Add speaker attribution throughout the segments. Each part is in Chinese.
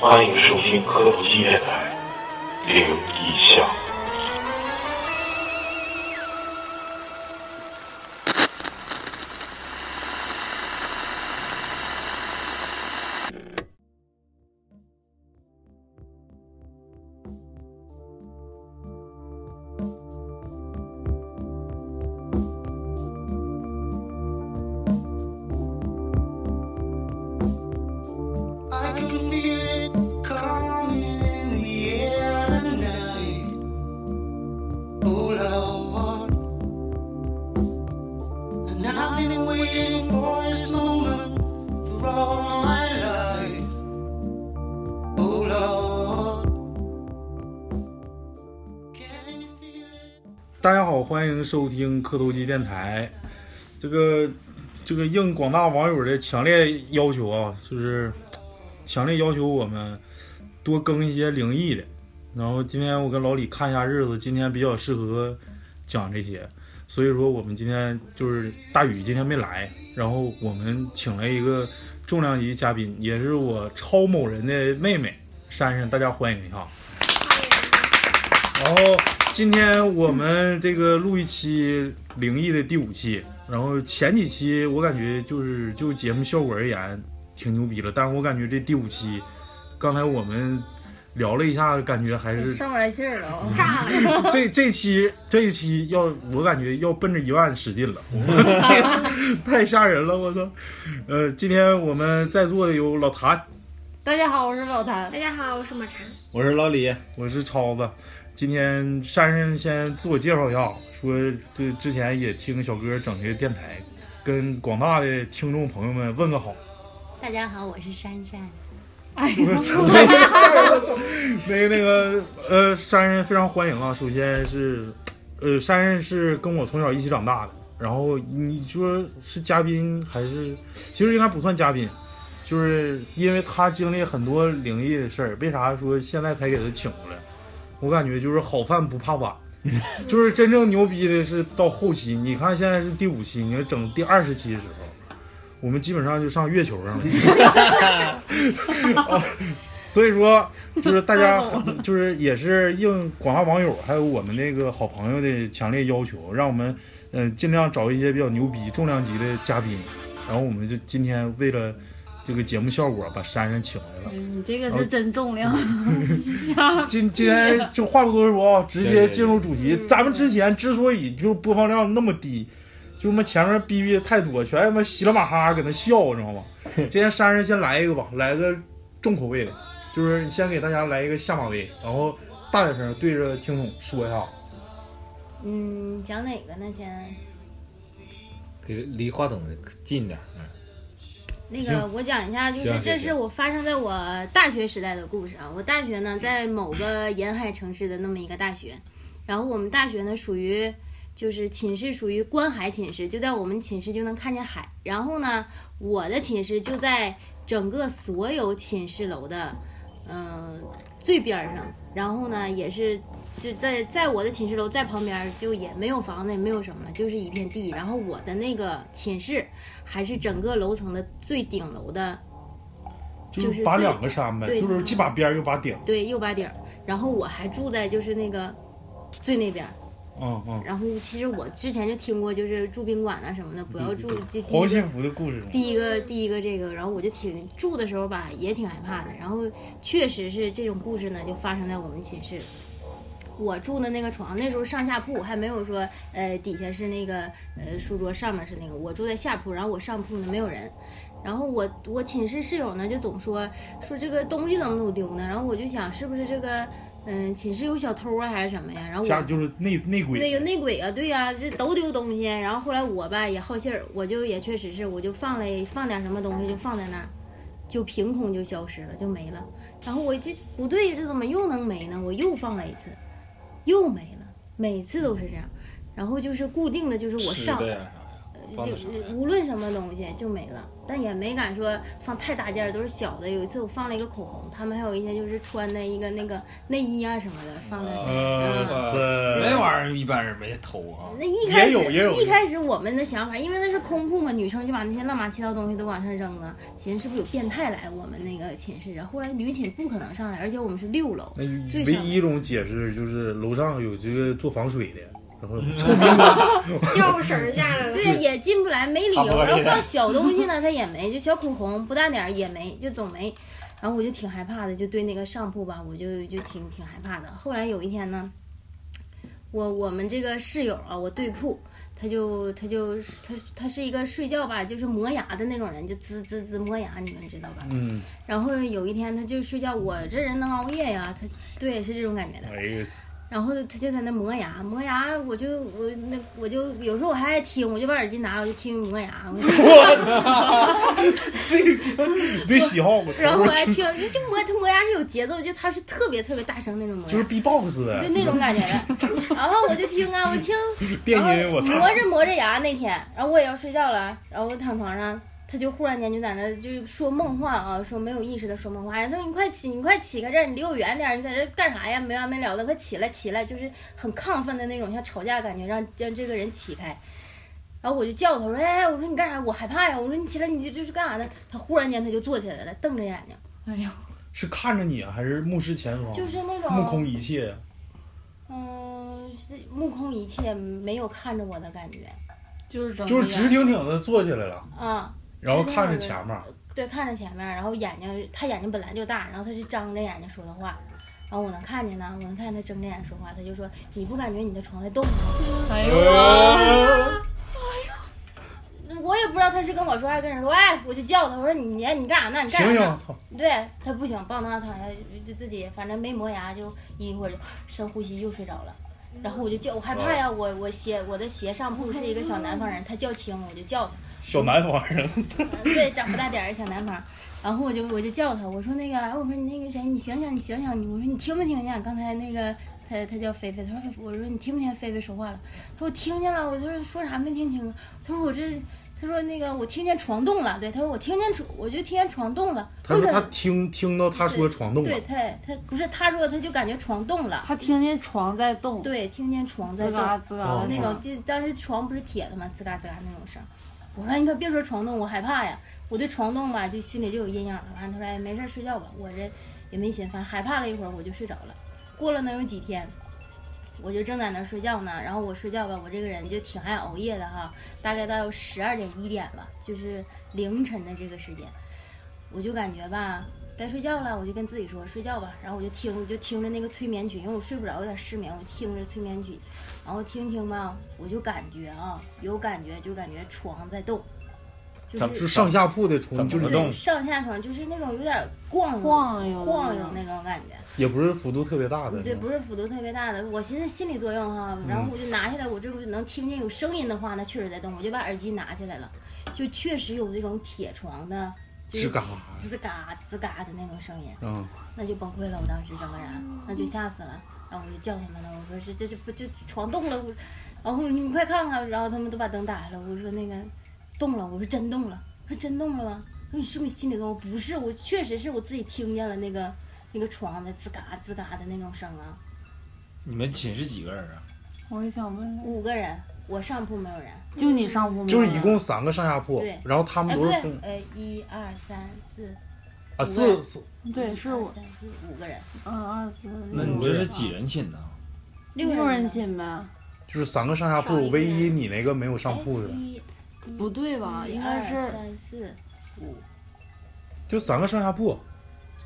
Speaker 1: 欢迎收听科普纪电台《灵异巷》。
Speaker 2: I can feel it coming in the air tonight. All I want, and I've been waiting for this moment for all my life. All I want, can you feel it?
Speaker 3: 大家好，欢迎收听磕头机电台。这个这个应广大网友的强烈要求啊，就是强烈要求我们多更一些灵异的。然后今天我跟老李看一下日子，今天比较适合讲这些，所以说我们今天就是大宇今天没来，然后我们请了一个重量级嘉宾，也是我超某人的妹妹珊珊，大家欢迎一下。然后今天我们这个录一期灵异的第五期，然后前几期我感觉就是就节目效果而言挺牛逼了，但是我感觉这第五期，刚才我们聊了一下，感觉还是
Speaker 4: 上不来气儿了啊，炸了！
Speaker 3: 这这期这一期要我感觉要奔着一万使劲了，这太吓人了，我操！呃，今天我们在座的有老谭，
Speaker 4: 大家好，我是老谭
Speaker 5: 大。家好，我是抹 茶。
Speaker 6: 我是老李，
Speaker 3: 我是超子。今天珊珊先自我介绍一下，说这之前也听小哥整这个电台，跟广大的听众朋友们问个好。
Speaker 5: 大家好，我是珊珊。
Speaker 4: 哎
Speaker 3: 我
Speaker 4: 呀，
Speaker 3: 操！我操！那个那个呃，珊珊非常欢迎啊。首先是呃，珊珊是跟我从小一起长大的。然后你说是嘉宾还是？其实应该不算嘉宾，就是因为他经历很多灵异的事儿，为啥说现在才给他请过来？我感觉就是好饭不怕晚， 就是真正牛逼的是到后期。你看现在是第五期，你要整第二十期的时候，我们基本上就上月球上了。所以说，就是大家就是也是应广大网友还有我们那个好朋友的强烈要求，让我们呃尽量找一些比较牛逼、重量级的嘉宾。然后我们就今天为了这个节目效果，把珊珊请来了。
Speaker 4: 嗯你这个是真重量，吓
Speaker 3: 今今天就话不多说啊，直接进入主
Speaker 5: 嗯
Speaker 3: 题。咱们之前之所以就是播放量那么低，就他妈前面逼逼太多，全他妈稀了马哈搁那笑，你知道吗？今天珊珊先来一个吧，来个重口味的，就是先给大家来一个下马威，然后大点声对着听筒说一下。
Speaker 5: 嗯，讲哪个呢？先
Speaker 6: 给离话筒近点儿。嗯
Speaker 5: 那个我讲一下，就
Speaker 6: 行
Speaker 5: 是
Speaker 6: 行
Speaker 5: 这
Speaker 6: 行嗯
Speaker 5: 是我发生在我大学时代的故事啊。我大学呢在某个沿海城市的那么一个大学，然后我们大学呢属于就是寝室属于观海寝室，就在我们寝室就能看见海。然后呢，我的寝室就在整个所有寝室楼的嗯、呃最边儿上，然后呢也是就在在我的寝室楼在旁边儿，就也没有房子，也没有什么，就是一片地。然后我的那个寝室还是整个楼层的最顶楼的，
Speaker 3: 就
Speaker 5: 就是
Speaker 3: 把
Speaker 5: 最
Speaker 3: 两个山呗，
Speaker 5: 对
Speaker 3: 就是既把边儿又把顶。
Speaker 5: 对右八顶儿。然后我还住在就是那个最那边儿。
Speaker 3: 嗯嗯，
Speaker 5: 然后其实我之前就听过，就是住宾馆啊呐什么的，不要住就第一
Speaker 3: 黄西
Speaker 5: 个
Speaker 3: 服的故事嘛。
Speaker 5: 第一个第一个这个。然后我就挺住的时候吧，也挺害怕的。然后确实是这种故事呢，就发生在我们寝室。我住的那个床，那时候上下铺还没有说，呃，底下是那个呃书桌，上面是那个。我住在下铺，然后我上铺呢没有人。然后我我寝室室友呢就总说说这个东西怎么都丢呢，然后我就想是不是这个嗯、寝室有小偷啊还是什么呀？然后我
Speaker 3: 家就是内内鬼。
Speaker 5: 那有内鬼啊，对呀、这都丢东西。然后后来我吧也好信儿，我就也确实是，我就放了放点什么东西就放在那儿，就凭空就消失了，就没了。然后我这不对，这怎么又能没呢？我又放了一次，又没了，每次都是这样。然后就是固定的，就是我上
Speaker 6: 吃的呀啥呀，放的啥呀
Speaker 5: 无论什么东西就没了，但也没敢说放太大件儿，都是小的。有一次我放了一个口红，他们还有一些就是穿的一个那个内衣啊什么的放在那儿。嗯
Speaker 3: 呃
Speaker 6: 那玩意儿一般人没偷啊。
Speaker 5: 那一开
Speaker 3: 也有
Speaker 5: 始
Speaker 3: 也有
Speaker 5: 一开始我们的想法，因为那是空铺嘛，女生就把那些乱七八糟东西都往上扔啊，寻思是不是有变态来我们那个寝室啊？后来女寝不可能上来，而且我们是六楼，
Speaker 3: 那
Speaker 5: 最
Speaker 3: 唯
Speaker 5: 上
Speaker 3: 一一种解释就是楼上有这个做防水的，然后
Speaker 6: 嗯
Speaker 7: 掉绳儿下来了。
Speaker 5: 对，也进不来，没理
Speaker 6: 差不多
Speaker 5: 由。然后
Speaker 6: 也
Speaker 5: 放小东西呢，他也没，就小口红不大点儿也没，就总没。然后我就挺害怕的，就对那个上铺吧，我就就挺挺害怕的。后来有一天呢，我我们这个室友啊，我对铺，他就他就他他是一个睡觉吧，就是磨牙的那种人，就滋滋滋磨牙，你们知道吧？
Speaker 3: 嗯，
Speaker 5: 然后有一天他就睡觉，我这人能熬夜呀，他对是这种感觉的。
Speaker 3: 哎呀，
Speaker 5: 然后他就在那磨牙，磨牙，我就我那我就有时候我还爱听，我就把耳机拿，我就听 磨牙，我 就
Speaker 3: 我操， 这这你这喜好我
Speaker 5: 然后我
Speaker 3: 我
Speaker 5: 还听，就磨他磨牙是有节奏，就他是特别特别大声那种磨
Speaker 3: 就是
Speaker 5: 牙，
Speaker 3: B-box 呗
Speaker 5: 就，那种感觉 的。然后我就听啊，我听，
Speaker 3: 电
Speaker 5: 然
Speaker 3: 音
Speaker 5: 后
Speaker 3: 我操，
Speaker 5: 磨着磨着牙那天，然后我也要睡觉了，然后我躺床上，他就忽然间就在那就是说梦话啊，说没有意识的说梦话，哎呀，他说你快起，你快起开这儿，你离我远点儿，你在这儿干啥呀？没完没了的，快起来起来，就是很亢奋的那种，像吵架感觉，让让这个人起开。然后我就叫他，我说哎，我说你干啥？我害怕呀！我说你起来，你这这是干啥呢？他忽然间他就坐起来了，瞪着眼睛，
Speaker 3: 哦
Speaker 4: 哎呦，
Speaker 3: 是看着你啊还是目视前方？
Speaker 5: 就是那种
Speaker 3: 目空一切，
Speaker 5: 嗯，是目空一切，没有看着我的感觉
Speaker 4: 就是
Speaker 5: 嗯
Speaker 4: 整
Speaker 3: 就是
Speaker 4: 这样
Speaker 3: 直挺挺的坐起来了，
Speaker 5: 啊。
Speaker 3: 然后看着前面，
Speaker 5: 对，看着前面，然后眼睛，他眼睛本来就大，然后他是张着眼睛说的话，然后我能看见呢，我能看见他睁着眼说话，他就说你不感觉你的床在动吗？
Speaker 4: 哎呦我，
Speaker 5: 我也不知道他是跟我说还是跟人说，哎，我就叫他，我说你你干啥呢？你干啥
Speaker 3: 醒
Speaker 5: 呢？
Speaker 3: 醒，操，
Speaker 5: 对他不行，抱他躺下就自己反正没磨牙，就一会儿就深呼吸又睡着了。然后我就叫，我害怕呀，我我斜我的斜上铺是一个小南方人，他叫轻，我就叫他。
Speaker 3: 小南方人，
Speaker 5: 对，长不大点儿小男孩儿。然后我就我就叫他，我说那个，哎我说你那个谁，你醒醒，你醒醒，你我说你听没听见啊刚才那个他他叫菲菲，他说菲菲我说你听没听见菲菲说话了？他说我听见了，我他说说啥没听清，啊他说我这他说那个我听见床动了，对，他说我听见床我就听见床动了，
Speaker 3: 他
Speaker 5: 我
Speaker 3: 说
Speaker 5: 可
Speaker 3: 他
Speaker 5: 能
Speaker 3: 听听到他说床动了
Speaker 5: 对，他他不是他说他就感觉床动了，
Speaker 4: 他听见床在动，
Speaker 5: 对，听见床在
Speaker 4: 吱
Speaker 5: 动，
Speaker 4: 嘎吱嘎
Speaker 3: 哦
Speaker 4: 的
Speaker 5: 那
Speaker 4: 声
Speaker 5: 种
Speaker 4: 儿，
Speaker 5: 就当时床不是铁的嘛，吱嘎吱嘎那种声儿。我说你可别说床动，我害怕呀。我对床动吧，就心里就有阴影了。完，他说哎没事儿睡觉吧，我这也没心，反正害怕了一会儿我就睡着了。过了能有几天，我就正在那儿睡觉呢。然后我睡觉吧，我这个人就挺爱熬夜的哈，大概到十二点一点吧，就是凌晨的这个时间，我就感觉吧。该睡觉了，我就跟自己说睡觉吧，然后我就听就听着那个催眠曲，因为我睡不着，有点失眠，我听着催眠曲，然后听听吧，我就感觉啊，有感觉就感觉床在动，
Speaker 6: 咱
Speaker 5: 就
Speaker 6: 们
Speaker 5: 是
Speaker 3: 就上下铺的床就是
Speaker 6: 怎么
Speaker 5: 对
Speaker 3: 动，
Speaker 5: 上下床，就是那种有点晃
Speaker 4: 晃悠的
Speaker 5: 晃悠
Speaker 4: 那种
Speaker 5: 那种感觉。
Speaker 3: 也不是幅度特别大的，
Speaker 5: 对，不是幅度特别大的，我寻思心理作用哈，然后
Speaker 3: 嗯
Speaker 5: 我就拿下来，我这不是能听见有声音的话，那确实在动，我就把耳机拿下来了，就确实有那种铁床的，就是
Speaker 3: 吱嘎，
Speaker 5: 吱嘎吱嘎的那种声音。
Speaker 3: 嗯，
Speaker 5: 那就崩溃了，我当时整个人，那就吓死了。然后我就叫他们了，我说这这这不就床动了，我，然后你快看看，然后他们都把灯打开了，我说那个动了，我说真动了，他说真动了吗？我说你是不是心里动？我不是，我确实是我自己听见了那个那个床的吱嘎吱嘎的那种声啊。
Speaker 6: 你们寝室几个人啊？
Speaker 4: 我也想问，
Speaker 5: 五个人，我上铺没有人，
Speaker 4: 就你上铺吗
Speaker 3: 就是一共三个上下铺
Speaker 5: 对，
Speaker 3: 然后他
Speaker 5: 哎
Speaker 3: 们
Speaker 5: 不
Speaker 3: 都是
Speaker 5: 对
Speaker 3: 分，
Speaker 5: 呃一二三四
Speaker 3: 啊
Speaker 5: 五
Speaker 3: 四
Speaker 5: 个
Speaker 3: 四
Speaker 4: 对，是
Speaker 5: 我
Speaker 4: 我，
Speaker 5: 五个人，
Speaker 4: 嗯，二四六，
Speaker 6: 那你这是几人寝呢？
Speaker 4: 六人
Speaker 5: 呢
Speaker 4: 寝呗？
Speaker 5: 嗯
Speaker 3: 就是三个上下
Speaker 5: 上一
Speaker 3: 铺，
Speaker 5: 个
Speaker 3: 唯一你那个没有上铺
Speaker 5: 哎
Speaker 3: 的，
Speaker 5: 一
Speaker 4: 不对吧？
Speaker 5: 一
Speaker 4: 应该
Speaker 5: 二
Speaker 4: 是
Speaker 5: 三四五。
Speaker 3: 就三个上下铺，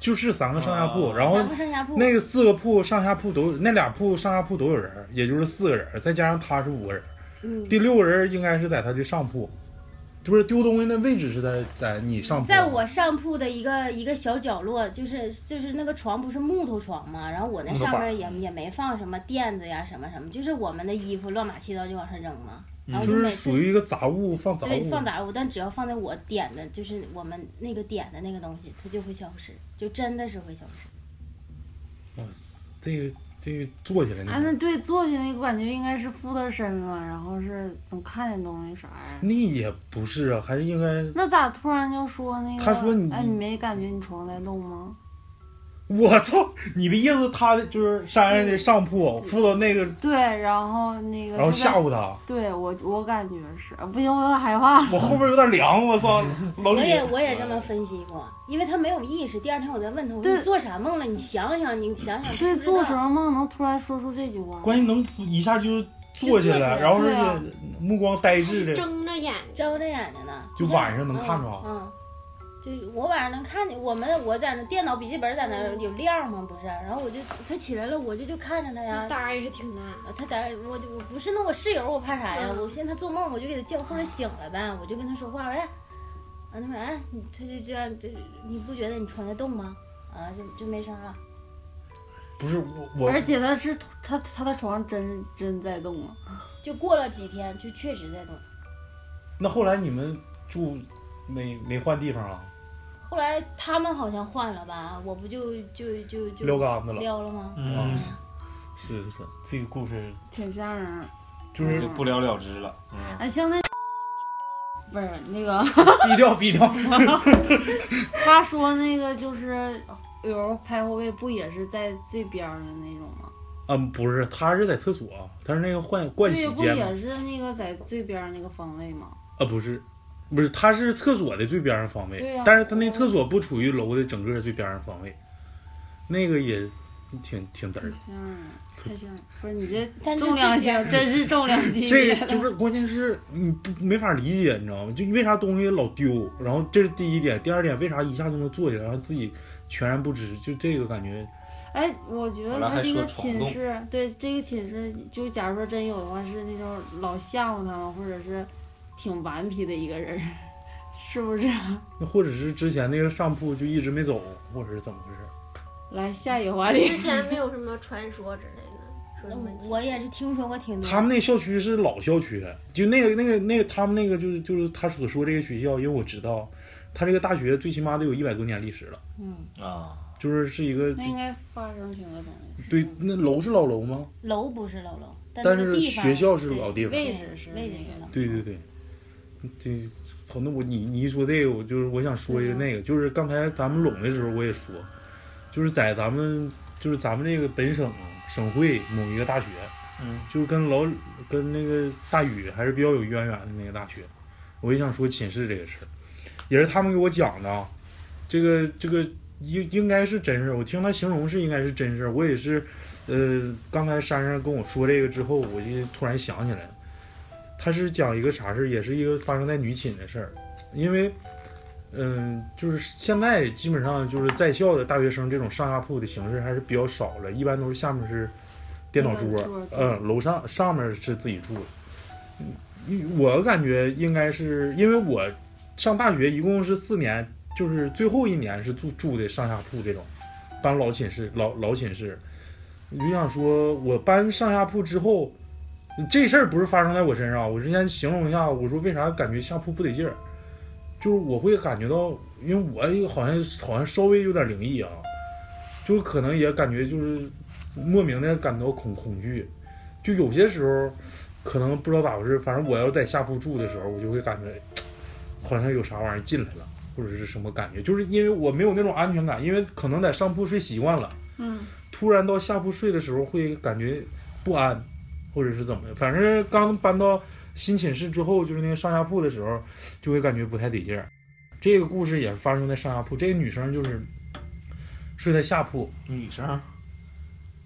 Speaker 3: 就是三个上下铺，
Speaker 6: 啊
Speaker 3: 然后
Speaker 5: 咱不哦上下铺，
Speaker 3: 那个四个铺上下铺都有那俩铺上下铺都有人，也就是四个人，再加上他是五个人，
Speaker 5: 嗯
Speaker 3: 第六个人应该是在他的上铺，这不是丢东西那位置是在在你上铺，
Speaker 5: 在我上铺的一个一个小角落，就是就是那个床不是木头床嘛，然后我那
Speaker 6: 木头板
Speaker 5: 上面也也没放什么垫子呀什么什么，就是我们的衣服乱码七糟就往上扔嘛，然后
Speaker 3: 嗯就
Speaker 5: 每
Speaker 3: 是
Speaker 5: 次
Speaker 3: 属于一个杂物放杂
Speaker 5: 对
Speaker 3: 物，
Speaker 5: 放杂物，但只要放在我点的，就是我们那个点的那个东西，它就会消失，就真的是会消失。
Speaker 3: 这个这个坐起来
Speaker 4: 啊，
Speaker 3: 那
Speaker 4: 那
Speaker 3: 种，
Speaker 4: 对坐下那个感觉应该是附他身了，然后是能看见东西啥的。
Speaker 3: 那也不是啊，还是应该
Speaker 4: 那咋突然就说那个？
Speaker 3: 他说你
Speaker 4: 哎，你没感觉你床在动吗？
Speaker 3: 我操！你的意思，他的就是山上的上铺附到那个，
Speaker 4: 对，然后那个
Speaker 3: 然后
Speaker 4: 就在
Speaker 3: 吓唬他。
Speaker 4: 对我，我感觉是不行，我有点害怕。
Speaker 3: 我后边有点凉，我操！老
Speaker 5: 我
Speaker 3: 李，
Speaker 5: 也我也这么分析过，因为他没有意识。第二天我再问他，我说
Speaker 4: 对
Speaker 5: 你做啥梦了？你想想，你想想。
Speaker 4: 对，
Speaker 5: 不知道
Speaker 4: 做什么梦能突然说出这句话？
Speaker 3: 关键能一下就坐起
Speaker 5: 就坐起来
Speaker 3: 来，然后
Speaker 4: 对啊
Speaker 3: 而且目光呆滞的，
Speaker 7: 睁着眼
Speaker 5: 睁着眼睛呢，
Speaker 3: 就晚上能看着啊
Speaker 5: 嗯，嗯就是我晚上能看见，我们我在那电脑笔记本在那儿
Speaker 4: 嗯
Speaker 5: 有亮吗？不是，然后我就他起来了，我就就看着他
Speaker 4: 嗯
Speaker 5: 呀。呃
Speaker 7: 胆儿也是挺大。
Speaker 5: 他胆儿，我就我不是那我室友，我怕啥呀？
Speaker 7: 嗯
Speaker 5: 我现在他做梦，我就给他叫，或
Speaker 4: 嗯
Speaker 5: 者醒了呗，我就跟他说话，哎，啊，他说哎，你他就这样，这你不觉得你床在动吗？啊，就就没声了。
Speaker 3: 不是我我
Speaker 4: 而且他是他他的床真真在动啊！
Speaker 5: 就过了几天，就确实在动。
Speaker 3: 那后来你们住没没换地方啊了，
Speaker 5: 后来他们好像换了吧，我不就就就就
Speaker 3: 撂杆子了。
Speaker 5: 撩了吗？
Speaker 3: 啊
Speaker 8: 嗯，，
Speaker 3: 是是是，这个故事
Speaker 4: 挺吓人。
Speaker 3: 就是
Speaker 8: 就不了了之了。嗯，
Speaker 4: 哎，像那不是那个，
Speaker 3: 低调低调。
Speaker 4: 他说那个就是有时候拍后背不也是在最边儿的那种吗？
Speaker 3: 嗯，不是，他是在厕所，啊他是那个换盥
Speaker 4: 对，
Speaker 3: 洗
Speaker 4: 不
Speaker 3: 间嘛
Speaker 4: 也是那个在最边儿那个方位吗？
Speaker 3: 啊，不是，不是，他是厕所的最边上方
Speaker 4: 对
Speaker 3: 位，
Speaker 4: 呀哦
Speaker 3: 但是他那厕所不处于楼的整个最边上方位，那个也挺挺嘚儿的。
Speaker 4: 挺吓人，太吓人！不是你这
Speaker 5: 但就
Speaker 4: 重量
Speaker 5: 这
Speaker 4: 级
Speaker 5: 边儿，
Speaker 4: 真是重量级
Speaker 3: 这
Speaker 4: 别
Speaker 3: 个
Speaker 4: 的。
Speaker 3: 就是关键是你不没法理解，你知道吗？就为啥东西老丢？然后这是第一点，第二点，为啥一下就能坐起来，然后自己全然不知？就这个感觉，
Speaker 4: 哎，我觉得
Speaker 8: 完了
Speaker 4: 他
Speaker 8: 还
Speaker 4: 这
Speaker 8: 说
Speaker 4: 个
Speaker 8: 床
Speaker 4: 寝
Speaker 8: 动
Speaker 4: 室，对这个寝室，就假如说真有的话，是那种老吓唬他们，或者是挺顽皮的一个人儿，是不是？
Speaker 3: 那或者是之前那个上铺就一直没走，或者是怎么回事？
Speaker 4: 来，下一个话题。
Speaker 7: 之前没有什么传说之类的，说什么
Speaker 5: 我也是听说过挺多。
Speaker 3: 嗯他们那校区是老校区，就那个那个那个他们那个就是就是他所说这个学校，因为我知道，他这个大学最起码得有一百多年历史了，
Speaker 5: 嗯，
Speaker 8: 啊，
Speaker 3: 就是是一个
Speaker 4: 那应该发生挺多东西。
Speaker 3: 对那楼是老楼吗？
Speaker 5: 楼不是老楼，但
Speaker 3: 但
Speaker 5: 那个
Speaker 3: 是
Speaker 5: 地方
Speaker 3: 学校是
Speaker 5: 对
Speaker 3: 老地方
Speaker 4: 位置是
Speaker 5: 位置
Speaker 4: 那
Speaker 5: 是
Speaker 4: 个
Speaker 5: 老地
Speaker 3: 对对对，这操！那我你你一说这个，我就是我想说一个那个，就是刚才咱们拢的时候我也说，就是在咱们就是咱们这个本省省会某一个大学，
Speaker 8: 嗯，
Speaker 3: 就是跟老跟那个大宇还是比较有渊源的那个大学，我也想说寝室这个事儿，也是他们给我讲的，啊，这个这个应应该是真事儿，我听他形容是应该是真事儿，我也是，呃，刚才珊珊跟我说这个之后，我就突然想起来了，他是讲一个啥事儿，也是一个发生在女寝的事儿，因为。嗯，就是现在基本上就是在校的大学生这种上下铺的形式还是比较少了，一般都是下面是电脑桌
Speaker 4: 电脑桌，对
Speaker 3: 嗯，楼上上面是自己住的。嗯我感觉应该是因为我上大学一共是四年，就是最后一年是住住的上下铺这种，搬老寝室老老寝室。我就想说，我搬上下铺之后，这事儿不是发生在我身上，我之前形容一下，我说为啥感觉下铺不得劲儿，就是我会感觉到，因为我也好像好像稍微有点灵异啊，就是可能也感觉就是莫名的感到恐恐惧，就有些时候可能不知道咋回事，反正我要在下铺住的时候，我就会感觉好像有啥玩意儿进来了，或者是什么感觉，就是因为我没有那种安全感，因为可能在上铺睡习惯了。
Speaker 4: 嗯，
Speaker 3: 突然到下铺睡的时候会感觉不安，或者是怎么的。反正刚搬到新寝室之后，就是那个上下铺的时候，就会感觉不太得劲儿。这个故事也发生在上下铺，这个女生就是睡在下铺
Speaker 8: 女生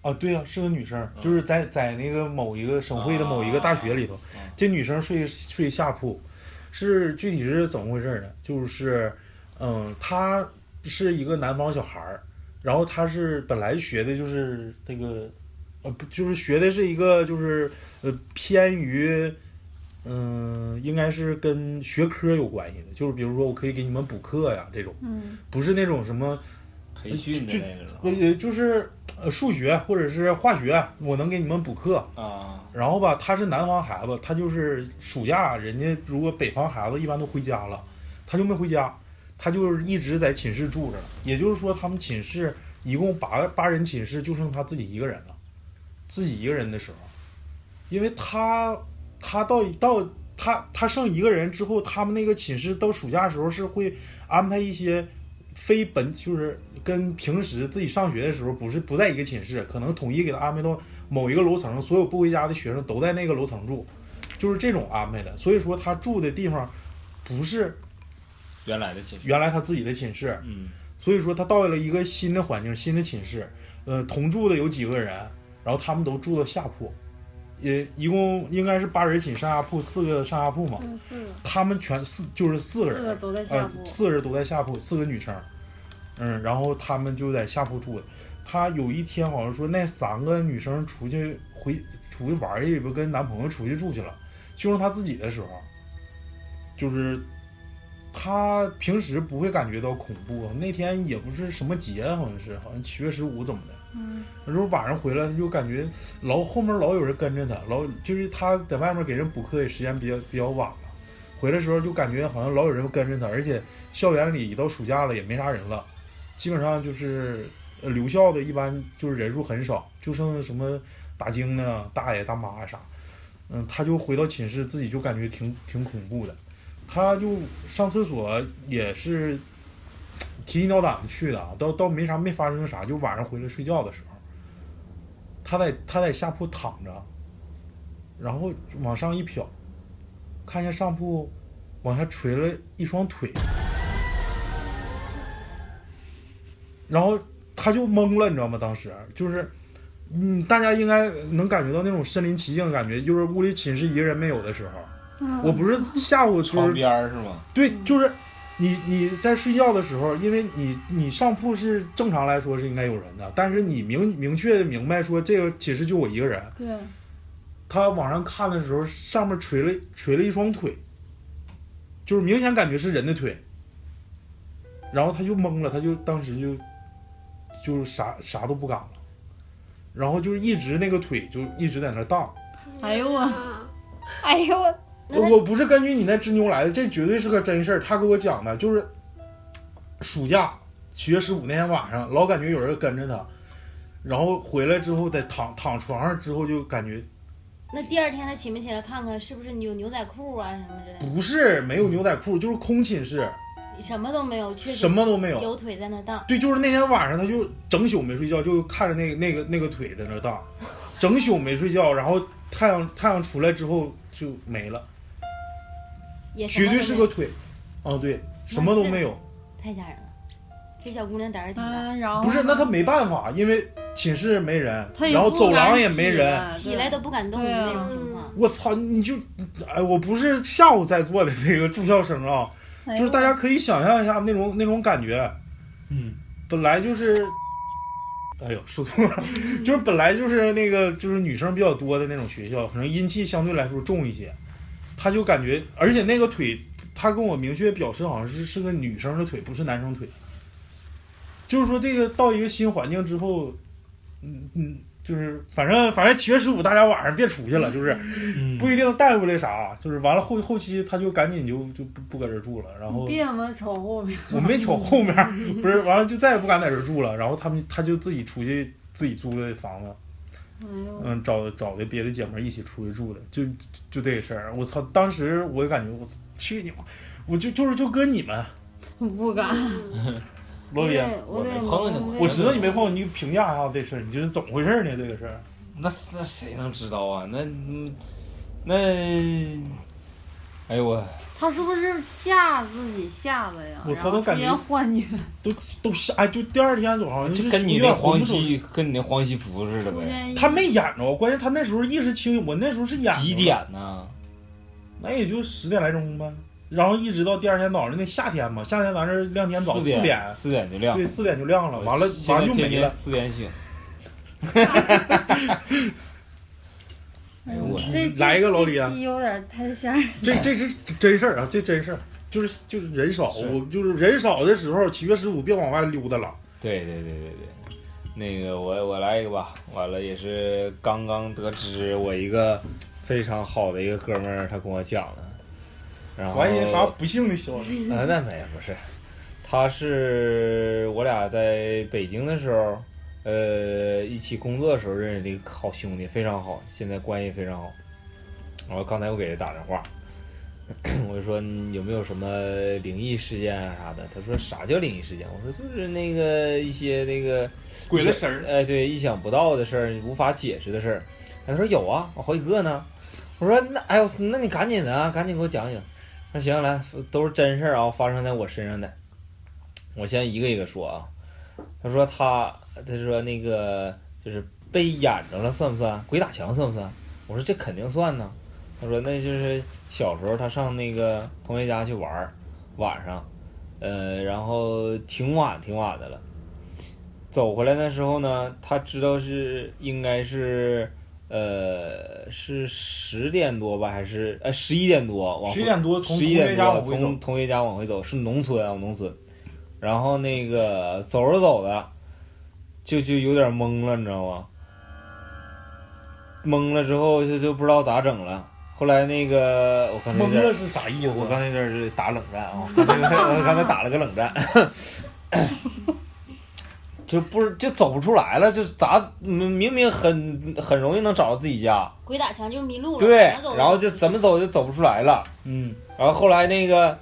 Speaker 3: 啊，对啊，是个女生，
Speaker 8: 嗯
Speaker 3: 就是在在那个某一个省会的某一个大学里头，
Speaker 8: 嗯
Speaker 3: 这女生睡睡下铺，是具体是怎么回事呢？就是，嗯，她是一个南方小孩儿，然后她是本来学的就是那个，呃，不就是学的是一个就是呃偏于。嗯，应该是跟学科有关系的，就是比如说，我可以给你们补课呀，这种，
Speaker 4: 嗯，
Speaker 3: 不是那种什么
Speaker 8: 培训的那个
Speaker 3: 呃，
Speaker 8: 是
Speaker 3: 也就是呃数学或者是化学，我能给你们补课。
Speaker 8: 吧？啊，
Speaker 3: 然后吧，他是南方孩子，他就是暑假，人家如果北方孩子一般都回家了，他就没回家，他就是一直在寝室住着。也就是说，他们寝室一共八八人寝室，就剩他自己一个人了。自己一个人的时候，因为他他到到他他剩一个人之后，他们那个寝室到暑假的时候是会安排一些非本就是跟平时自己上学的时候不是不在一个寝室，可能统一给他安排到某一个楼层，所有不回家的学生都在那个楼层住，就是这种安排的。所以说他住的地方不是
Speaker 8: 原来的寝室，
Speaker 3: 原来他自己的寝室，
Speaker 8: 嗯，
Speaker 3: 所以说他到了一个新的环境、新的寝室，呃，同住的有几个人，然后他们都住到下铺，也一共应该是八人寝上下铺，四个上下铺嘛，
Speaker 4: 真是
Speaker 3: 他们全四就是四个
Speaker 4: 四
Speaker 3: 人，
Speaker 4: 个都在下
Speaker 3: 啊，
Speaker 4: 铺，
Speaker 3: 四人都在下铺，四个女生，嗯，然后她们就在下铺住的。她有一天好像说那三个女生出去回出去玩儿去，不跟男朋友出去住去了，就剩她自己的时候，就是她平时不会感觉到恐怖，那天也不是什么节，好像是好像七月十五怎么的。
Speaker 4: 嗯，
Speaker 3: 然后晚上回来，她就感觉老后面老有人跟着她，老就是她在外面给人补课也时间比较比较晚了，回来的时候就感觉好像老有人跟着她，而且校园里到暑假了也没啥人了，基本上就是呃留校的，一般就是人数很少，就剩什么打更的大爷大妈啊呀啥，嗯，他就回到寝室，自己就感觉挺挺恐怖的，他就上厕所也是提心吊胆的去的啊，倒倒没啥没发生啥，就晚上回来睡觉的时候，他在他在下铺躺着，然后往上一瞟，看见上铺往下垂了一双腿。然后他就懵了，你知道吗？当时就是，嗯，大家应该能感觉到那种身临其境的感觉，就是屋里寝室一个人没有的时候。我不是下午就
Speaker 8: 床
Speaker 3: 是
Speaker 8: 边儿是吗？
Speaker 3: 对，就是你你在睡觉的时候，因为你你上铺是正常来说是应该有人的，但是你明明确的明白说这个寝室就我一个人，
Speaker 4: 对，
Speaker 3: 他往上看的时候，上面垂了垂了一双腿，就是明显感觉是人的腿。然后他就懵了，他就当时就就是啥啥都不敢了，然后就是一直那个腿就一直在那儿荡。
Speaker 4: 哎呦我
Speaker 7: 啊
Speaker 5: 哎呦我，那他
Speaker 3: 呃我不是根据你那支牛来的，这绝对是个真事儿。他给我讲的，就是暑假七月十五那天晚上，老感觉有人跟着他，然后回来之后在躺躺床上之后就感觉
Speaker 5: 那第二天他起没起来看看是不是有牛仔裤啊什么之类
Speaker 3: 不是没有牛仔裤，就是空寝室。
Speaker 5: 的，什么都没有，确实
Speaker 3: 什么都没有。
Speaker 5: 有腿在那荡。
Speaker 3: 对，就是那天晚上，他就整宿没睡觉，就看着那个那个那个腿在那 荡，整宿没睡觉。然后太阳太阳出来之后就没了，
Speaker 5: 也什
Speaker 3: 绝
Speaker 5: 么
Speaker 3: 对
Speaker 5: 都没
Speaker 3: 是
Speaker 5: 有
Speaker 3: 个腿。嗯，对，什么都没有。
Speaker 5: 太吓人了。这小姑娘胆儿挺大，
Speaker 4: 嗯，然后
Speaker 3: 不是，那
Speaker 4: 呢
Speaker 3: 他没办法，因为寝室没人，
Speaker 4: 他也
Speaker 3: 然后
Speaker 4: 不
Speaker 3: 走
Speaker 4: 敢
Speaker 3: 廊也
Speaker 4: 起
Speaker 3: 没人。
Speaker 4: 来
Speaker 5: 起来都不敢动的
Speaker 4: 啊对啊
Speaker 5: 那种情况。
Speaker 3: 我操！你就，哎，我不是下午在做的那个住校生啊，
Speaker 4: 哎
Speaker 3: 就是大家可以想象一下那种那种感觉。
Speaker 8: 嗯，
Speaker 3: 本来就是，哎呦，说错了，就是本来就是那个就是女生比较多的那种学校，可能阴气相对来说重一些，他就感觉，而且那个腿，他跟我明确表示好像是是个女生的腿，不是男生腿，就是说这个到一个新环境之后，嗯嗯，就是反正反正七月十五大家晚上别出去了，就是不一定带回来啥，就是完了后后期他就赶紧就就不不搁这住了，然后
Speaker 4: 别他妈瞅后面，
Speaker 3: 我没瞅后面儿，不是，完了就再也不敢在这儿住了。然后他们他就自己出去自己租的房子，
Speaker 4: 哎呦，
Speaker 3: 嗯，找找的别的姐妹儿一起出去住的，就就这事儿。我操！当时我就感觉我操去你妈！我就就是就搁你们
Speaker 4: 不敢，
Speaker 3: 罗宾，
Speaker 8: 我
Speaker 4: 我得
Speaker 8: 没
Speaker 4: 我
Speaker 8: 碰见
Speaker 4: 得
Speaker 8: 过
Speaker 3: 我知道你没碰，你评价一下这事儿，你这是怎么回事呢？这个事儿，
Speaker 8: 那那谁能知道啊？那嗯那，哎呦我，
Speaker 4: 他是不是吓自己吓的呀？
Speaker 3: 我
Speaker 4: 然
Speaker 3: 操
Speaker 4: 后
Speaker 3: 都感
Speaker 4: 出现
Speaker 3: 觉
Speaker 4: 幻觉，
Speaker 3: 都都是哎，就第二天早上
Speaker 8: 这
Speaker 3: 就
Speaker 8: 跟你
Speaker 3: 那
Speaker 8: 那黄，西跟你那黄西服似的
Speaker 4: 出
Speaker 8: 呗？
Speaker 4: 现
Speaker 3: 他没演着，关键他那时候意识清醒，我那时候是演着
Speaker 8: 几
Speaker 3: 呢
Speaker 8: 点呢？
Speaker 3: 那也就十点来钟呗。然后一直到第二天早上，那夏天嘛，夏天咱这亮天早，
Speaker 8: 四
Speaker 3: 四点，
Speaker 8: 四点就亮。
Speaker 3: 对，四点就亮了，
Speaker 8: 我
Speaker 3: 完了
Speaker 8: 现
Speaker 3: 完
Speaker 8: 在
Speaker 3: 了就
Speaker 8: 天
Speaker 3: 没
Speaker 8: 天
Speaker 3: 了。
Speaker 8: 四点醒。哎呦我，
Speaker 4: 这
Speaker 3: 来一个老李啊
Speaker 4: 这期有点太吓人，
Speaker 3: 这这是真事儿啊，这真事儿，就是就是人少，
Speaker 8: 是
Speaker 3: 我就是人少的时候，七月十五别往外溜达了。
Speaker 8: 对对对对对，那个我我来一个吧，完了也是刚刚得知我一个非常好的一个哥们儿，他跟我讲了，然后
Speaker 3: 我还以为啥
Speaker 8: 哦
Speaker 3: 不幸的消息，
Speaker 8: 啊，那没有，不是，他是我俩在北京的时候，呃，一起工作的时候认识的一个好兄弟，非常好，现在关系非常好。然后刚才我给他打电话， 我就说你有没有什么灵异事件啊啥的？他说啥叫灵异事件？我说就是那个一些那个
Speaker 9: 鬼了神儿，
Speaker 8: 哎，对，意想不到的事儿，无法解释的事儿。哎，他说有啊，我好几个呢。我说那哎呦，那你赶紧的啊，赶紧给我讲讲。那行来，都是真事儿啊，发生在我身上的。我先一个一个说啊。他说他，他说那个就是被演着了，算不算？鬼打墙算不算？我说这肯定算呢。他说那就是小时候他上那个同学家去玩儿，晚上，呃，然后挺晚挺晚的了。走回来的时候呢，他知道是应该是，呃，是十点多吧，还是呃十一点多往
Speaker 3: 十
Speaker 8: 回
Speaker 3: 一点多从
Speaker 8: 十
Speaker 3: 同
Speaker 8: 一
Speaker 3: 学
Speaker 8: 点
Speaker 3: 家
Speaker 8: 多
Speaker 3: 往回走
Speaker 8: 从，同学家往回走，是农村啊，农村。然后那个走着走着，就就有点懵了，你知道吗？懵了之后就就不知道咋整了。后来那个我刚才有
Speaker 3: 懵
Speaker 8: 点
Speaker 3: 了是啥意
Speaker 8: 我
Speaker 3: 思？啊
Speaker 8: 刚才有点是打冷战啊，我刚才我刚才打了个冷战，就不是就走不出来了，就咋明明很很容易能找到自己家，
Speaker 4: 啊
Speaker 5: 鬼打墙就是迷路了，
Speaker 8: 对
Speaker 5: 怎么走，
Speaker 8: 然后就怎么走就走不出来了。
Speaker 3: 嗯，
Speaker 8: 然后后来那个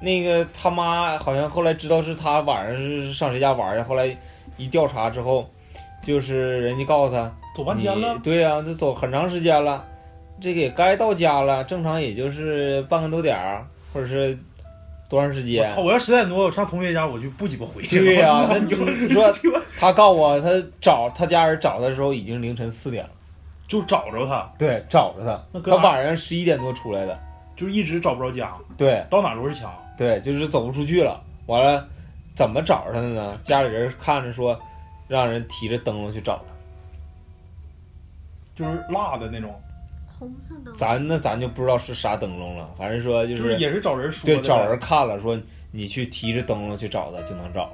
Speaker 8: 那个他妈好像后来知道是他晚上是上谁家玩儿去，后来一调查之后，就是人家告诉他，
Speaker 3: 走半天了
Speaker 8: 你，对呀、这走很长时间了，这个也该到家了，正常也就是半个多点儿，或者是多长时
Speaker 3: 我
Speaker 8: 间
Speaker 3: 操！？我要十点多我上同学家，我就不鸡巴回去了。
Speaker 8: 对呀、
Speaker 3: 我
Speaker 8: 那
Speaker 3: 操
Speaker 8: 你你说他告我，他找他家人找他的时候已经凌晨四点了，
Speaker 3: 就找着他，
Speaker 8: 对，找着
Speaker 3: 那
Speaker 8: 他，
Speaker 3: 搁哪
Speaker 8: 他
Speaker 3: 儿
Speaker 8: 晚上十一点多出来的，
Speaker 3: 就一直找不着家，
Speaker 8: 对
Speaker 3: 到哪都是墙。
Speaker 8: 对，就是走不出去了。完了，怎么找着他的呢？家里人看着说，让人提着灯笼去找他。
Speaker 3: 就是辣的那种，
Speaker 7: 红色的，
Speaker 8: 咱那咱就不知道是啥灯笼了，反正说就
Speaker 3: 就是是也是找人说的
Speaker 8: 对，
Speaker 3: 呗，
Speaker 8: 找人看了，说你去提着灯笼去找他，就能找。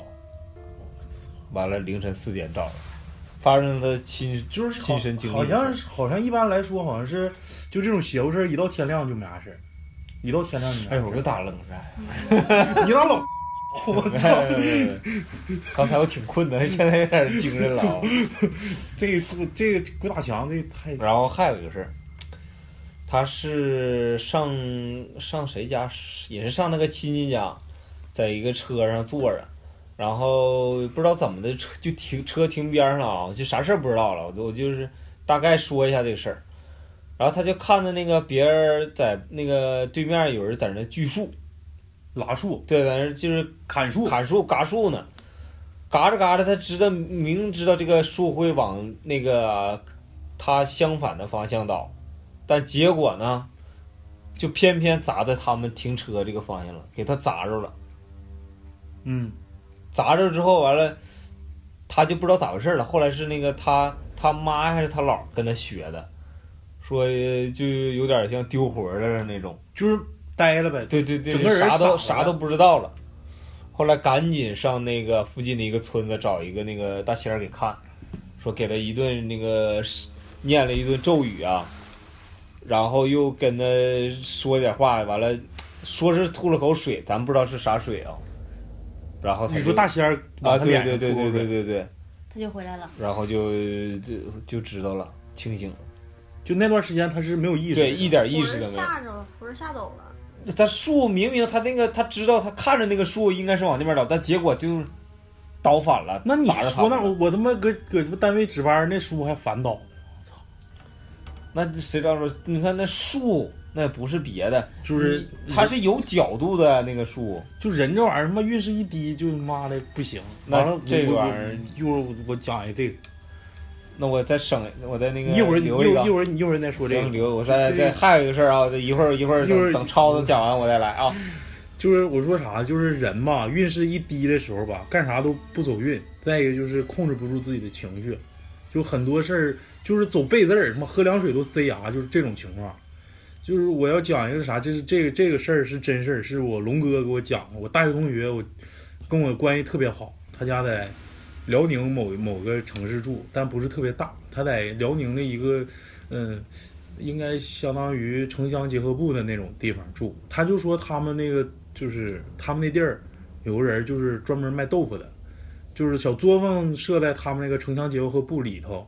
Speaker 8: 完了，凌晨四点找了，发生他亲
Speaker 3: 就是好
Speaker 8: 亲身经历
Speaker 3: 好像是好像一般来说，好像是就这种邪乎事儿，一到天亮就没啥事儿，一到天亮就没啥事
Speaker 8: 哎
Speaker 3: 儿。
Speaker 8: 呦，我又打冷 战。哎
Speaker 3: 你咋老我 操！
Speaker 8: 刚才我挺困的，现在有点精神了啊。
Speaker 3: 这个这这个鬼打墙，这个太
Speaker 8: 然后还有一个事儿，他是上上谁家，也是上那个亲戚家，在一个车上坐着，然后不知道怎么的，车就停车停边上了啊，就啥事儿不知道了，我就我就是大概说一下这个事儿。然后他就看着那个别人在那个对面有人在那锯树，
Speaker 3: 拉树
Speaker 8: 对，在那就是
Speaker 3: 砍树，
Speaker 8: 砍树嘎树呢，嘎着嘎着，他知道明知道这个树会往那个他相反的方向倒，但结果呢，就偏偏砸在他们停车这个方向了，给他砸着了。
Speaker 3: 嗯，
Speaker 8: 砸着之后完了，他就不知道咋回事了。后来是那个他他妈还是他姥儿跟他学的，说呃就有点像丢魂儿的那种。
Speaker 3: 就是呆了呗。
Speaker 8: 对对对，
Speaker 3: 整个人
Speaker 8: 啥
Speaker 3: 傻了
Speaker 8: 都啥都不知道了。后来赶紧上那个附近的一个村子找一个那个大仙儿给看，说给他一顿那个念了一顿咒语啊，然后又跟他说点话，完了说是吐了口水，咱不知道是啥水啊。然后他
Speaker 3: 你
Speaker 8: 就
Speaker 3: 说大仙儿
Speaker 8: 啊，
Speaker 3: 往他
Speaker 8: 对
Speaker 3: 脸
Speaker 8: 对
Speaker 3: 上
Speaker 8: 对对
Speaker 3: 扑
Speaker 8: 对
Speaker 3: 呗，
Speaker 8: 对对，
Speaker 5: 他就回来了。
Speaker 8: 然后就就就知道了，清醒了，
Speaker 3: 就那段时间他是没有意识的，
Speaker 8: 对，一点意
Speaker 7: 魂
Speaker 8: 识
Speaker 7: 儿
Speaker 8: 都没有。
Speaker 7: 吓着了，魂儿吓走了，
Speaker 8: 他树明明他那个他知道他看着那个树应该是往那边倒，但结果就倒反了。
Speaker 3: 那你
Speaker 8: 砸着他
Speaker 3: 说那
Speaker 8: 了
Speaker 3: 我我他妈搁搁他妈单位值班，那书还反倒，
Speaker 8: 那谁知道说？你看那树那不是别的，
Speaker 3: 是不是？
Speaker 8: 它是有角度的那个树。
Speaker 3: 就人这玩意儿，他妈运势一低，就他妈的不行。
Speaker 8: 那
Speaker 3: 完了，
Speaker 8: 这
Speaker 3: 我
Speaker 8: 个玩意儿，
Speaker 3: 我一会儿我我讲一这个，
Speaker 8: 那我再省，我再那个
Speaker 3: 一会儿你一
Speaker 8: 留一
Speaker 3: 会
Speaker 8: 个
Speaker 3: 儿一。会儿你一会儿再说这
Speaker 8: 行
Speaker 3: 个。
Speaker 8: 留我再
Speaker 3: 这个
Speaker 8: 再还有一个事儿啊，一会儿一会儿
Speaker 3: 一会儿
Speaker 8: 等等超子讲完我再来啊。
Speaker 3: 就是我说啥，就是人嘛，运势一低的时候吧，干啥都不走运。再一个就是控制不住自己的情绪，就很多事儿就是走背字儿，他妈喝凉水都塞牙，就是这种情况。就是我要讲一个啥，这是这个这个事儿是真事儿，是我龙哥给我讲的。我大学同学，我跟我关系特别好，他家在辽宁某某个城市住，但不是特别大，他在辽宁的一个嗯。应该相当于城乡结合部的那种地方住。他就说他们那个就是他们那地儿有个人就是专门卖豆腐的，就是小作坊设在他们那个城乡结合部里头，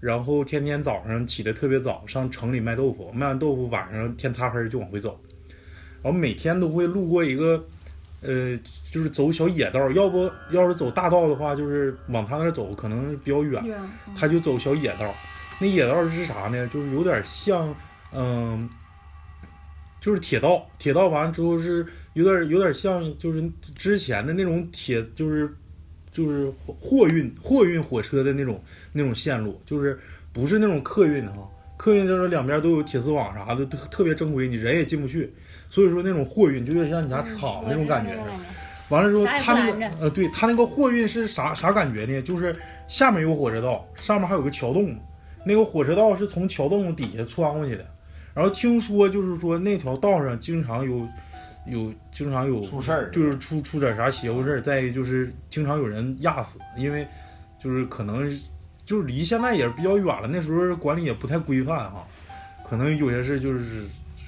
Speaker 3: 然后天天早上起得特别早，上城里卖豆腐，卖完豆腐晚上天擦黑就往回走，然后每天都会路过一个，呃，就是走小野道，要不要是走大道的话，就是往他那儿走可能比较远，
Speaker 4: 远，
Speaker 3: 他就走小野道。那野道是啥呢？就是有点像，嗯，就是铁道。铁道完之后是有点有点像，就是之前的那种铁，就是就是货运货运火车的那种那种线路，就是不是那种客运哈、客运就是两边都有铁丝网啥的，特特别正规，你人也进不去。所以说那种货运就有点像你家
Speaker 5: 嗯
Speaker 3: 厂那种感觉似的。完了之后，
Speaker 5: 啥也不
Speaker 3: 他那
Speaker 5: 拦
Speaker 3: 个呃，对他那个货运是啥啥感觉呢？就是下面有火车道，上面还有个桥洞，那个火车道是从桥洞底下穿过去的。然后听说就是说那条道上经常有有经常有
Speaker 6: 出事儿
Speaker 3: 就是出出点啥邪乎事儿。再一个就是经常有人压死，因为就是可能就是离现在也是比较远了，那时候管理也不太规范哈，可能有些事就是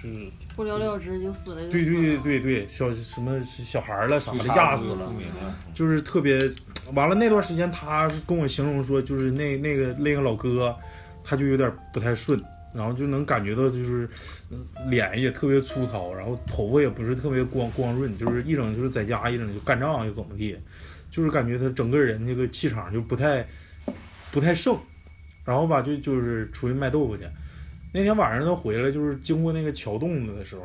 Speaker 3: 就是
Speaker 4: 不了了之就死了就死
Speaker 3: 对
Speaker 4: 了。
Speaker 3: 对对对，小什么小孩儿了啥的
Speaker 6: 啥
Speaker 3: 压死了
Speaker 6: 不，明了，
Speaker 3: 就是特别。完了那段时间，他跟我形容说，就是那那个那个老哥，他就有点不太顺，然后就能感觉到就是嗯脸也特别粗糙，然后头发也不是特别光光润，就是一整就是在家一整就干仗又怎么地，就是感觉他整个人这个气场就不太不太盛，然后吧就就是出去卖豆腐去。那天晚上他回来，就是经过那个桥洞子的时候，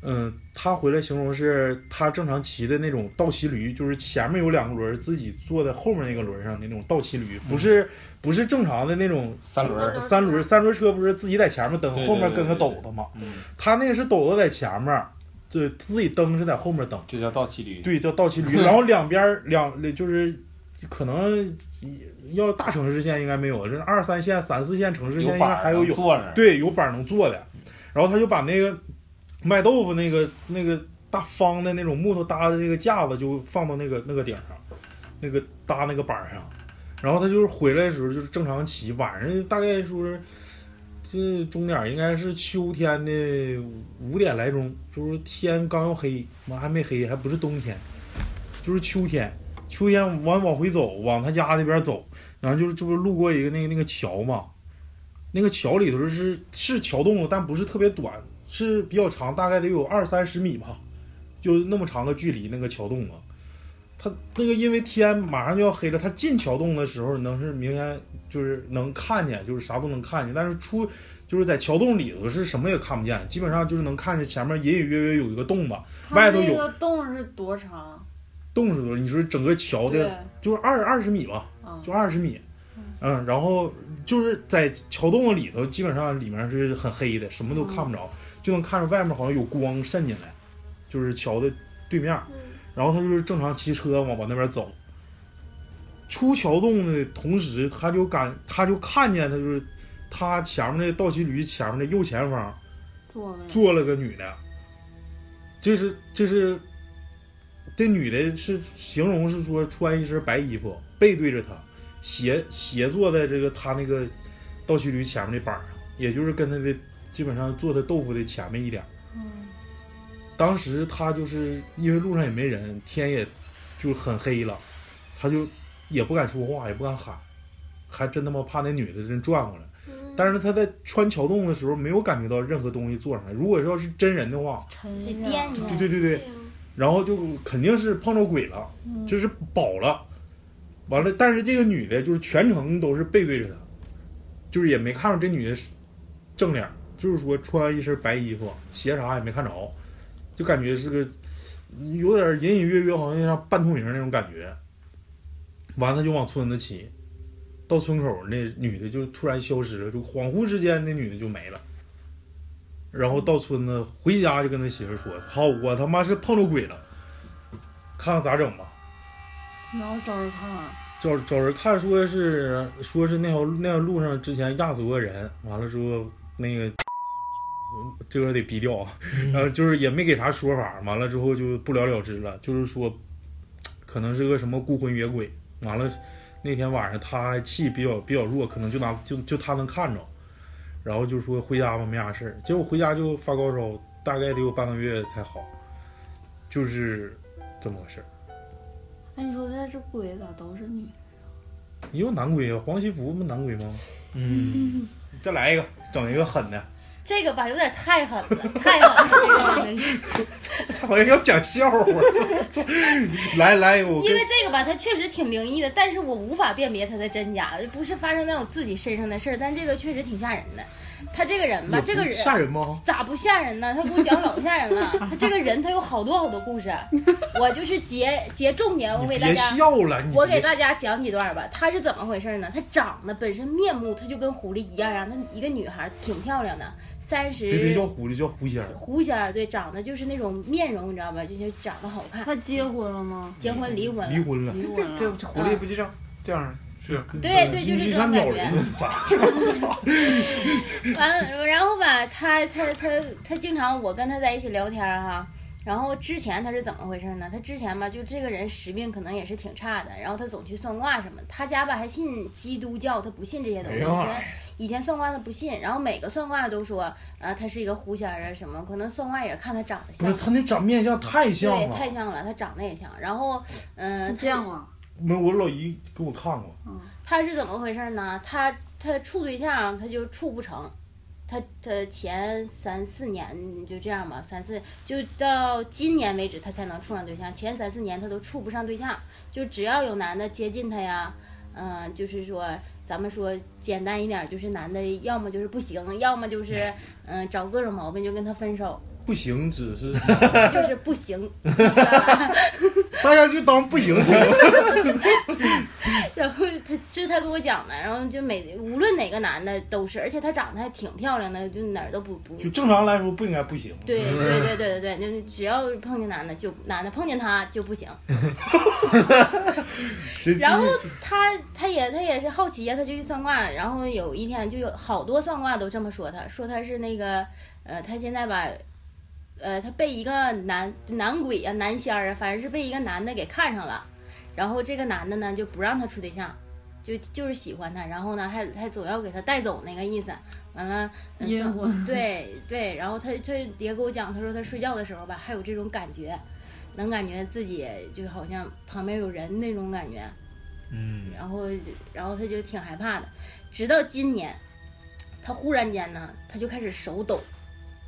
Speaker 3: 嗯，他回来形容是他正常骑的那种倒骑驴，就是前面有两个轮儿，自己坐在后面那个轮儿上的那种倒骑驴，不是不是正常的那种
Speaker 6: 三轮儿，
Speaker 3: 三轮儿三轮儿车，不是自己在前面蹬，
Speaker 6: 对对
Speaker 3: 后面
Speaker 6: 对
Speaker 3: 跟个
Speaker 6: 对
Speaker 3: 斗
Speaker 6: 对
Speaker 3: 子嘛。
Speaker 6: 嗯，
Speaker 3: 他那个是斗子在前面，对，自己蹬是在后面蹬。
Speaker 6: 这叫倒骑驴，
Speaker 3: 对，叫倒骑驴。然后两边儿两就是可能要大城市现在应该没有，就是二三线、三四线城市现
Speaker 6: 有
Speaker 3: 在应
Speaker 6: 板
Speaker 3: 该
Speaker 6: 儿
Speaker 3: 还有
Speaker 6: 能
Speaker 3: 有，
Speaker 6: 坐那儿，
Speaker 3: 对，有板儿能坐的。然后他就把那个卖豆腐那个那个大方的那种木头搭的那个架子就放到那个那个顶上，那个搭那个板儿上。然后他就是回来的时候就是正常骑，晚上大概说是这钟点儿应该是秋天的五点来钟，就是天刚要黑，完还没黑，还不是冬天，就是秋天。秋天完往回走，往他家那边走，然后就是这不是路过一个那个那个桥嘛，那个桥里头是是桥洞子，但不是特别短，是比较长，大概得有二三十米吧，就那么长个距离。那个桥洞子，他那个因为天马上就要黑了，他进桥洞的时候能是明显就是能看见，就是啥都能看见，但是出就是在桥洞里头是什么也看不见，基本上就是能看见前面隐隐约约有一个洞吧，
Speaker 4: 它
Speaker 3: 外头有
Speaker 4: 那个洞是多长？
Speaker 3: 洞是多少？你说整个桥
Speaker 4: 对
Speaker 3: 的，就是二二十米吧，
Speaker 4: 啊，
Speaker 3: 就二十米，嗯，然后就是在桥洞里头，基本上里面是很黑的，什么都看不着，就能看着外面好像有光渗进来，就是桥的对面。然后他就是正常骑车往往那边走，出桥洞的同时，他就感他就看见他就是他前面的倒骑驴前面的右前方
Speaker 4: 坐那儿
Speaker 3: 坐了个女的，这是这是，这女的是形容是说穿一身白衣服，背对着他，斜斜坐在这个他那个倒骑驴前面的板儿上，也就是跟他的基本上坐他豆腐的前面一点儿。
Speaker 4: 嗯
Speaker 3: 当时他就是因为路上也没人，天也就很黑了，他就也不敢说话，也不敢喊，还真他妈怕那女的真转过来。但
Speaker 7: 嗯
Speaker 3: 是他在穿桥洞的时候没有感觉到任何东西坐上来。如果要是真人的话，
Speaker 4: 沉
Speaker 5: 得
Speaker 4: 下
Speaker 5: 颠一
Speaker 3: 对
Speaker 5: 下，
Speaker 3: 对对对，然后就肯定是碰着鬼了，就是饱了。完了，但是这个女的就是全程都是背对着他，就是也没看着这女的正脸，就是说穿一身白衣服，鞋啥也没看着，就感觉是个有点隐隐约约，好像像半透明那种感觉。完了，就往村子骑，到村口那女的就突然消失了，就恍惚之间那女的就没了。然后到村子回家就跟他媳妇说：“操，我他妈是碰着鬼了，看看咋整吧。
Speaker 4: 然后找人看，
Speaker 3: 找”找人看说是说是那条那条路上之前压死过人，完了之后那个嗯这个得逼掉啊， 然后就是也没给啥说法，完了之后就不了了之了，就是说可能是个什么孤魂野鬼。完了那天晚上他气比较比较弱，可能就拿就就他能看着，然后就说回家吧，没啥事儿。结果回家就发高烧，大概得有半个月才好，就是这么个事儿。
Speaker 4: 哎，你说这这鬼咋都是女？
Speaker 3: 也有男鬼啊，黄西服不男鬼吗？
Speaker 8: 嗯，
Speaker 3: 再来一个，整一个狠的，
Speaker 5: 这个吧有点太狠了，太狠了，这个真是
Speaker 3: 他好像要讲笑 话。来来，我
Speaker 5: 因
Speaker 3: 跟
Speaker 5: 为这个吧，它确实挺灵异的，但是我无法辨别它的真假，不是发生在我自己身上的事儿，但这个确实挺吓人的。他这个人吧，这个人
Speaker 3: 吓人吗？
Speaker 5: 咋不吓人呢？他给我讲老吓 人了。他这个人，他有好多好多故事，我就是截截重点，我
Speaker 3: 你
Speaker 5: 给大
Speaker 3: 别
Speaker 5: 家
Speaker 3: 笑了，你
Speaker 5: 我给
Speaker 3: 别
Speaker 5: 大家讲几段吧，她是怎么回事呢？她长得本身面目，她就跟狐狸一样样，她一个女孩挺漂亮的，三
Speaker 3: 别别叫
Speaker 5: 十
Speaker 3: 狐狸，叫狐仙儿。
Speaker 5: 狐仙儿，对，长得就是那种面容，你知道吧？就是长得好看，
Speaker 4: 他结婚了吗？
Speaker 5: 结婚离婚了，
Speaker 3: 离婚了，
Speaker 4: 离
Speaker 3: 这
Speaker 4: 婚
Speaker 3: 这
Speaker 4: 了
Speaker 3: 这这狐狸不就这样这样？是
Speaker 5: 对对就是这种感觉 完了，然后吧，他他他他经常我跟他在一起聊天儿哈、然后之前他是怎么回事呢？他之前吧，就这个人时运可能也是挺差的，然后他总去算卦什么。他家吧还信基督教，他不信这些东
Speaker 3: 哎
Speaker 5: 西。以
Speaker 3: 呀妈呀
Speaker 5: 前以前算卦他不信，然后每个算卦都说啊、他是一个狐仙儿啊什么，可能算卦也是看他长得
Speaker 3: 不
Speaker 5: 像
Speaker 3: 是，他那长面相太像
Speaker 5: 对，
Speaker 3: 了
Speaker 5: 太。像了，他长得也像。然后，嗯、
Speaker 4: 你
Speaker 5: 他
Speaker 4: 见过？
Speaker 3: 没有，我老姨给我看过，
Speaker 5: 他是怎么回事呢？他他处对象他就处不成，他他前三四年就这样吧，三四就到今年为止他才能处上对象，前三四年他都处不上对象，就只要有男的接近他呀，嗯、就是说咱们说简单一点，就是男的要么就是不行，要么就是嗯、找各种毛病就跟他分手，
Speaker 3: 不行，只是
Speaker 5: 就是不行，你知道吧？
Speaker 3: 大家就当不行听。
Speaker 5: 然后他这是他跟我讲的，然后就每无论哪个男的都是，而且他长得还挺漂亮的，就哪儿都不不。
Speaker 3: 就正常来说不应该不行。
Speaker 5: 对对对对对对，就是只要碰见男的就男的碰见他就不行。
Speaker 3: 谁知
Speaker 5: 然后他他也他也是好奇呀，他就去算卦。然后有一天就有好多算卦都这么说他，说他是那个呃，他现在吧，呃，他被一个男男鬼啊、男仙儿啊，反正是被一个男的给看上了。然后这个男的呢就不让他处对象，就就是喜欢他，然后呢还还总要给他带走那个意思。完了，呃
Speaker 4: 阴
Speaker 5: 算
Speaker 4: 婚
Speaker 5: 对对，然后他他也给我讲，他说他睡觉的时候吧，还有这种感觉，能感觉自己就好像旁边有人那种感觉。
Speaker 8: 嗯，
Speaker 5: 然后然后他就挺害怕的，直到今年，他忽然间呢，他就开始手抖，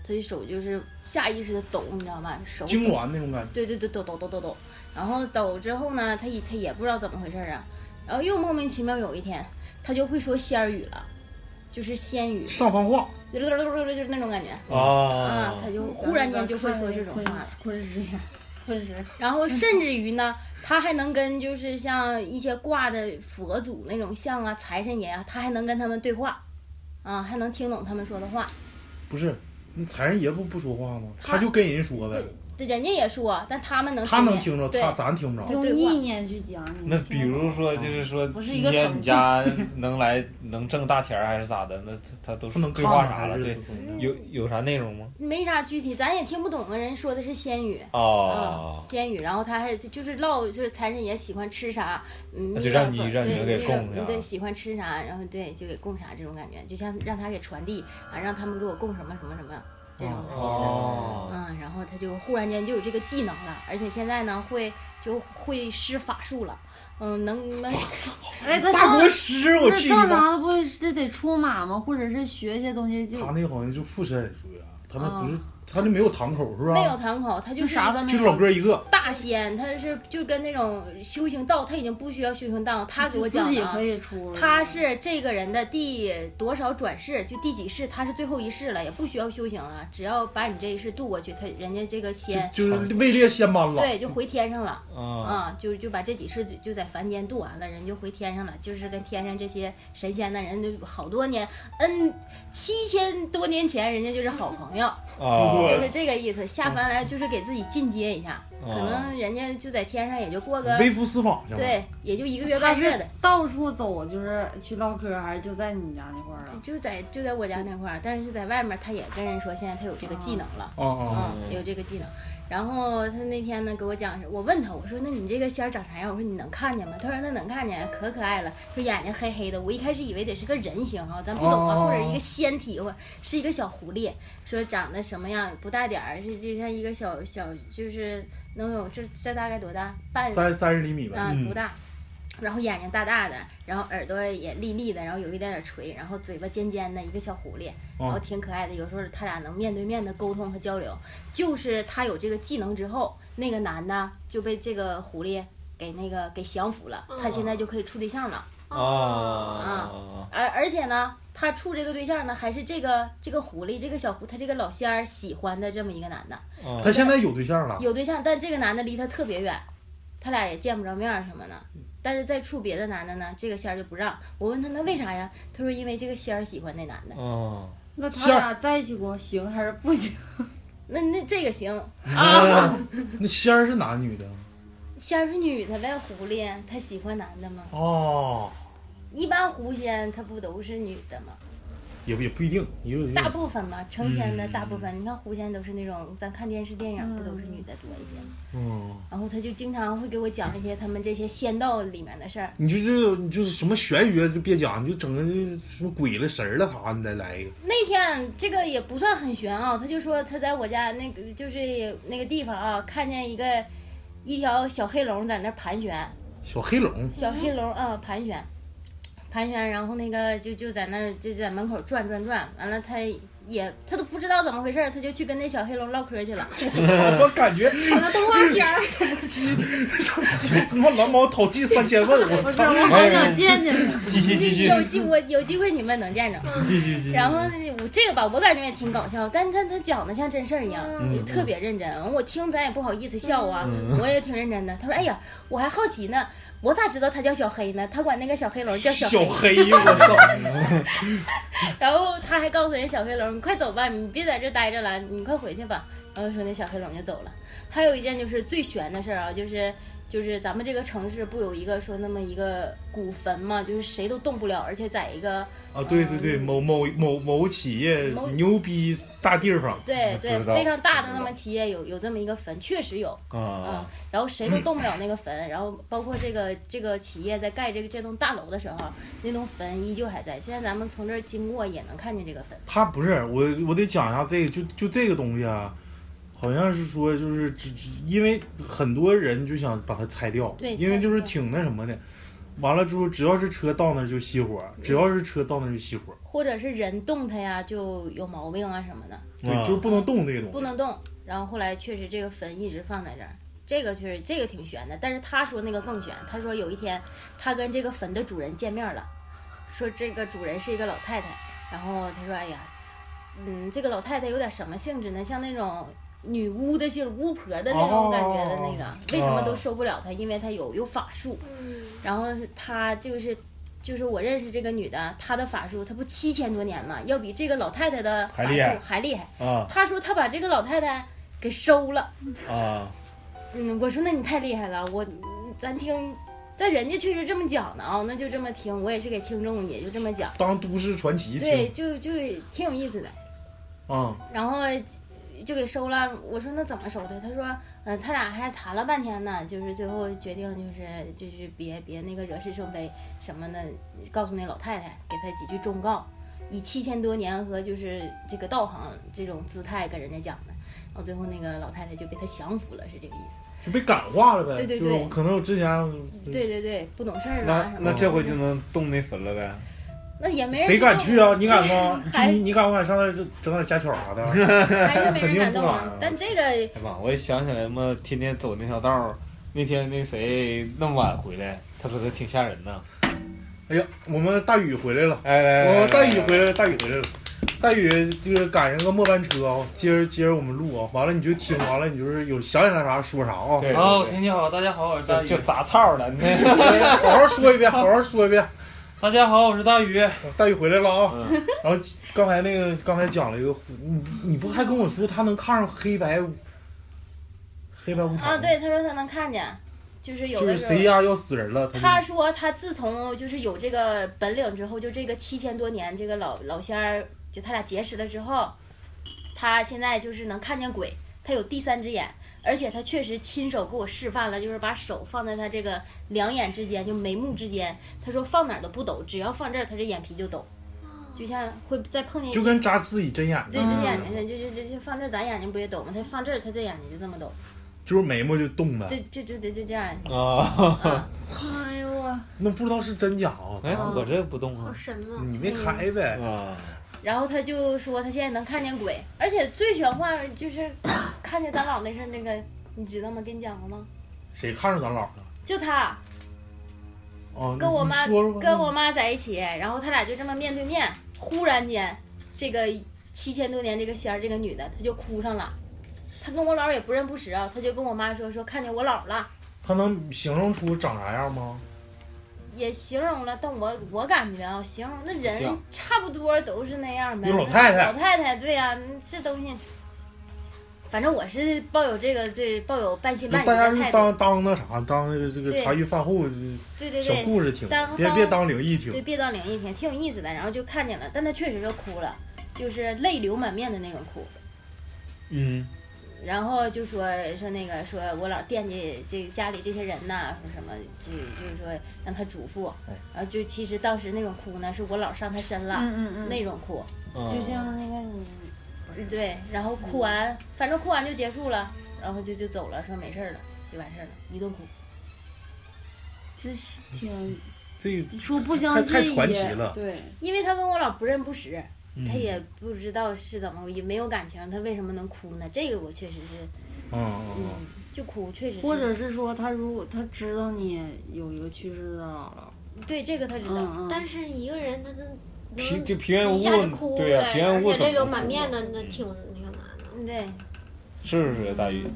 Speaker 5: 他的手就是下意识的抖，你知道吗？手抖
Speaker 3: 痉挛那种感觉，
Speaker 5: 对对对，抖抖抖抖抖。然后抖之后呢，他也他也不知道怎么回事儿啊，然后又莫名其妙有一天，他就会说仙儿语了，就是仙语，
Speaker 3: 上方话。
Speaker 5: 就是那种感觉啊
Speaker 8: 啊，
Speaker 5: 他就忽然间就会说这种话了。
Speaker 4: 昆石呀，昆石，
Speaker 5: 然
Speaker 8: 嗯
Speaker 5: 后甚至于呢，他还能跟就是像一些挂的佛祖那种像啊、财神爷啊，他还能跟他们对话，啊，还能听懂他们说的话。
Speaker 3: 不是，那财神爷不不说话吗？
Speaker 5: 他
Speaker 3: 他就跟人说呗，
Speaker 5: 对，人家也说，但他们能
Speaker 3: 他能
Speaker 5: 听
Speaker 3: 听着，
Speaker 5: 见对
Speaker 3: 他咱听不着。
Speaker 5: 对
Speaker 4: 用
Speaker 5: 话
Speaker 4: 意念去讲你。
Speaker 8: 那比如说就是说，
Speaker 4: 不是
Speaker 8: 今
Speaker 4: 一个层
Speaker 8: 天
Speaker 4: 次
Speaker 8: 你家能来能挣大钱儿还是咋的？那他他都
Speaker 3: 他
Speaker 8: 是
Speaker 3: 能啊
Speaker 8: 对
Speaker 3: 看
Speaker 8: 话
Speaker 3: 着
Speaker 8: 啥了？
Speaker 3: 日
Speaker 8: 对
Speaker 3: 子，都
Speaker 4: 嗯
Speaker 5: 嗯
Speaker 8: 有有啥内容吗？
Speaker 5: 没啥具体，咱也听不懂啊。人说的是仙语。啊
Speaker 4: 嗯
Speaker 8: 哦，，
Speaker 5: 仙语，然后他还就是唠，就是财神爷喜欢吃啥，嗯，
Speaker 8: 那就让你
Speaker 5: 蜜
Speaker 8: 让你
Speaker 5: 对
Speaker 8: 们给
Speaker 5: 蜜
Speaker 8: 供啊
Speaker 5: 嗯
Speaker 8: 上
Speaker 5: 对，喜欢吃啥，然后对就给供啥这种感觉，就像让他给传递啊，让他们给我供什么什么什么这种
Speaker 4: 嗯
Speaker 5: 感觉。
Speaker 8: 哦，
Speaker 5: 嗯，然后他就忽然间就有这个技能了，而且现在呢会就会施法术了，嗯，能能
Speaker 4: 哎，他
Speaker 3: 大国
Speaker 4: 正
Speaker 3: 师，我
Speaker 4: 那
Speaker 3: 去
Speaker 4: 正
Speaker 3: 你妈！
Speaker 4: 常的不会是得出马吗？或者是学一些东西就
Speaker 3: 他那好像就附身属于啊，他那不是，他那没有堂口是吧？
Speaker 5: 哦没有堂口，他
Speaker 4: 就是啥都没
Speaker 3: 就是老
Speaker 4: 有。
Speaker 3: 哥一个，
Speaker 5: 大仙，他是就跟那种修行道，他已经不需要修行道，他给
Speaker 4: 就
Speaker 5: 我
Speaker 4: 自
Speaker 5: 讲
Speaker 4: 己
Speaker 5: 的啊
Speaker 4: 可。以出了。
Speaker 5: 他是这个人的第多少转世，就第几世，他是最后一世了，也不需要修行了，只要把你这一世度过去，他人家这个仙，
Speaker 3: 就就是位列仙班了。
Speaker 5: 对，就回天上了。
Speaker 4: 嗯
Speaker 8: 啊，
Speaker 5: 啊，就就把这几世就就在凡间度完了，人就回天上了，就是跟天上这些神仙的人就好多年，n 七千多年前，人家就是好朋友，
Speaker 3: 啊
Speaker 8: 哦，
Speaker 5: 就是这个意思。下凡来就是给自己进阶一下，
Speaker 4: 嗯
Speaker 5: 可能人家就在天上也就过个
Speaker 3: 微服私访去了。
Speaker 5: 对，也就一个月
Speaker 4: 他
Speaker 5: 半月
Speaker 4: 是
Speaker 5: 的，
Speaker 4: 到处走，就是去唠嗑，还是就在你家那块儿啊？
Speaker 5: 就在就在我家那块儿，但是在外面他也跟人说，现在他有这个技能了。
Speaker 3: 啊啊啊！
Speaker 5: 嗯，有这个技能。然后他那天呢给我讲是，我问他，我说那你这个仙儿长啥样？我说你能看见吗？他说那能看见，可可爱了，说眼睛黑黑的。我一开始以为得是个人形哈，咱不懂啊，
Speaker 8: 哦
Speaker 5: 或者一个仙体，或者是一个小狐狸，说长得什么样不大点儿，是就像一个小小，就是能有这这大概多大？半
Speaker 6: 三三十厘米吧，
Speaker 5: 啊，
Speaker 3: 嗯
Speaker 5: 不大。然后眼睛大大的，然后耳朵也立立的，然后有一点点垂，然后嘴巴尖尖的，一个小狐狸，然后挺可爱的。有时候他俩能面对面的沟通和交流，就是他有这个技能之后，那个男的就被这个狐狸给那个给降服了，他现在就可以处对象了。
Speaker 8: 哦
Speaker 4: 嗯
Speaker 8: 啊，
Speaker 5: 而而且呢，他处这个对象呢，还是这个这个狐狸，这个小狐，他这个老仙儿喜欢的这么一个男的。
Speaker 4: 嗯
Speaker 6: 他现在有对象
Speaker 3: 啊
Speaker 6: 了，
Speaker 5: 有对象，但这个男的离他特别远，他俩也见不着面儿什么的。
Speaker 3: 嗯
Speaker 5: 但是再处别的男的呢，这个仙儿就不让。我问他那为啥呀？他说因为这个仙儿喜欢那男
Speaker 3: 哦
Speaker 5: 的。
Speaker 8: 啊，
Speaker 4: 那他
Speaker 6: 馅儿
Speaker 4: 俩在一起过行还是不行？
Speaker 5: 那那这个行，
Speaker 6: 那仙儿是男女的？
Speaker 5: 仙儿是女的呗，狐狸她喜欢男的吗？
Speaker 3: 哦，
Speaker 5: 一般狐仙她不都是女的吗？
Speaker 3: 也不也不一定，也有
Speaker 5: 大部分嘛，成仙的
Speaker 3: 嗯
Speaker 5: 大部分，你看狐仙都是那种咱看电视电影不都是女的多一些吗？
Speaker 3: 嗯，
Speaker 5: 然后他就经常会给我讲一些他们这些仙道里面的事儿。
Speaker 3: 你就就你就是什么玄学就别讲，你就整个就是什么鬼了神儿了啥，你再来一个，
Speaker 5: 那天这个也不算很悬啊，他就说他在我家那个就是那个地方啊，看见一个一条小黑龙在那儿盘旋，
Speaker 3: 小黑龙，
Speaker 5: 小黑龙啊、嗯盘旋，盘旋，然后那个就就在那儿就在门口转转转，完了他也他都不知道怎么回事儿，他就去跟那小黑龙唠嗑去了。
Speaker 6: 我感觉
Speaker 7: 好了，动画片儿，
Speaker 6: 他妈蓝猫讨祭三千问，我
Speaker 4: 不是，我 好想见见 他。
Speaker 8: 哎继续继 续
Speaker 5: 有机我有机会你们能见着。
Speaker 6: 嗯继续继续
Speaker 5: 然后呢我这个吧，我感觉也挺搞笑，但是他他讲的像真事儿一样，
Speaker 6: 嗯
Speaker 5: 也特别认真。我听咱也不好意思笑啊，我也挺认真的。他说：“哎呀，我还好奇呢，我咋知道他叫小黑呢？他管那个小黑龙叫小黑。
Speaker 6: 黑，我操！
Speaker 5: 然后他还告诉人小黑龙，你快走吧，你别在这待着了，你快回去吧。”然后说那小黑龙就走了。还有一件就是最悬的事儿啊，就是。就是咱们这个城市不有一个说那么一个古坟嘛，就是谁都动不了，而且在一个
Speaker 3: 啊，对对对，某某某某企业
Speaker 5: 某
Speaker 3: 牛逼大地方，
Speaker 5: 对对
Speaker 6: 不知道
Speaker 5: 非常大的那么企业有有这么一个坟，确实有，
Speaker 8: 啊
Speaker 5: 啊，然后谁都动不了那个坟，然后包括这个这个企业在盖这个这栋大楼的时候，啊那栋坟依旧还在。现在咱们从这儿经过也能看见这个坟。
Speaker 3: 他不是我，我得讲一下这个，就就这个东西啊，好像是说就是只只因为很多人就想把它拆掉，
Speaker 5: 对
Speaker 3: 因为就是
Speaker 5: 拆掉
Speaker 3: 挺那什么的。完了之后，只要是车到那儿就熄火，只要是车到那儿就熄火，
Speaker 5: 或者是人动它呀，就有毛病啊什么的，
Speaker 3: 对，
Speaker 8: 啊
Speaker 3: 就是不能动这个东西。
Speaker 5: 不能动。然后后来确实这个坟一直放在这儿，这个确实这个挺悬的。但是他说那个更悬，他说有一天他跟这个坟的主人见面了，说这个主人是一个老太太，然后他说哎呀，嗯，这个老太太有点什么性质呢？像那种女巫的性，巫婆的那种感觉的那个，
Speaker 8: 哦
Speaker 5: 为什么都受不了她？因为她有有法术，
Speaker 7: 嗯，
Speaker 5: 然后她就是。就是我认识这个女的，她的法术，她不七千多年嘛，要比这个老太太的法
Speaker 8: 还厉害
Speaker 5: 术还厉害。
Speaker 8: 啊
Speaker 5: 他说他把这个老太太给收了。
Speaker 8: 啊，
Speaker 5: 嗯，我说那你太厉害了，我咱听，但人家确实这么讲的啊，那就这么听，我也是给听众也就这么讲，
Speaker 3: 当都市传奇
Speaker 5: 对，
Speaker 3: 听
Speaker 5: 就就挺有意思的。
Speaker 3: 啊、
Speaker 5: 然后就给收了。我说那怎么收的？他说，呃，他俩还谈了半天呢，就是最后决定就是就是别别那个惹是生非什么的，告诉那老太太，给她几句忠告，以七千多年和就是这个道行这种姿态跟人家讲的。然后最后那个老太太就被他降服了，是这个意思。
Speaker 3: 就被感化了呗。
Speaker 5: 对对
Speaker 3: 就是
Speaker 5: 对
Speaker 3: 我可能我之前
Speaker 5: 对对对，不懂事儿啊
Speaker 8: 那
Speaker 5: 什么
Speaker 3: 嗯
Speaker 8: 那
Speaker 5: 的。
Speaker 8: 这回就能动那坟了呗？
Speaker 5: 那也没人
Speaker 3: 谁敢
Speaker 5: 动
Speaker 3: 去啊？你敢吗？
Speaker 5: 还
Speaker 3: 就你你敢不敢上那儿就整点家巧啥的？
Speaker 5: 还是没人敢动
Speaker 3: 肯定不敢
Speaker 5: 啊
Speaker 3: 啊。
Speaker 5: 但这个
Speaker 8: 哎妈，我也想起来嘛，天天走那条道儿，那天那谁那么晚回来，他说他挺吓人的。
Speaker 3: 哎呀，我们大宇回来了。
Speaker 8: 哎来来，
Speaker 3: 我
Speaker 8: 来
Speaker 3: 大宇回来了，大宇回来了。大宇就是赶上个末班车啊、接着接着我们录啊，完了你就听，完了你就是有想起来啥说啥啊、
Speaker 8: 对，
Speaker 9: 哦，
Speaker 8: 对
Speaker 9: 天气好，大家好，我是大
Speaker 8: 对
Speaker 9: 鱼
Speaker 8: 就。砸操了，啊那
Speaker 3: 啊好好说一遍，好好说一遍。
Speaker 9: 大家好，我是大鱼。
Speaker 3: 大宇回来了啊、
Speaker 8: 嗯
Speaker 3: 然后刚才那个刚才讲了一个，你你不还跟我说他能看上黑白无黑白无常
Speaker 5: 啊，，对，他说他能看见，就是有
Speaker 3: 就
Speaker 5: 的
Speaker 3: 是
Speaker 5: 时候
Speaker 3: 谁。家要死人了，
Speaker 5: 他
Speaker 3: 他
Speaker 5: 说他自从就是有这个本领之后，就这个七千多年，这个老老仙儿就他俩结识了之后，他现在就是能看见鬼，他有第三只眼，而且他确实亲手给我示范了，就是把手放在他这个两眼之间，就眉目之间。他说放哪儿都不抖，只要放这儿，他这眼皮就抖，就像会再碰见一
Speaker 3: 就跟嗯扎自己针眼
Speaker 5: 对
Speaker 3: 睛，
Speaker 5: 这眼睛上，就就就就放这儿，咱眼睛不也抖吗？他放这儿，他这眼睛就这么抖，
Speaker 3: 就是眉毛就动呗。
Speaker 5: 就就就就就 这样。
Speaker 6: 哦
Speaker 8: 啊，
Speaker 5: 啊，
Speaker 4: 哎呦我，
Speaker 3: 那不知道是真假啊？
Speaker 8: 哎，我这不动
Speaker 7: 好
Speaker 8: 啊
Speaker 7: 神呢。
Speaker 3: 你没开呗？
Speaker 8: 啊，
Speaker 5: 然后他就说他现在能看见鬼，而且最玄幻就是 看见咱老那事儿那个，你知道吗？跟你讲过吗？
Speaker 3: 谁看着咱姥了？
Speaker 5: 就他，
Speaker 3: 啊，
Speaker 5: 跟我
Speaker 3: 你
Speaker 5: 妈
Speaker 3: 说说吧
Speaker 5: 跟我妈在一起，然后他俩就这么面对面，忽然间，这个七千多年这个仙儿这个女的，她就哭上了。她跟我姥儿也不认不识啊，她就跟我妈说说看见我姥儿了，
Speaker 3: 他能形容出长啥样吗？
Speaker 5: 也形容了，但我我感觉啊，形容那人
Speaker 8: 像
Speaker 5: 差不多都是那样呗。
Speaker 3: 有老太太
Speaker 5: 老太太，对呀、嗯这东西，反正我是抱有这个这抱有半信
Speaker 3: 就
Speaker 5: 半疑
Speaker 3: 大家
Speaker 5: 的
Speaker 3: 就
Speaker 5: 态度，
Speaker 3: 当当那啥，当这个这个
Speaker 5: 对
Speaker 3: 茶余饭后
Speaker 5: 对对
Speaker 3: 小
Speaker 5: 对，
Speaker 3: 故事听
Speaker 5: 当，
Speaker 3: 别
Speaker 5: 当
Speaker 3: 别当灵异听
Speaker 5: 对，。别当灵异片，挺有意思的。然后就看见了，但他确实是哭了，就是泪流满面的那种哭。
Speaker 8: 嗯，
Speaker 5: 然后就说说那个说我老惦记这个家里这些人呐，说什么就就是说让他嘱咐
Speaker 8: 哎，
Speaker 5: 然后就其实当时那种哭呢，是我老上他身了、
Speaker 4: 嗯嗯
Speaker 5: 那种哭，
Speaker 8: 啊
Speaker 4: 就像那个你，
Speaker 5: 对，然
Speaker 3: 嗯
Speaker 5: 后哭完，反正哭完就结束了，然后就就走了，说没事儿了，就完事儿了，一顿哭。
Speaker 4: 这是挺
Speaker 3: 这
Speaker 4: 你说不相信
Speaker 3: 太
Speaker 4: 也
Speaker 3: 太传奇了
Speaker 4: 对，
Speaker 5: 因为他跟我老不认不识，
Speaker 8: 嗯
Speaker 5: 他也不知道是怎么，也没有感情，他为什么能哭呢？这个我确实是，
Speaker 3: 嗯嗯
Speaker 5: 嗯，
Speaker 3: 嗯，
Speaker 5: 就哭确实是，
Speaker 4: 或者是说他如果他知道你有一个去世的姥姥，
Speaker 5: 对这个他知道，
Speaker 4: 嗯嗯，
Speaker 7: 但是一个人他这
Speaker 8: 平
Speaker 7: 能
Speaker 8: 就平安
Speaker 7: 嗯一
Speaker 8: 无
Speaker 7: 下就
Speaker 8: 故，
Speaker 7: 哭
Speaker 8: 对呀、啊
Speaker 7: 了
Speaker 8: 平安无
Speaker 7: 而
Speaker 8: 故
Speaker 7: 且
Speaker 8: 怎么
Speaker 7: 泪流
Speaker 8: 能
Speaker 7: 满
Speaker 8: 哭
Speaker 7: 面
Speaker 8: 呢
Speaker 7: 的，那挺挺难的。
Speaker 5: 嗯对。
Speaker 8: 是不是大宇？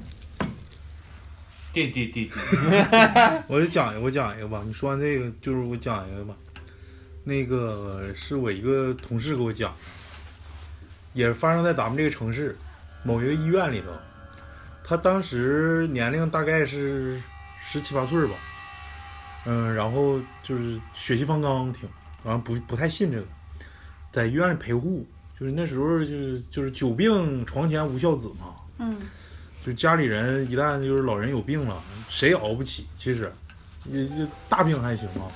Speaker 9: 弟弟弟弟，
Speaker 3: 我就讲一个，我讲一个吧。你说完这个，就是我讲一个吧。那个是我一个同事给我讲的，也是发生在咱们这个城市某一个医院里头。他当时年龄大概是十七八岁吧，嗯，然后就是血气方刚挺，完不不太信这个，在医院里陪护，就是那时候就是就是久病床前无孝子嘛，
Speaker 4: 嗯
Speaker 3: 就家里人一旦就是老人有病了，谁也熬不起。其实，也就大病还行啊，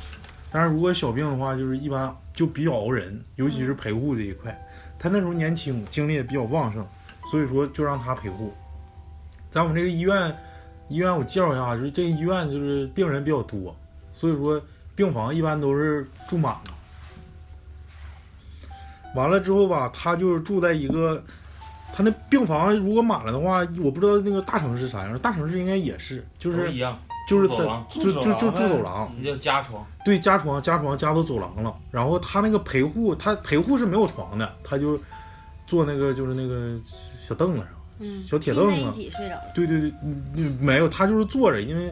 Speaker 3: 但是如果小病的话，就是一般就比较熬人，尤其是陪护这一块。他那时候年轻，精力也比较旺盛，所以说就让他陪护。在我们这个医院，医院我介绍一下，啊就是这个医院就是病人比较多，所以说病房一般都是住满了。完了之后吧，他就是住在一个他那病房如果满了的话，我不知道那个大城市啥样，大城市应该也是，就
Speaker 9: 都
Speaker 3: 是
Speaker 9: 一样，
Speaker 3: 就是
Speaker 9: 走
Speaker 3: 在
Speaker 9: 廊
Speaker 3: 就就就住走廊，
Speaker 9: 你叫加床，
Speaker 3: 对，加床加床加到走廊了。然后他那个陪护，他陪护是没有床的，他就坐那个就是那个小凳子上，
Speaker 5: 嗯，
Speaker 3: 小铁
Speaker 5: 拼
Speaker 3: 凳
Speaker 5: 在一
Speaker 3: 子
Speaker 5: 起睡着了。
Speaker 3: 对对对，嗯嗯没有，他就是坐着，因为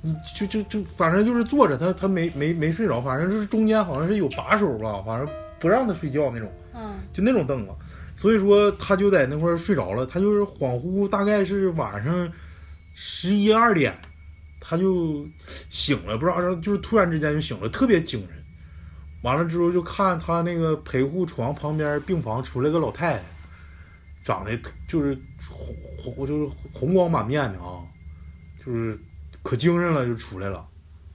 Speaker 3: 你就就就反正就是坐着，他他没没没睡着，反正就是中间好像是有把手吧，反正不让他睡觉那种。
Speaker 5: 嗯
Speaker 3: 就那种凳子，所以说他就在那块儿睡着了，他就是恍惚，大概是晚上十一二点，他就醒了，不知道就是突然之间就醒了，特别惊人。完了之后就看他那个陪护床旁边病房出来个老太太，长得就是红红就是红光满面的啊，就是可精神了，就出来了，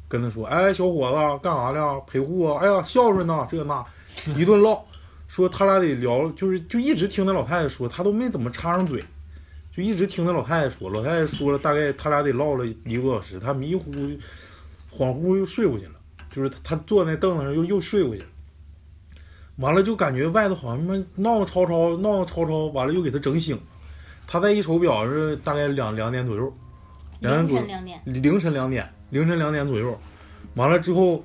Speaker 3: 跟他说：“哎，小伙子，干啥呢？陪护啊？哎呀，孝顺呐、这那，一顿唠。”说他俩得聊，就是就一直听那老太太说，他都没怎么插上嘴，就一直听那老太太说。老太太说了大概他俩得唠了一个多小时，他迷糊恍惚又睡过去了，就是他他坐那凳子上又又睡过去了。完了就感觉外头好像他妈闹吵吵闹吵吵，完了又给他整醒了。他再一瞅表是大概两两点左右，两点
Speaker 5: 凌
Speaker 3: 左右
Speaker 5: 晨。两点，
Speaker 3: 凌晨两点，凌晨两点左右，完了之后，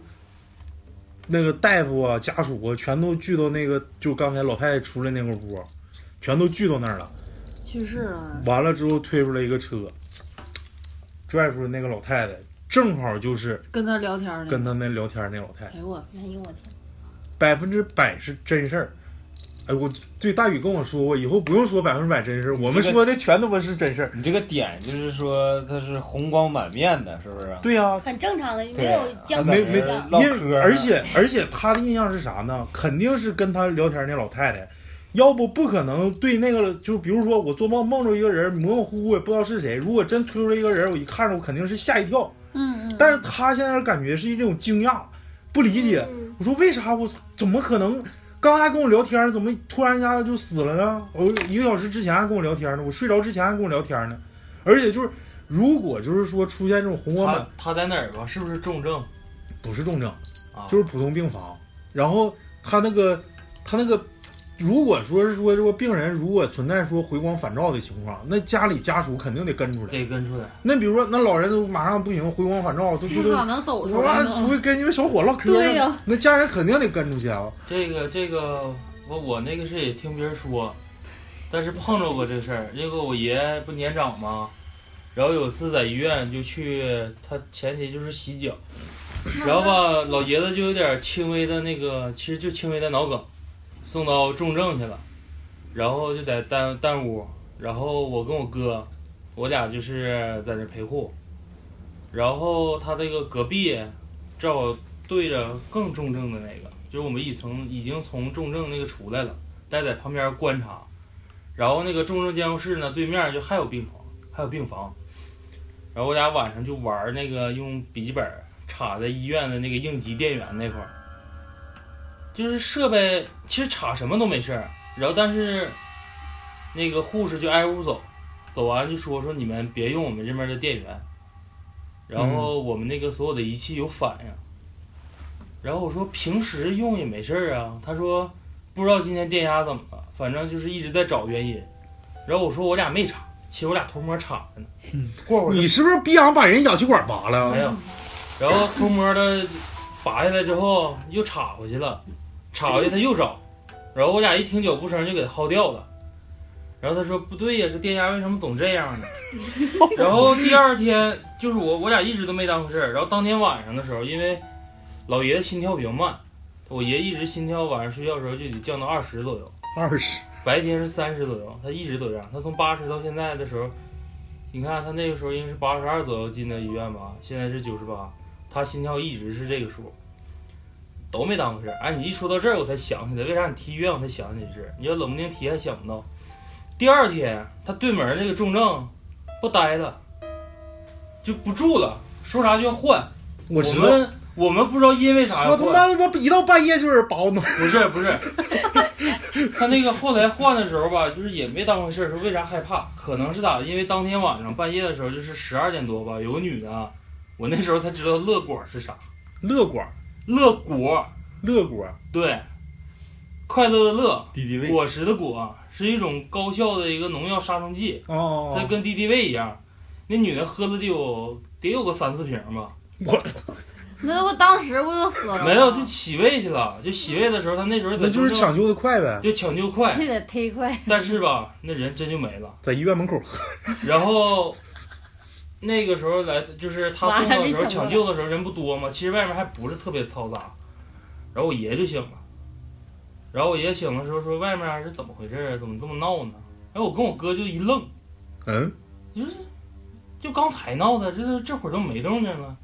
Speaker 3: 那个大夫啊、家属啊，全都聚到那个就刚才老太太出来那个屋，全都聚到那儿了。
Speaker 4: 去世了，
Speaker 3: 完了之后推出来一个车，拽出来那个老太太，正好就是
Speaker 4: 跟他聊天呢，
Speaker 3: 跟他那聊天那老太太，
Speaker 4: 哎呦我，
Speaker 5: 哎呦我天，
Speaker 3: 百分之百是真事儿。哎，我对大宇跟我说过，以后不用说百分之百真事儿，我们
Speaker 8: 这个
Speaker 3: 说的全他妈是真事儿。
Speaker 8: 你这个点就是说他是红光满面的，是不是啊？
Speaker 3: 对呀、啊
Speaker 5: 很正常的，没
Speaker 8: 对
Speaker 5: 有僵
Speaker 3: 没
Speaker 5: 尸
Speaker 3: 没
Speaker 5: 形象。
Speaker 8: 唠
Speaker 3: 因
Speaker 8: 嗑
Speaker 3: 为
Speaker 8: 儿
Speaker 3: 而且而且他的印象是啥呢？肯定是跟他聊天那老太太要不不可能对那个，就比如说我做梦梦着一个人，模模糊糊也不知道是谁。如果真推出来一个人，我一看着我肯定是吓一跳。
Speaker 4: 嗯嗯，
Speaker 3: 但是他现在的感觉是一种惊讶，不理解。
Speaker 7: 嗯
Speaker 3: 我说为啥我怎么可能？刚才还跟我聊天，怎么突然一下就死了呢？我一个小时之前还跟我聊天呢，我睡着之前还跟我聊天呢。而且就是，如果就是说出现这种红光
Speaker 9: 他
Speaker 3: 满，
Speaker 9: 他在哪儿吧？是不是重症
Speaker 3: 不是重症，
Speaker 9: 啊？
Speaker 3: 就是普通病房。然后他那个他那个，如果说是说说病人如果存在说回光返照的情况，那家里家属肯定得跟出来。
Speaker 9: 得跟出来。
Speaker 3: 那比如说那老人都马上不行，回光返照，都
Speaker 4: 至
Speaker 3: 都
Speaker 4: 少能走
Speaker 3: 我
Speaker 4: 出
Speaker 3: 说
Speaker 4: 来
Speaker 3: 啊
Speaker 4: 呢。
Speaker 3: 除非跟你们小伙唠嗑呢，
Speaker 4: 对呀
Speaker 3: 那家人肯定得跟出去啊。
Speaker 9: 这个这个，我我那个是也听别人说，但是碰着过这事儿。因为我爷不年长嘛，然后有次在医院就去，他前提就是洗脚，然后吧，老爷子就有点轻微的那个，其实就轻微的脑梗，送到重症去了，然后就在单单屋，然后我跟我哥，我俩就是在那陪护，然后他这个隔壁正好对着更重症的那个，就是我们已从已经从重症那个出来了，但在旁边观察，然后那个重症监护室呢对面就还有病床，还有病房，然后我俩晚上就玩那个用笔记本插在医院的那个应急电源那块儿，就是设备其实插什么都没事儿，然后但是那个护士就挨屋走，走完就说说你们别用我们这边的电源，然后我们那个所有的仪器有反应。然后我说平时用也没事儿啊，他说不知道今天电压怎么了，反正就是一直在找原因。然后我说我俩没插，其实我俩偷摸插着呢。过会儿就
Speaker 3: 你是不是逼俺把人氧气管拔了？
Speaker 9: 没有，然后偷摸的拔下来之后又插回去了，插回去他又找，然后我俩一听脚步声就给他薅掉了。然后他说不对呀，这电压为什么总这样呢？ 然后第二天就是我我俩一直都没当回事儿。然后当天晚上的时候，因为老爷子心跳比较慢，我爷一直心跳晚上睡觉的时候就得降到二十左右。
Speaker 3: 二十，
Speaker 9: 白天是三十左右，他一直都这样。他从八十到现在的时候，你看他那个时候应该是八十二左右进的医院吧，现在是九十八，他心跳一直是这个数，都没当回事儿。哎，你一说到这儿，我才想起来，为啥你提医院我才想起这事儿？你要冷不丁提还想不到。第二天，他对门儿那个重症不待了，就不住了，说啥就要换。
Speaker 3: 我
Speaker 9: 我
Speaker 3: 知道。
Speaker 9: 们我们不知道因为啥
Speaker 3: 说
Speaker 9: 要
Speaker 3: 他
Speaker 9: 换。
Speaker 3: 妈我一到半夜就是拔我脑，
Speaker 9: 不是不是， 他那个后来换的时候吧，就是也没当回事儿，说为啥害怕？可能是咋的？因为当天晚上半夜的时候，就是十二点多吧，有个女的啊，我那时候才知道乐果是啥，
Speaker 3: 乐果，
Speaker 9: 乐果，
Speaker 3: 乐果，
Speaker 9: 对，快乐的乐，
Speaker 6: 敌敌畏，
Speaker 9: 果实的果，是一种高效的一个农药杀虫剂，
Speaker 3: 哦
Speaker 9: 它，跟敌敌畏一样。那女的喝了得有得有个三四瓶吧，
Speaker 4: 那我当时我就死了。
Speaker 9: 没有就洗胃去了。就洗胃的时候，她那时候在
Speaker 3: 那就是
Speaker 9: 中正
Speaker 3: 抢救的快呗，
Speaker 9: 就抢 救快，
Speaker 4: 这得忒快，
Speaker 9: 但是吧，那人真就没了。
Speaker 3: 在医院门口喝，
Speaker 9: 然后那个时候来，就是他送到的时
Speaker 4: 完
Speaker 9: 候
Speaker 4: 了没抢过来
Speaker 9: 抢救的时候人不多嘛，其实外面还不是特别嘈杂。然后我爷就醒了，然后我爷醒的时候说外面是怎么回事啊？怎么这么闹呢？哎，我跟我哥就一愣，
Speaker 3: 嗯，
Speaker 9: 就是就刚才闹的，这这会儿都没动静了。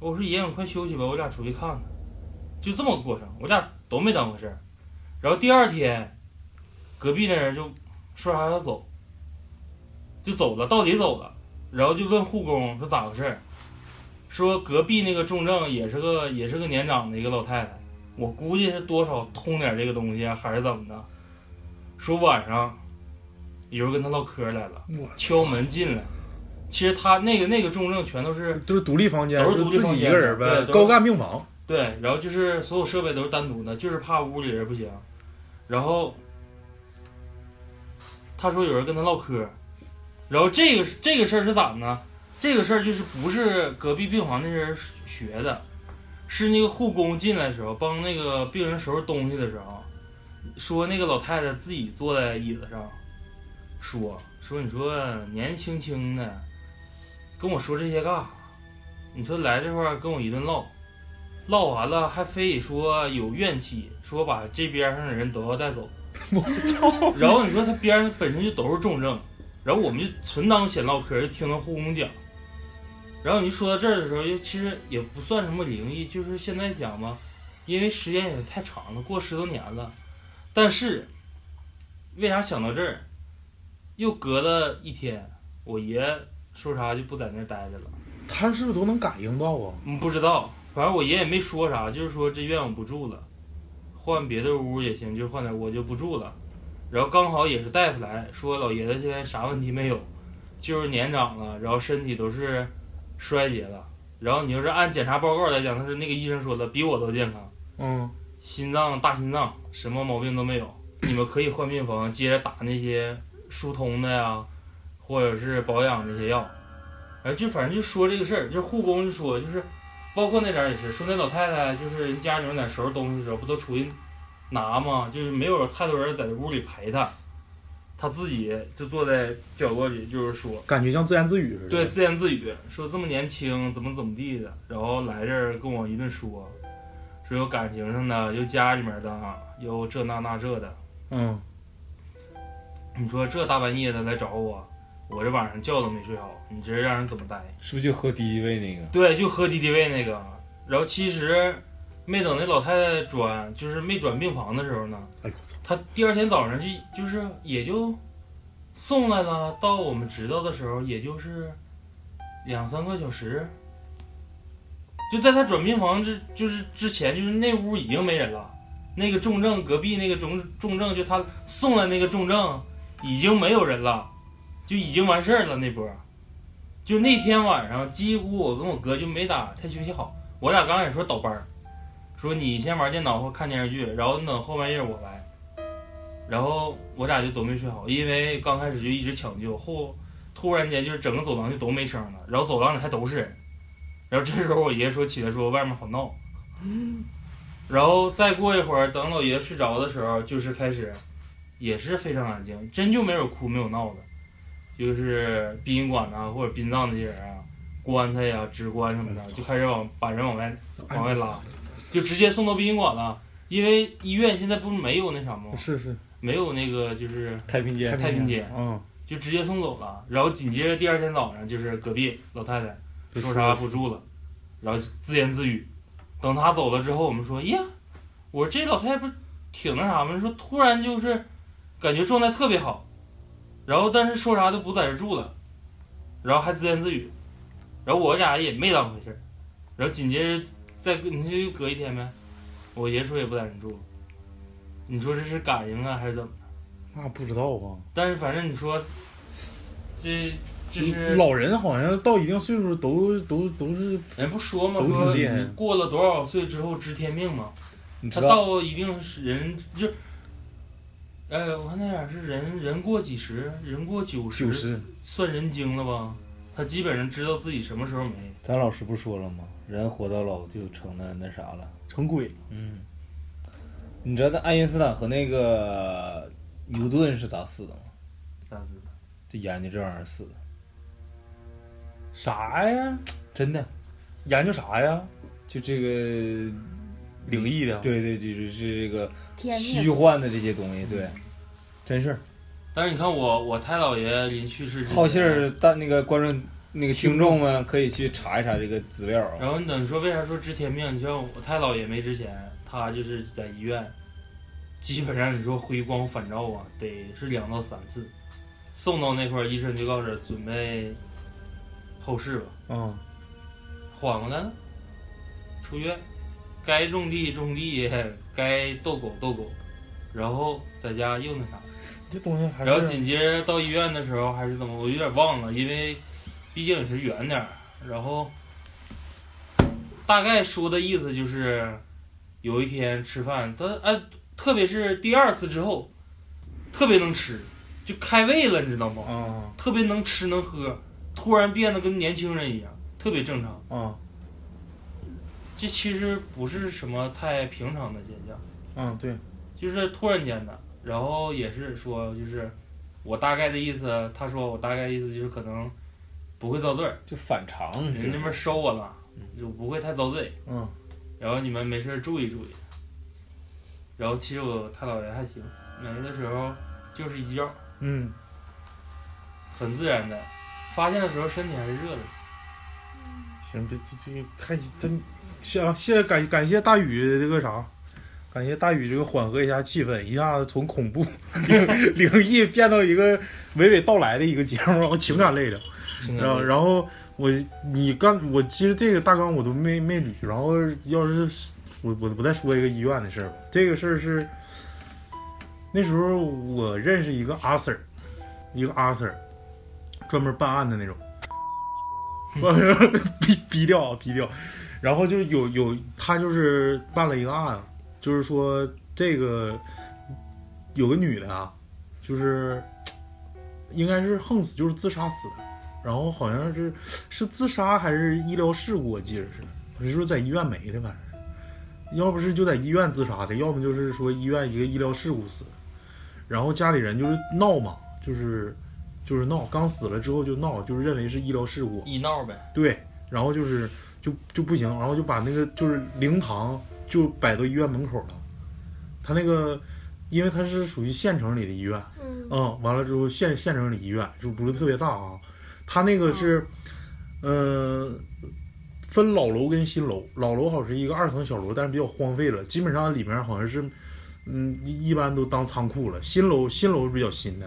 Speaker 9: 我说爷，你快休息吧，我俩出去看看。就这么个过程，我俩都没当回事儿。然后第二天，隔壁那人就说啥要走，就走了，到底走了。然后就问护工说咋回事儿，说隔壁那个重症也是个也是个年长的一个老太太，我估计是多少通点这个东西啊还是怎么的。说晚上有人跟他唠嗑来了。
Speaker 3: 我
Speaker 9: 敲门进来。其实他那个那个重症全都是
Speaker 3: 都是独立房间，
Speaker 9: 都是
Speaker 3: 就
Speaker 9: 独立
Speaker 3: 自己一个人
Speaker 9: 房
Speaker 3: 呗
Speaker 9: 间，对
Speaker 3: 高干病房，
Speaker 9: 对，然后就是所有设备都是单独的，就是怕屋里人不行。然后他说有人跟他唠嗑，然后这个这个事儿是咋的呢？这个事儿就是不是隔壁病房那人学的，是那个护工进来的时候帮那个病人收拾东西的时候，说那个老太太自己坐在椅子上，说说你说年轻轻的，跟我说这些干啥？你说来这块儿跟我一顿唠，唠完了还非得说有怨气，说把这边上的人都要带走。 我操！然后你说他边上本身就都是重症，然后我们就纯当闲唠嗑，就听他护工讲。然后你说到这儿的时候，又其实也不算什么灵异，就是现在讲吧，因为时间也太长了，过十多年了。但是为啥想到这儿？又隔了一天，我爷说啥就不在那儿待着了。
Speaker 3: 他是不是都能感应到啊？
Speaker 9: 嗯，不知道，反正我爷也没说啥，就是说这院我不住了，换别的屋也行，就换点我就不住了。然后刚好也是大夫来说老爷子现在啥问题没有，就是年长了，然后身体都是衰竭了。然后你要是按检查报告来讲，他是那个医生说的比我都健康，
Speaker 3: 嗯，
Speaker 9: 心脏大心脏什么毛病都没有，你们可以换病房，接着打那些疏通的呀，或者是保养这些药。哎，就反正就说这个事儿，就是护工就说，就是包括那点儿也是，说那老太太就是人家里面在收拾东西的时候，不都出去拿吗？就是没有太多人在屋里陪她，她自己就坐在角落里，就是说
Speaker 3: 感觉像自言自语似的。
Speaker 9: 对，，自言自语说这么年轻怎么怎么地的，然后来这儿跟我一顿说，说有感情上的，有家里面的啊，有这那那这的。
Speaker 3: 嗯，
Speaker 9: 你说这大半夜的来找我，我这晚上觉都没睡好，你这让人怎么待？
Speaker 6: 是不是就喝敌敌畏那个？
Speaker 9: 对，就喝敌敌畏那个。然后其实没等那老太太转，就是没转病房的时候呢，
Speaker 3: 哎呦我操，
Speaker 9: 她第二天早上就就是也就送来了，到我们知道的时候，也就是两三个小时。就在她转病房之就是之前，就是那屋已经没人了。那个重症隔壁那个重重症，就她送来那个重症已经没有人了，就已经完事儿了那波。就那天晚上，几乎我跟我哥就没咋太休息好。我俩刚开始说倒班儿，说你先玩电脑或看电视剧，然后等后半夜我来。然后我俩就都没睡好，因为刚开始就一直抢救，后突然间就是整个走廊就都没声了，然后走廊里还都是人。然后这时候我爷说起来说外面好闹，然后再过一会儿等老爷睡着的时候，就是开始也是非常安静，真就没有哭没有闹的。就是殡仪馆呐、或者殡葬那些人啊，棺材呀、纸棺什么的，就开始往把人往外
Speaker 3: 哎
Speaker 9: 往外拉，就直接送到殡仪馆了。因为医院现在不是没有那啥吗？
Speaker 3: 是是，
Speaker 9: 没有那个就是
Speaker 6: 太平间
Speaker 9: 太平间，
Speaker 3: 嗯，
Speaker 9: 就直接送走了。然后紧接着第二天早上，就是隔壁老太太说啥不住了，然后自言自语。等她走了之后，我们说呀，我说这老太太不是挺那啥吗？说突然就是感觉状态特别好，然后但是说啥都不在这住了，然后还自言自语，然后我俩也没当回事儿。然后紧接着再隔你这就隔一天呗，我爷说也不在这住了。你说这是感应啊，还是怎么？
Speaker 3: 那不知道啊。
Speaker 9: 但是反正你说，这这是
Speaker 3: 老人好像到一定岁数都都都是
Speaker 9: 人不说吗？
Speaker 3: 都挺
Speaker 9: 说
Speaker 3: 厉害
Speaker 9: 你过了多少岁之后知天命嘛？
Speaker 6: 你
Speaker 9: 他
Speaker 6: 知道
Speaker 9: 到一定是人就，哎，我看那点儿是人人过几十，人过九十，
Speaker 3: 九十，
Speaker 9: 算人精了吧？他基本上知道自己什么时候没。
Speaker 6: 咱老师不说了吗？人活到老就成了那啥了。
Speaker 3: 成鬼了。
Speaker 6: 嗯，你知道那爱因斯坦和那个牛顿是咋死的吗？
Speaker 9: 啥子？
Speaker 6: 就研究这玩意儿死的，
Speaker 3: 啥呀？
Speaker 6: 真的。
Speaker 3: 研究啥呀？
Speaker 6: 就这个，
Speaker 3: 灵异的。，
Speaker 6: 对对，就是这个
Speaker 5: 天
Speaker 6: 虚
Speaker 5: 命，
Speaker 6: 幻的这些东西，对，真事儿。
Speaker 9: 但是你看我我太姥爷临去世之前
Speaker 6: 好信儿，但那个观众、那个听众们可以去查一查这个资料啊。
Speaker 9: 然后你等于说为啥说知天命？你像我太姥爷没之前，他就是在医院，基本上你说回光返照啊，得是两到三次，送到那块儿，医生就告诉准备后事吧，
Speaker 3: 嗯，
Speaker 9: 缓过来了，出院，该种地种地，该逗狗逗狗，然后在家又那啥。
Speaker 3: 这东西还
Speaker 9: 然后
Speaker 3: 是
Speaker 9: 紧接着到医院的时候还是怎么，我有点忘了，因为毕竟也是远点儿。然后大概说的意思就是，有一天吃饭，他哎，特别是第二次之后，特别能吃，就开胃了，你知道吗？
Speaker 3: 啊
Speaker 9: 特别能吃能喝，突然变得跟年轻人一样，特别正常。
Speaker 3: 啊
Speaker 9: 这其实不是什么太平常的现象。
Speaker 3: 啊！对，
Speaker 9: 就是突然间的，然后也是说就是我大概的意思，他说我大概意思就是可能不会遭罪儿，
Speaker 6: 就反常，这
Speaker 9: 人那边收我了，就不会太遭罪，
Speaker 3: 嗯，
Speaker 9: 然后你们没事儿注意注意。然后其实我太姥爷还行，没的时候就是一觉，
Speaker 3: 嗯，
Speaker 9: 很自然的，发现的时候身体还是热的，
Speaker 3: 行，这这这太真，谢啊，谢感感谢大宇这个啥，感谢大宇这个缓和一下气氛，一下子从恐怖 灵灵异变到一个娓娓道来的一个节目，然后情感类的。
Speaker 9: 嗯
Speaker 6: 情
Speaker 3: 然后，
Speaker 6: 感
Speaker 3: 然后我你刚我其实这个大纲我都没没捋，然后要是我我我再说一个医院的事儿吧，这个事儿是那时候我认识一个阿 Sir，一个阿 Sir，专门办案的那种， 逼逼掉啊逼掉，然后就有有他就是办了一个案，就是说这个有个女的啊，就是应该是横死就是自杀死的。然后好像是是自杀还是医疗事故，我记得是，我就说在医院没的，反正，要不是就在医院自杀的，要么就是说医院一个医疗事故死的，然后家里人就是闹嘛，就是就是闹，刚死了之后就闹，就是认为是医疗事故，
Speaker 9: 医闹呗，
Speaker 3: 对，然后就是就就不行，然后就把那个就是灵堂就摆到医院门口了，他那个因为他是属于县城里的医院，
Speaker 7: 嗯，
Speaker 3: 嗯，完了之后县县城里医院就不是特别大啊，他那个是，嗯、分老楼跟新楼，老楼好像是一个二层小楼，但是比较荒废了，基本上里面好像是，嗯，一一般都当仓库了。新楼新楼是比较新的，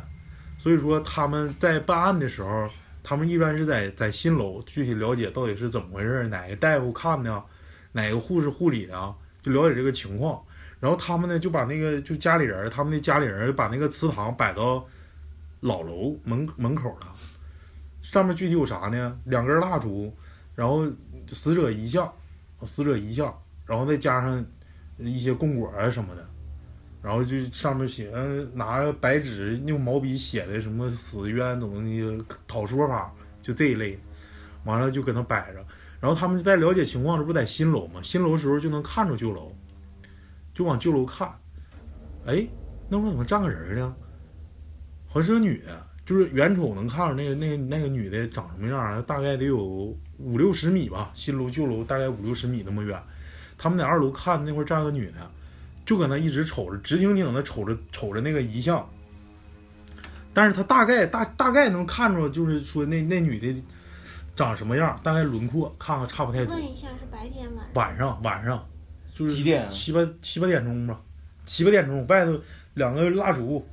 Speaker 3: 所以说他们在办案的时候，他们一般是在在新楼具体了解到底是怎么回事，哪个大夫看的，哪个护士护理的啊，就了解这个情况。然后他们呢就把那个就家里人儿，他们的家里人儿把那个祠堂摆到老楼门门口了。上面具体有啥呢？两根蜡烛，然后死者遗像，死者遗像，然后再加上一些供果啊什么的，然后就上面写呃拿白纸用毛笔写的什么死冤怎么的讨说法，就这一类，完了就搁那摆着。然后他们就在了解情况，这不在新楼吗？新楼的时候就能看着旧楼，就往旧楼看，哎，那会儿怎么站个人儿呢？好像是个女的，就是远瞅能看着那个那个那个女的长什么样儿，大概得有五六十米吧，新楼旧楼大概五六十米那么远。他们在二楼看那会儿站个女的，就搁那一直瞅着，直挺挺的瞅着瞅着那个遗像。但是他大概大大概能看出，就是说那那女的长什么样儿，大概轮廓看看差不太多。
Speaker 7: 问一下是白天晚上？
Speaker 3: 晚上晚上就是
Speaker 6: 几点啊
Speaker 3: 七八七八点钟吧，七八点钟外头两个蜡烛，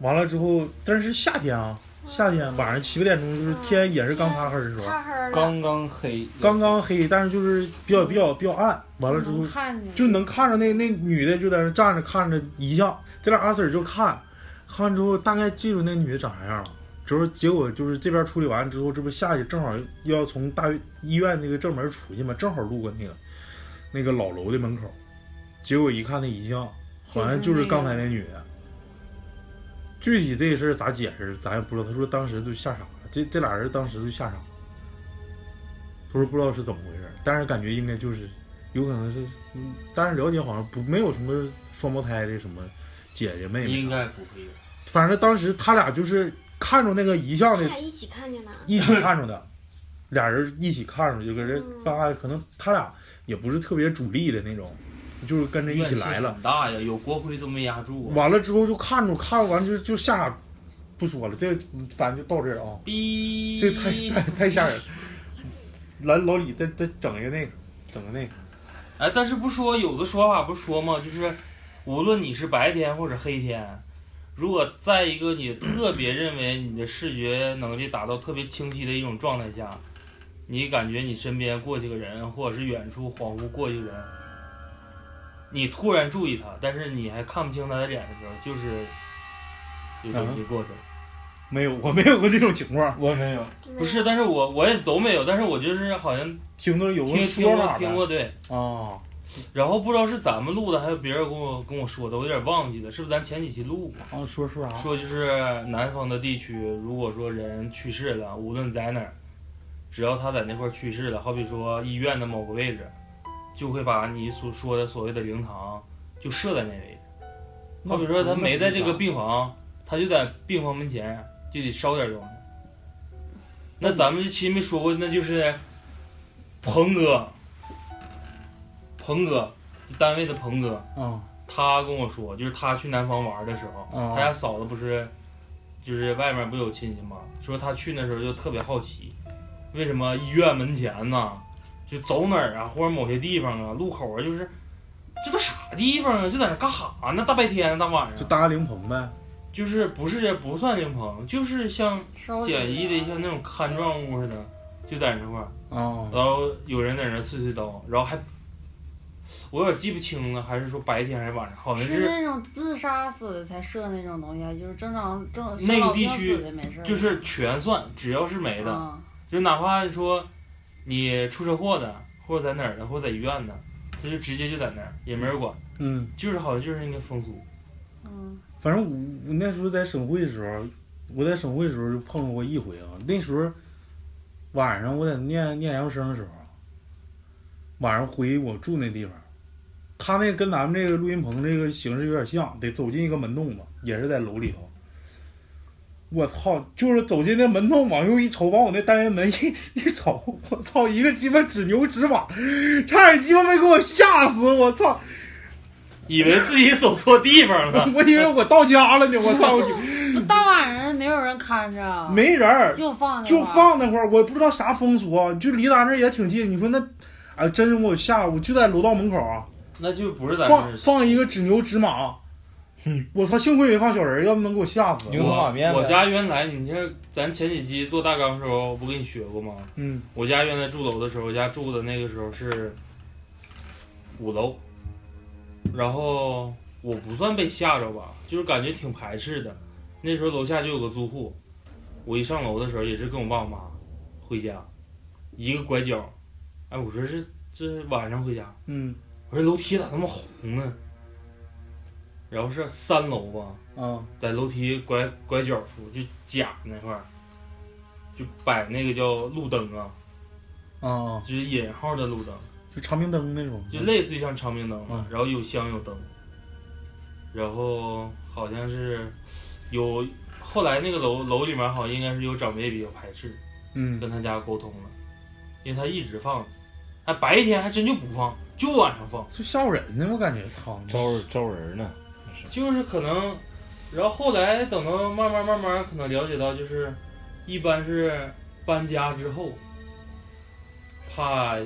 Speaker 3: 完了之后，但是夏天啊，夏天晚上七八点钟就是天也是刚擦黑的时候，
Speaker 7: 擦黑了，
Speaker 6: 刚刚黑，
Speaker 3: 刚刚黑，但是就是比较比较比较暗，完了之后
Speaker 4: 能看见，
Speaker 3: 就能看着那那女的就在那站着看着遗像，这俩阿 Sir 就看，看完之后大概记住那女的长啥样了。之后结果就是这边处理完之后，这不下去正好要从大医院那个正门出去嘛，正好路过那个那个老楼的门口，结果一看那遗像，好像就是刚才那女的。具体这事儿咋解释，咱也不知道。他说当时就吓傻了，这这俩人当时就吓傻了。他说不知道是怎么回事，但是感觉应该就是有可能是，嗯但是了解好像不没有什么双胞胎的什么姐姐妹妹啥的，
Speaker 9: 应该不会有。
Speaker 3: 反正当时他俩就是看着那个遗像
Speaker 7: 他
Speaker 3: 的，
Speaker 7: 俩一起看见的。
Speaker 3: 一起看着的，俩人一起看着，就搁这办案。可能他俩也不是特别主力的那种，就是跟着一起来
Speaker 9: 怨气
Speaker 3: 了。
Speaker 9: 很大呀，有国徽都没压住啊。
Speaker 3: 完了之后就看着，看完就就吓傻，不说了，这咱就到这儿啊，
Speaker 9: 逼，
Speaker 3: 这太太太吓人了。来，老李再再整一个那个，整个那个，
Speaker 9: 哎，但是不说有个说法不是说吗？就是无论你是白天或者黑天，如果在一个你特别认为你的视觉能力达到特别清晰的一种状态下，你感觉你身边过去个人，或者是远处恍惚过去个人，你突然注意他，但是你还看不清他的脸的时候，就是有东
Speaker 3: 啊
Speaker 9: 西过去了。
Speaker 3: 没有，我没有过这种情况，
Speaker 6: 我没有，
Speaker 9: 不是，但是我我也都没有，但是我就是好像
Speaker 3: 听着有
Speaker 9: 听
Speaker 3: 人
Speaker 9: 听
Speaker 3: 说
Speaker 9: 过
Speaker 3: 法
Speaker 9: 听
Speaker 3: 呗
Speaker 9: 过对。
Speaker 3: 啊，
Speaker 9: 然后不知道是咱们录的，还有别人跟我跟我说的，我有点忘记了，是不是咱前几期录过？
Speaker 3: 啊，说说啥、
Speaker 9: 说就是南方的地区，如果说人去世了，无论在哪儿，只要他在那块儿去世了，好比说医院的某个位置，就会把你所说的所谓的灵堂就设在那位置。好比说他没在这个病房，他就在病房门前就得烧点东西。那咱们这期没说过，那就是鹏哥，鹏哥，单位的鹏哥，
Speaker 3: 啊
Speaker 9: 他跟我说，就是他去南方玩的时候，
Speaker 6: 啊
Speaker 3: 哦
Speaker 9: 他家嫂子不是，就是外面不有亲戚吗？说他去那时候就特别好奇，为什么医院门前呐，就走哪儿啊，或者某些地方啊，路口啊，就是这都啥地方啊？就在那干哈呢？大白天大晚
Speaker 3: 就
Speaker 9: 上，
Speaker 3: 搭个灵棚呗。
Speaker 9: 就是不是不算灵棚，就是像
Speaker 4: 收拾
Speaker 9: 简易的
Speaker 4: 啊
Speaker 9: 像那种看状物似的，就在那块儿，
Speaker 3: 啊，
Speaker 9: 然后有人在那碎碎叨，然后还我有点记不清了，还是说白天还是晚上，好像
Speaker 4: 是
Speaker 9: 是
Speaker 4: 那种自杀死的才射那种东西啊，就是正常正
Speaker 9: 那个
Speaker 4: 小老
Speaker 9: 地
Speaker 4: 兵
Speaker 9: 区
Speaker 4: 死的没事儿，嗯
Speaker 9: 就是全算，只要是没的，
Speaker 4: 啊
Speaker 9: 就哪怕说你出车祸的，或者在哪儿的，或者在医院的，他就直接就在那儿，也没人管，
Speaker 3: 嗯，
Speaker 9: 就是好像就是那个风俗。
Speaker 4: 嗯
Speaker 3: 反正我我那时候在省会的时候，我在省会的时候就碰着过一回啊。那时候晚上我在念念研究生的时候，晚上回我住那地方，他那跟咱们这个录音棚这个形式有点像，得走进一个门洞吧，也是在楼里头。我操！就是走进那门洞，往右一瞅，往我那单元门一一瞅，我操！一个鸡巴纸牛纸马，差点鸡巴没给我吓死！我操！
Speaker 9: 以为自己走错地 方了，
Speaker 3: 我以为我到家了呢！我操！我就
Speaker 4: 不大晚上没有人看着，
Speaker 3: 没人儿，
Speaker 4: 就
Speaker 7: 嗯
Speaker 4: 放那
Speaker 3: 就
Speaker 4: 块儿
Speaker 3: 放那块儿，我不知道啥风俗啊，就离咱这儿也挺近。你说那，哎，真是给我吓，我就在楼道门口啊，
Speaker 9: 那就不是咱
Speaker 3: 放
Speaker 9: 们
Speaker 3: 放一个纸牛纸马，我操，幸亏没放小人儿，要不能给我吓死。
Speaker 6: 牛头马面呗
Speaker 9: 我家原来你看咱前几期做大纲的时候，我不跟你学过吗？
Speaker 3: 嗯
Speaker 9: 我家原来住楼的时候，我家住的那个时候是五楼，然后我不算被吓着吧，就是感觉挺排斥的。那时候楼下就有个租户，我一上楼的时候也是跟我爸我妈回家，一个拐角，哎，我说是这是晚上回家，
Speaker 3: 嗯
Speaker 9: 我说楼梯咋那么红呢？然后是三楼吧，
Speaker 3: 啊
Speaker 9: 在楼梯拐拐角处就甲那块儿，就摆那个叫路灯啊，
Speaker 3: 啊，
Speaker 9: 就是引号的路灯，
Speaker 3: 就长明灯那种。
Speaker 9: 就类似于像长明灯嘛
Speaker 3: 嗯，
Speaker 9: 然后有香有灯，然后好像是有后来那个楼楼里面好像应该是有长辈比较排斥，
Speaker 3: 嗯
Speaker 9: 跟他家沟通了，因为他一直放，哎白天还真就不放，就晚上放。
Speaker 3: 就吓唬人呢，我感觉操，
Speaker 6: 招人招人呢。
Speaker 9: 就是可能，然后后来等到慢慢慢慢可能了解到，就是一般是搬家之后，怕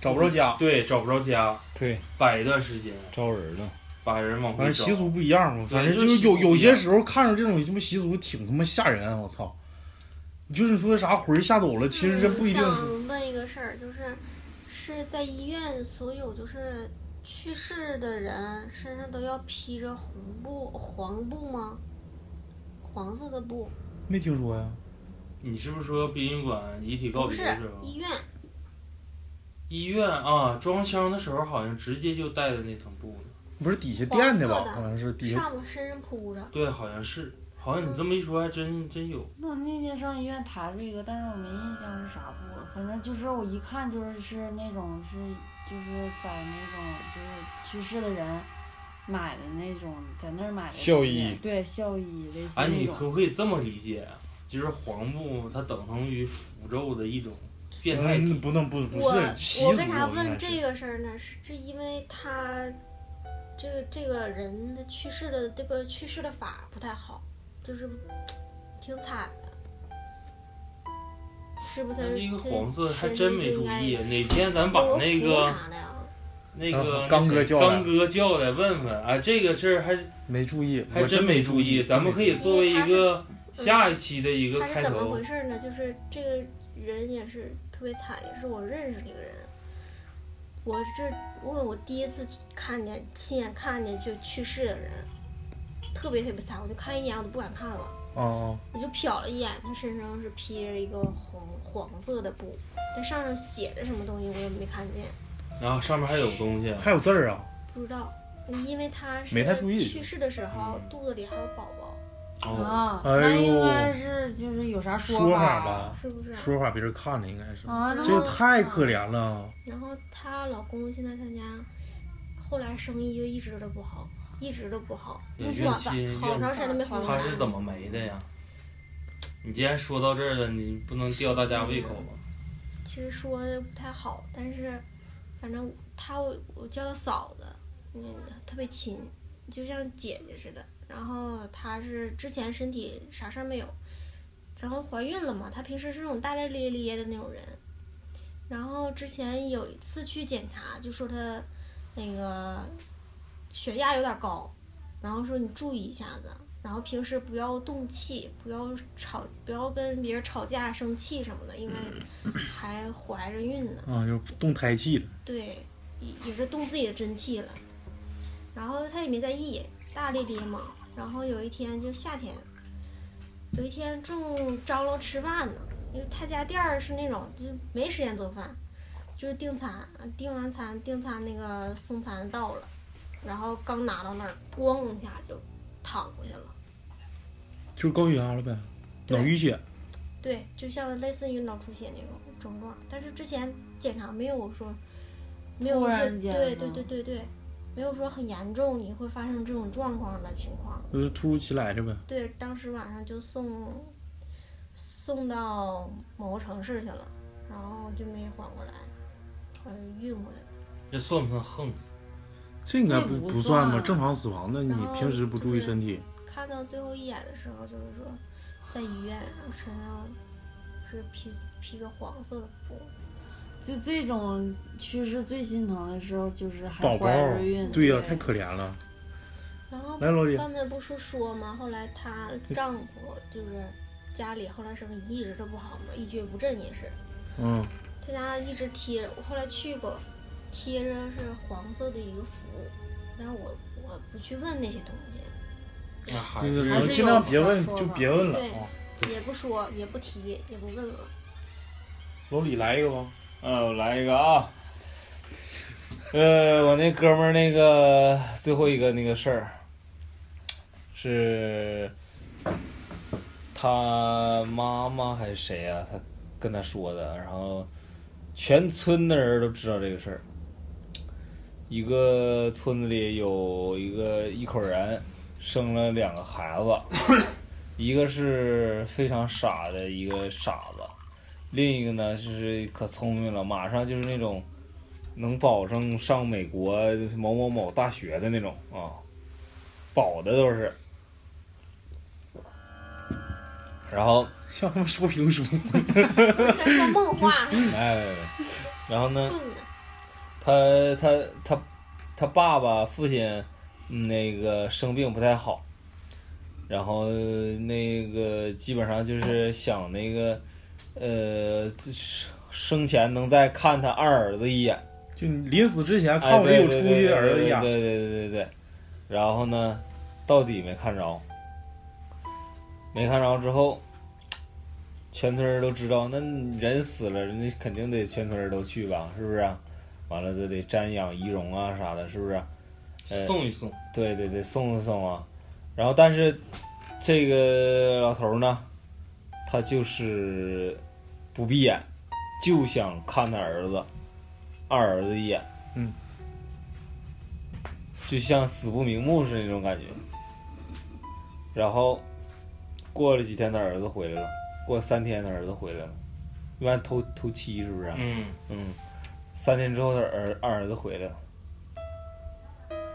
Speaker 3: 找不着家，
Speaker 9: 对找不着家，
Speaker 6: 对，
Speaker 9: 摆一段时间，
Speaker 6: 招人呢。
Speaker 9: 把人往
Speaker 3: 反正
Speaker 9: 回找。
Speaker 3: 习俗不一样嘛，
Speaker 9: 嗯对
Speaker 3: 反正
Speaker 9: 就是
Speaker 3: 就
Speaker 9: 习俗
Speaker 3: 有
Speaker 9: 不一样
Speaker 3: 有些时候看着这种什么习俗挺他妈吓人，啊我操！你就是说啥魂儿吓走了，其实真不一定
Speaker 7: 我
Speaker 3: 是。
Speaker 7: 想嗯问一个事儿，就是是在医院，所有就是去世的人身上都要披着红布、黄布吗？黄色的布？
Speaker 3: 没听说呀？
Speaker 9: 你是不是说殡仪馆遗体
Speaker 7: 不
Speaker 9: 告别
Speaker 3: 哦
Speaker 7: 是
Speaker 9: 的时候，
Speaker 7: 医院，
Speaker 9: 医院啊装箱的时候好像直接就带的那层布了？
Speaker 3: 不是底下垫的吧
Speaker 7: 黄色？的
Speaker 3: 好像是底下
Speaker 7: 上面身上铺着。
Speaker 9: 对，好像是，好像你这么一说还真真有。
Speaker 4: 那我那天上医院抬着一个，但是我没印象是啥布了，反正就是我一看就是是那种是就是在那种就是去世的人买的那种，在那儿买的
Speaker 6: 孝
Speaker 4: 东
Speaker 6: 衣
Speaker 4: 西对孝衣类似
Speaker 3: 啊
Speaker 9: 哎，
Speaker 4: 那
Speaker 9: 你
Speaker 4: 种。
Speaker 9: 可不可以这么理解啊？就是黄布它等同于符咒的一种变态体
Speaker 3: 嗯，不能不不
Speaker 7: 我
Speaker 3: 是习俗。啊
Speaker 7: 我为啥
Speaker 3: 应该
Speaker 7: 问
Speaker 3: 是
Speaker 7: 这个事儿呢？是这因为他这个这个人的去世的这个去世的法不太好，就是挺惨的，是不是他？
Speaker 9: 那个
Speaker 7: 他
Speaker 9: 黄色还
Speaker 7: 神
Speaker 9: 真
Speaker 7: 力
Speaker 9: 没
Speaker 7: 就
Speaker 9: 注
Speaker 7: 应该
Speaker 9: 意，哪天咱把
Speaker 7: 我
Speaker 9: 那
Speaker 7: 服
Speaker 9: 个
Speaker 7: 啥的呀
Speaker 9: 那个
Speaker 6: 啊刚哥叫来
Speaker 9: 刚哥叫来问问啊，这个事儿还
Speaker 3: 没注意，
Speaker 9: 还
Speaker 3: 我
Speaker 9: 真没注意，哦咱们可以作为一个
Speaker 7: 是
Speaker 9: 下一期的一个
Speaker 7: 他是
Speaker 9: 开
Speaker 7: 怎么
Speaker 9: 头
Speaker 7: 回。事呢？就是这个人也是特别惨，也是我认识的一个人。我这我我第一次看见亲眼看见就去世的人，特别特别惨，我就看一眼我都不敢看了，
Speaker 3: 啊，
Speaker 7: 我就瞟了一眼，他身上是披着一个黄黄色的布，但上面写着什么东西我也没看见，
Speaker 9: 然后上面还有东西，
Speaker 3: 还有字儿啊，
Speaker 7: 不知道，因为他是
Speaker 3: 没太注意
Speaker 7: 去世的时候
Speaker 9: 嗯
Speaker 7: 肚子里还有宝宝，
Speaker 9: 哦，
Speaker 4: 啊，
Speaker 3: 哎呦
Speaker 4: 那应该是就是有啥
Speaker 3: 说
Speaker 4: 法
Speaker 3: 法？吧，
Speaker 7: 是啊不是？
Speaker 3: 说法别人看了应该是，
Speaker 4: 啊，那
Speaker 3: 这太可怜了。
Speaker 7: 然后她老公现在她家，后来生意就一直都不好，一直都不好，
Speaker 9: 也
Speaker 7: 不
Speaker 9: 是
Speaker 7: 好
Speaker 9: 亲人
Speaker 7: 好长时间都没回
Speaker 9: 他
Speaker 7: 来。
Speaker 9: 是怎么没的呀？你既然说到这儿了，你不能吊大家胃口吧？
Speaker 7: 其实说的不太好，但是反正她我我叫她嫂子，嗯，特别亲，就像姐姐似的。然后她是之前身体啥事儿没有，然后怀孕了嘛，她平时是那种大大咧咧的那种人。然后之前有一次去检查，就说她那个血压有点高，然后说你注意一下子，然后平时不要动气，不要吵，不要跟别人吵架、生气什么的，因为还怀着孕呢。
Speaker 3: 啊，就是动胎气了。
Speaker 7: 对，也也是动自己的真气了。然后他也没在意，大咧咧嘛。然后有一天就夏天，有一天正张罗吃饭呢，因为他家店儿是那种就没时间做饭，就是订餐，订完餐订餐那个送餐到了，然后刚拿到那儿，咣一下就躺过去了。
Speaker 3: 就是高血压了呗，
Speaker 7: 对
Speaker 3: 脑淤血。
Speaker 7: 对，就像类似于脑出血那种症状，但是之前检查没有说，没有
Speaker 4: 突
Speaker 7: 说
Speaker 4: 然间
Speaker 7: 对
Speaker 4: 的
Speaker 7: 对对对对，没有说很严重你会发生这种状况的情况。
Speaker 3: 就是突如其来的呗。
Speaker 7: 对，当时晚上就送送到某个城市去了，然后就没缓过来，呃，运回来了。
Speaker 9: 这算不算横死？
Speaker 3: 这应该
Speaker 4: 这不
Speaker 3: 不
Speaker 4: 算
Speaker 3: 算吧？正常死亡的，你
Speaker 7: 然后
Speaker 3: 平时不注意身体，
Speaker 7: 看到最后一眼的时候，就是说在医院身上是披披个黄色的布，
Speaker 4: 就这种趋势最心疼的时候，就是还
Speaker 3: 宝宝
Speaker 4: 怀着孕，，
Speaker 3: 对呀、太可怜了。
Speaker 7: 然后
Speaker 3: 来，老李，
Speaker 7: 刚才不是说吗？后来她丈夫就是家里后来什么一直都不好嘛，一蹶不振也是。
Speaker 3: 嗯，
Speaker 7: 他家一直贴着，我后来去过，贴着是黄色的一个符，但是我我不去问那些东西，
Speaker 9: 那孩
Speaker 3: 就是
Speaker 4: 还是有
Speaker 3: 尽量别问，
Speaker 4: 说法
Speaker 3: 就别问了
Speaker 7: 对
Speaker 3: 啊。
Speaker 7: 也不说，也不提，也不问了。
Speaker 3: 老李来一个吧，
Speaker 8: 嗯，我来一个啊。呃，我那哥们儿那个最后一个那个事儿，是他妈妈还是谁啊？他跟他说的，然后全村的人都知道这个事儿。一个村子里有一个一口人生了两个孩子，一个是非常傻的一个傻子，另一个呢就是可聪明了，马上就是那种能保证上美国某某某大学的那种啊，保的都是。然后，
Speaker 3: 像他妈说评书，
Speaker 7: 像说梦话
Speaker 8: 哎，然后呢？
Speaker 7: 困呢，
Speaker 8: 他他他他爸爸父亲嗯那个生病不太好，然后呃那个基本上就是想那个呃生生前能再看他二儿子一眼，
Speaker 3: 就你临死之前
Speaker 8: 哎
Speaker 3: 看我这有出
Speaker 8: 对
Speaker 3: 息啊的
Speaker 8: 对
Speaker 3: 儿子呀，
Speaker 8: 对对对对对对。然后呢，到底没看着，没看着之后，全村人都知道，那人死了，人家肯定得全村人都去吧，是不是、完了就得瞻仰遗容啊啥的，是不是、呃
Speaker 9: 送一送，
Speaker 8: 对对对，送送送啊。然后，但是这个老头儿呢，他就是不闭眼，就想看他儿子二儿子一眼，
Speaker 3: 嗯，
Speaker 8: 就像死不瞑目似的那种感觉。然后过了几天，他儿子回来了，过三天他儿子回来了，一般头头七是不是
Speaker 3: 哎
Speaker 8: 啊、
Speaker 9: 嗯，
Speaker 8: 嗯，三天之后他儿二儿子回来了，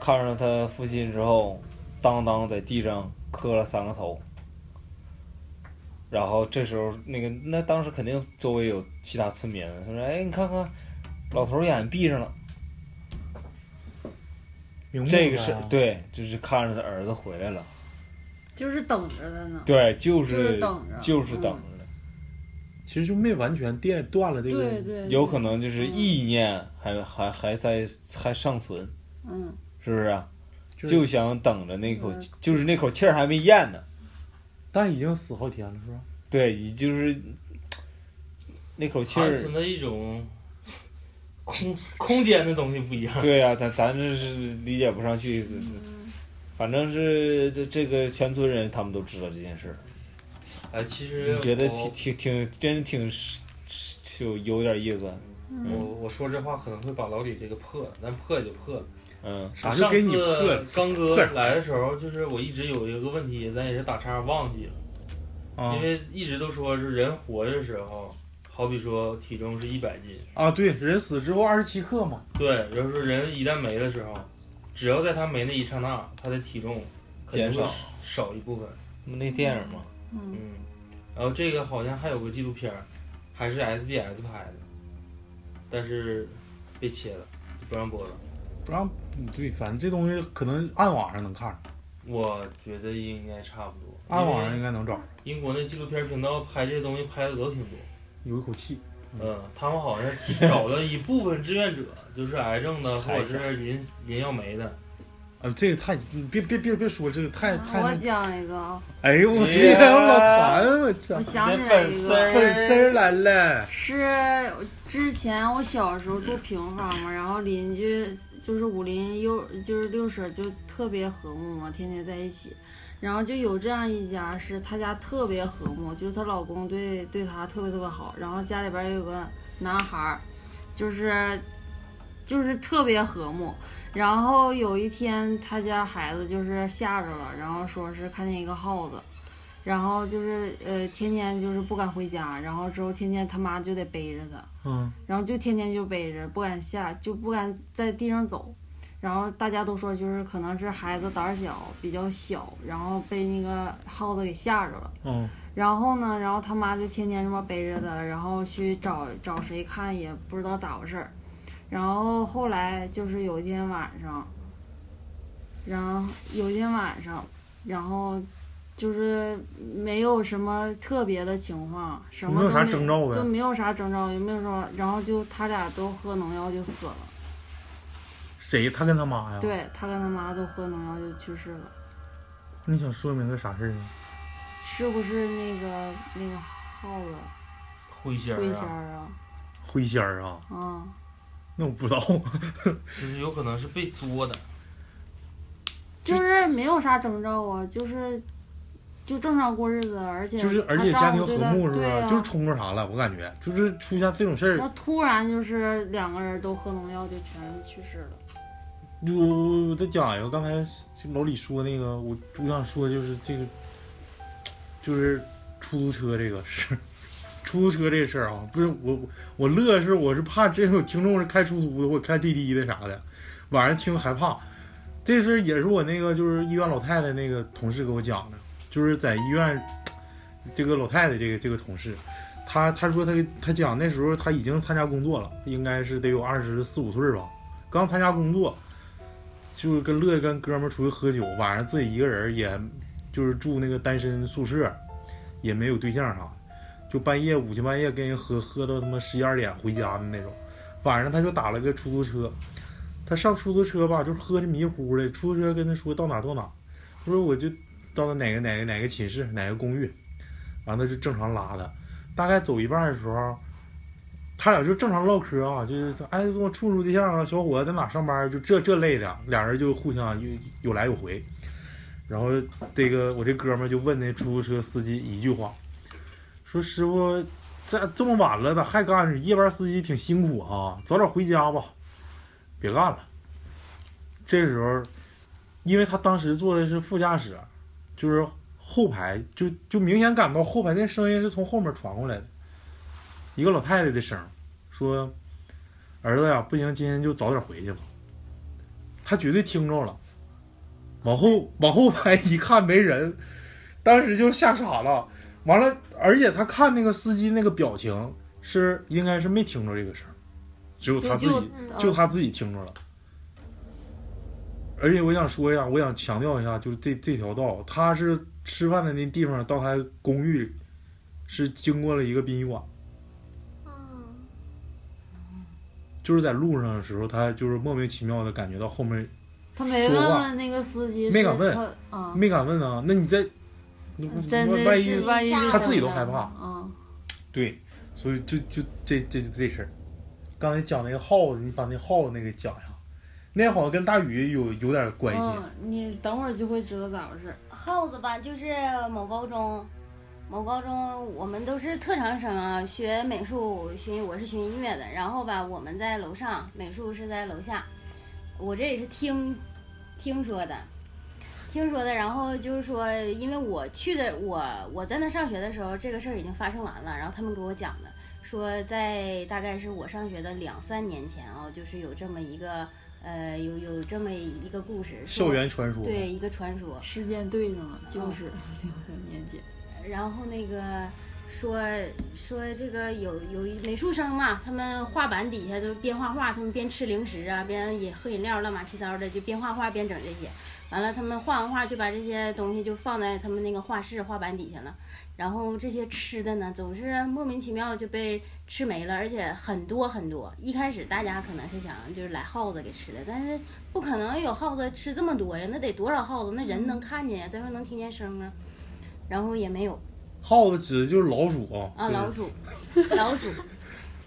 Speaker 8: 看着他父亲之后，当当在地上磕了三个头。然后这时候那个那当时肯定周围有其他村民，他说：“哎，你看看，老头眼闭上了。
Speaker 3: 明”目
Speaker 8: 这个
Speaker 9: 啊
Speaker 8: 是
Speaker 3: 了
Speaker 8: 对，就是看着他儿子回来了，
Speaker 4: 就是等着的呢。
Speaker 8: 对，就
Speaker 4: 就是是等着嗯
Speaker 8: 就是等着呢，
Speaker 3: 其实就没完全电断了这
Speaker 4: 对
Speaker 3: 个，
Speaker 4: 对，
Speaker 8: 有
Speaker 4: 对
Speaker 8: 可能就是意念还还还在还尚存，
Speaker 4: 嗯，
Speaker 8: 是不是啊？
Speaker 3: 就是
Speaker 8: 就想等着那口
Speaker 4: 嗯，
Speaker 8: 就是那口气儿还没咽呢。
Speaker 3: 但已经死好天了，是吧？
Speaker 8: 对，你就是那口气
Speaker 9: 还
Speaker 8: 儿
Speaker 9: 存。在一种空空间的东西不一样。
Speaker 8: 对呀、咱咱这是理解不上去，反正是这这个全村人他们都知道这件事儿，
Speaker 9: 哎，其实
Speaker 8: 你觉得
Speaker 9: 我
Speaker 8: 挺挺挺真挺是是有有点意思，
Speaker 9: 我我说这话可能会把老李这个破了，但破也就破了。
Speaker 8: 嗯
Speaker 3: 啥时
Speaker 9: 上
Speaker 3: 候给
Speaker 9: 次
Speaker 3: 你破了
Speaker 9: 刚哥
Speaker 3: 破了
Speaker 9: 来的时候，就是我一直有一个问题，咱也是打岔忘记了。
Speaker 3: 啊
Speaker 9: 因为一直都说是人活着的时候，好比说体重是一百斤，
Speaker 3: 啊！对，人死之后二十七克嘛，
Speaker 9: 对，就是说人一旦没的时候，只要在他没那一刹那，他的体重可能
Speaker 8: 减
Speaker 9: 会
Speaker 8: 少
Speaker 9: 少一部分，
Speaker 8: 那电影嘛，
Speaker 9: 嗯，然后这个好像还有个纪录片儿，还是 SBS 拍的，但是被切了，不让播了。
Speaker 3: 不让，嗯对，反正这东西可能暗网上能看着，
Speaker 9: 我觉得应该差不多。
Speaker 3: 暗网
Speaker 9: 因
Speaker 3: 上
Speaker 4: 嗯
Speaker 9: 为
Speaker 3: 应该能找着，
Speaker 9: 英国那纪录片频道拍这东西拍的都挺多。
Speaker 3: 有一口气。
Speaker 9: 嗯，他们好像是找了一部分志愿者，就是癌症的或者是林林耀梅的。
Speaker 3: 啊，这个太，你别别别别说这个太太
Speaker 4: 啊我
Speaker 3: 那，
Speaker 4: 讲一个啊，
Speaker 3: 哎呦我
Speaker 6: 哎
Speaker 3: 天，
Speaker 6: 呀
Speaker 3: 我老烦我操
Speaker 4: 我，想起来一个，
Speaker 3: 粉丝儿来了，
Speaker 4: 是之前我小时候住平房嘛，然后邻居就是五邻又就是六婶就特别和睦嘛，天天在一起。然后就有这样一家是她家特别和睦，就是她老公对对她特别特别好，然后家里边有个男孩儿，就是就是特别和睦。然后有一天她家孩子就是吓着了，然后说是看见一个耗子，然后就是呃天天就是不敢回家，然后之后天天他妈就得背着他，
Speaker 3: 嗯，
Speaker 4: 然后就天天就背着，不敢下，就不敢在地上走。然后大家都说，就是可能是孩子胆儿小，比较小，然后被那个耗子给吓着了。
Speaker 3: 嗯，
Speaker 4: 然后呢，然后他妈就天天这么背着他，然后去找找谁看，也不知道咋回事儿。然后后来就是有一天晚上，然后有一天晚上，然后就是没有什么特别的情况，什么
Speaker 3: 没有
Speaker 4: 都
Speaker 3: 啥征兆呗
Speaker 4: 就没有啥征兆，也没有说，然后就他俩都喝农药就死了，
Speaker 3: 谁？他跟他妈呀？，
Speaker 4: 对他跟他妈都喝农药就去世了，
Speaker 3: 你想说明个啥事儿呢？
Speaker 4: 是不是那个那个耗子
Speaker 9: 灰仙
Speaker 4: 龟
Speaker 9: 儿
Speaker 4: 仙
Speaker 9: 啊，
Speaker 4: 儿啊？
Speaker 3: 灰仙儿啊？
Speaker 4: 嗯，
Speaker 3: 那我不知道，
Speaker 9: 就是有可能是被作的，
Speaker 4: 就是没有啥征兆啊，就是就正常过日子，而且
Speaker 3: 就是而
Speaker 4: 她
Speaker 3: 且家
Speaker 4: 丈
Speaker 3: 庭
Speaker 4: 夫
Speaker 3: 和
Speaker 4: 对她
Speaker 3: 睦是
Speaker 4: 对
Speaker 3: 吧？
Speaker 4: 啊
Speaker 3: 就是冲着啥了？我感觉就是出现这种事儿，
Speaker 4: 那突然就是两个人都喝农药，就全去世了。
Speaker 3: 我我我再讲一个，刚才就老李说那个，我我想说就是这个，就是出租车这个事儿，出租车这个事儿啊，不是我我我乐是我是怕这有听众是开出租的或者开滴滴的啥的，晚上听害怕。这事儿也是我那个就是医院老太太那个同事给我讲的，就是在医院这个老太太这个这个同事，她她说她她讲那时候她已经参加工作了，应该是得有二十四五岁儿吧，刚参加工作。就是跟乐跟哥们儿出去喝酒，晚上自己一个人儿也，就是住那个单身宿舍，也没有对象啥，就半夜五更半夜跟人喝，喝到他妈十一二点回家的那种。晚上他就打了个出租车，他上出租车吧，就是喝的迷糊的，出租车跟他说到哪到哪，他说我就到哪个哪个哪个寝室哪个公寓，完了就正常拉他，大概走一半的时候。他俩就正常唠嗑啊，就是说哎，我处处对象啊，小伙子在哪上班，就这这类的，俩人就互相有有来有回。然后这个我这哥们儿就问那出租车司机一句话，说师傅，这这么晚了咋还干着？夜班司机挺辛苦啊，早点回家吧，别干了。这时候，因为他当时坐的是副驾驶，就是后排，就就明显感到后排那声音是从后面传过来的，一个老太太的声儿，说：“儿子呀，不行，今天就早点回去吧。”他绝对听着了，往后往后排一看没人，当时就吓傻了。完了，而且他看那个司机那个表情是应该是没听着这个声儿，只有他自己
Speaker 4: 就嗯
Speaker 3: 就他自己听着了。而且我想说一下，我想强调一下，就是这这条道，他是吃饭的那地方到他公寓，是经过了一个殡仪馆，
Speaker 7: 嗯，
Speaker 3: 就是在路上的时候，他就是莫名其妙的感觉到后面
Speaker 4: 他没问问那个司机是
Speaker 3: 没敢问
Speaker 4: 他啊，
Speaker 3: 没敢问啊，那你在，
Speaker 4: 真真
Speaker 3: 万
Speaker 4: 是
Speaker 3: 一
Speaker 4: 万一是
Speaker 3: 他自己都
Speaker 4: 真
Speaker 3: 害
Speaker 4: 的
Speaker 3: 怕
Speaker 4: 嗯，
Speaker 3: 对，所以就就这这就这事儿。刚才讲那个耗子，你把那耗子那个讲一下，那好像跟大宇有有点关系。
Speaker 4: 嗯，你等会儿就会知道咋回事儿。
Speaker 5: 耗子吧，就是某高中，某高中我们都是特长生啊，学美术，学我是学音乐的，然后吧，我们在楼上，美术是在楼下，我这也是听听说的。听说的，然后就是说，因为我去的我我在那上学的时候，这个事儿已经发生完了，然后他们给我讲的，说在大概是我上学的两三年前啊、就是有这么一个呃有有这么一个故事，说
Speaker 3: 校园传说，
Speaker 5: 对一个传说，
Speaker 4: 时间对上了，就
Speaker 5: 嗯
Speaker 4: 是两三年前。
Speaker 5: 然后那个说说这个有有一美术生嘛，他们画板底下都边画画，他们边吃零食啊，边也喝饮料，乱七八糟的，就边画画边整这些。完了，他们画完画就把这些东西就放在他们那个画室画板底下了。然后这些吃的呢，总是莫名其妙就被吃没了，而且很多很多。一开始大家可能是想就是来耗子给吃的，但是不可能有耗子吃这么多呀，那得多少耗子？那人能看见呀，再说能听见声啊，然后也没有。
Speaker 3: 耗子指的就是老鼠啊，
Speaker 5: 啊，
Speaker 3: 就是
Speaker 5: 老鼠， 老鼠。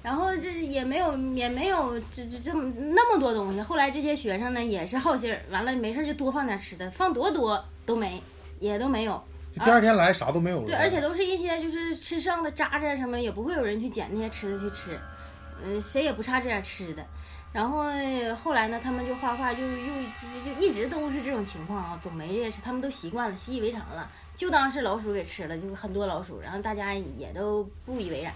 Speaker 5: 然后这也没有也没有这这这么那么多东西。后来这些学生呢也是好心儿，完了没事儿就多放点吃的，放多多都没，也都没有。
Speaker 3: 就第二天来啥都没有了。啊
Speaker 5: 对，而且都是一些就是吃剩的渣渣什么，也不会有人去捡那些吃的去吃，嗯、谁也不差这点吃的。然后呃后来呢，他们就画画，就又就就一直都是这种情况啊，总没这些吃，他们都习惯了，习以为常了，就当是老鼠给吃了，就很多老鼠，然后大家也都不以为然。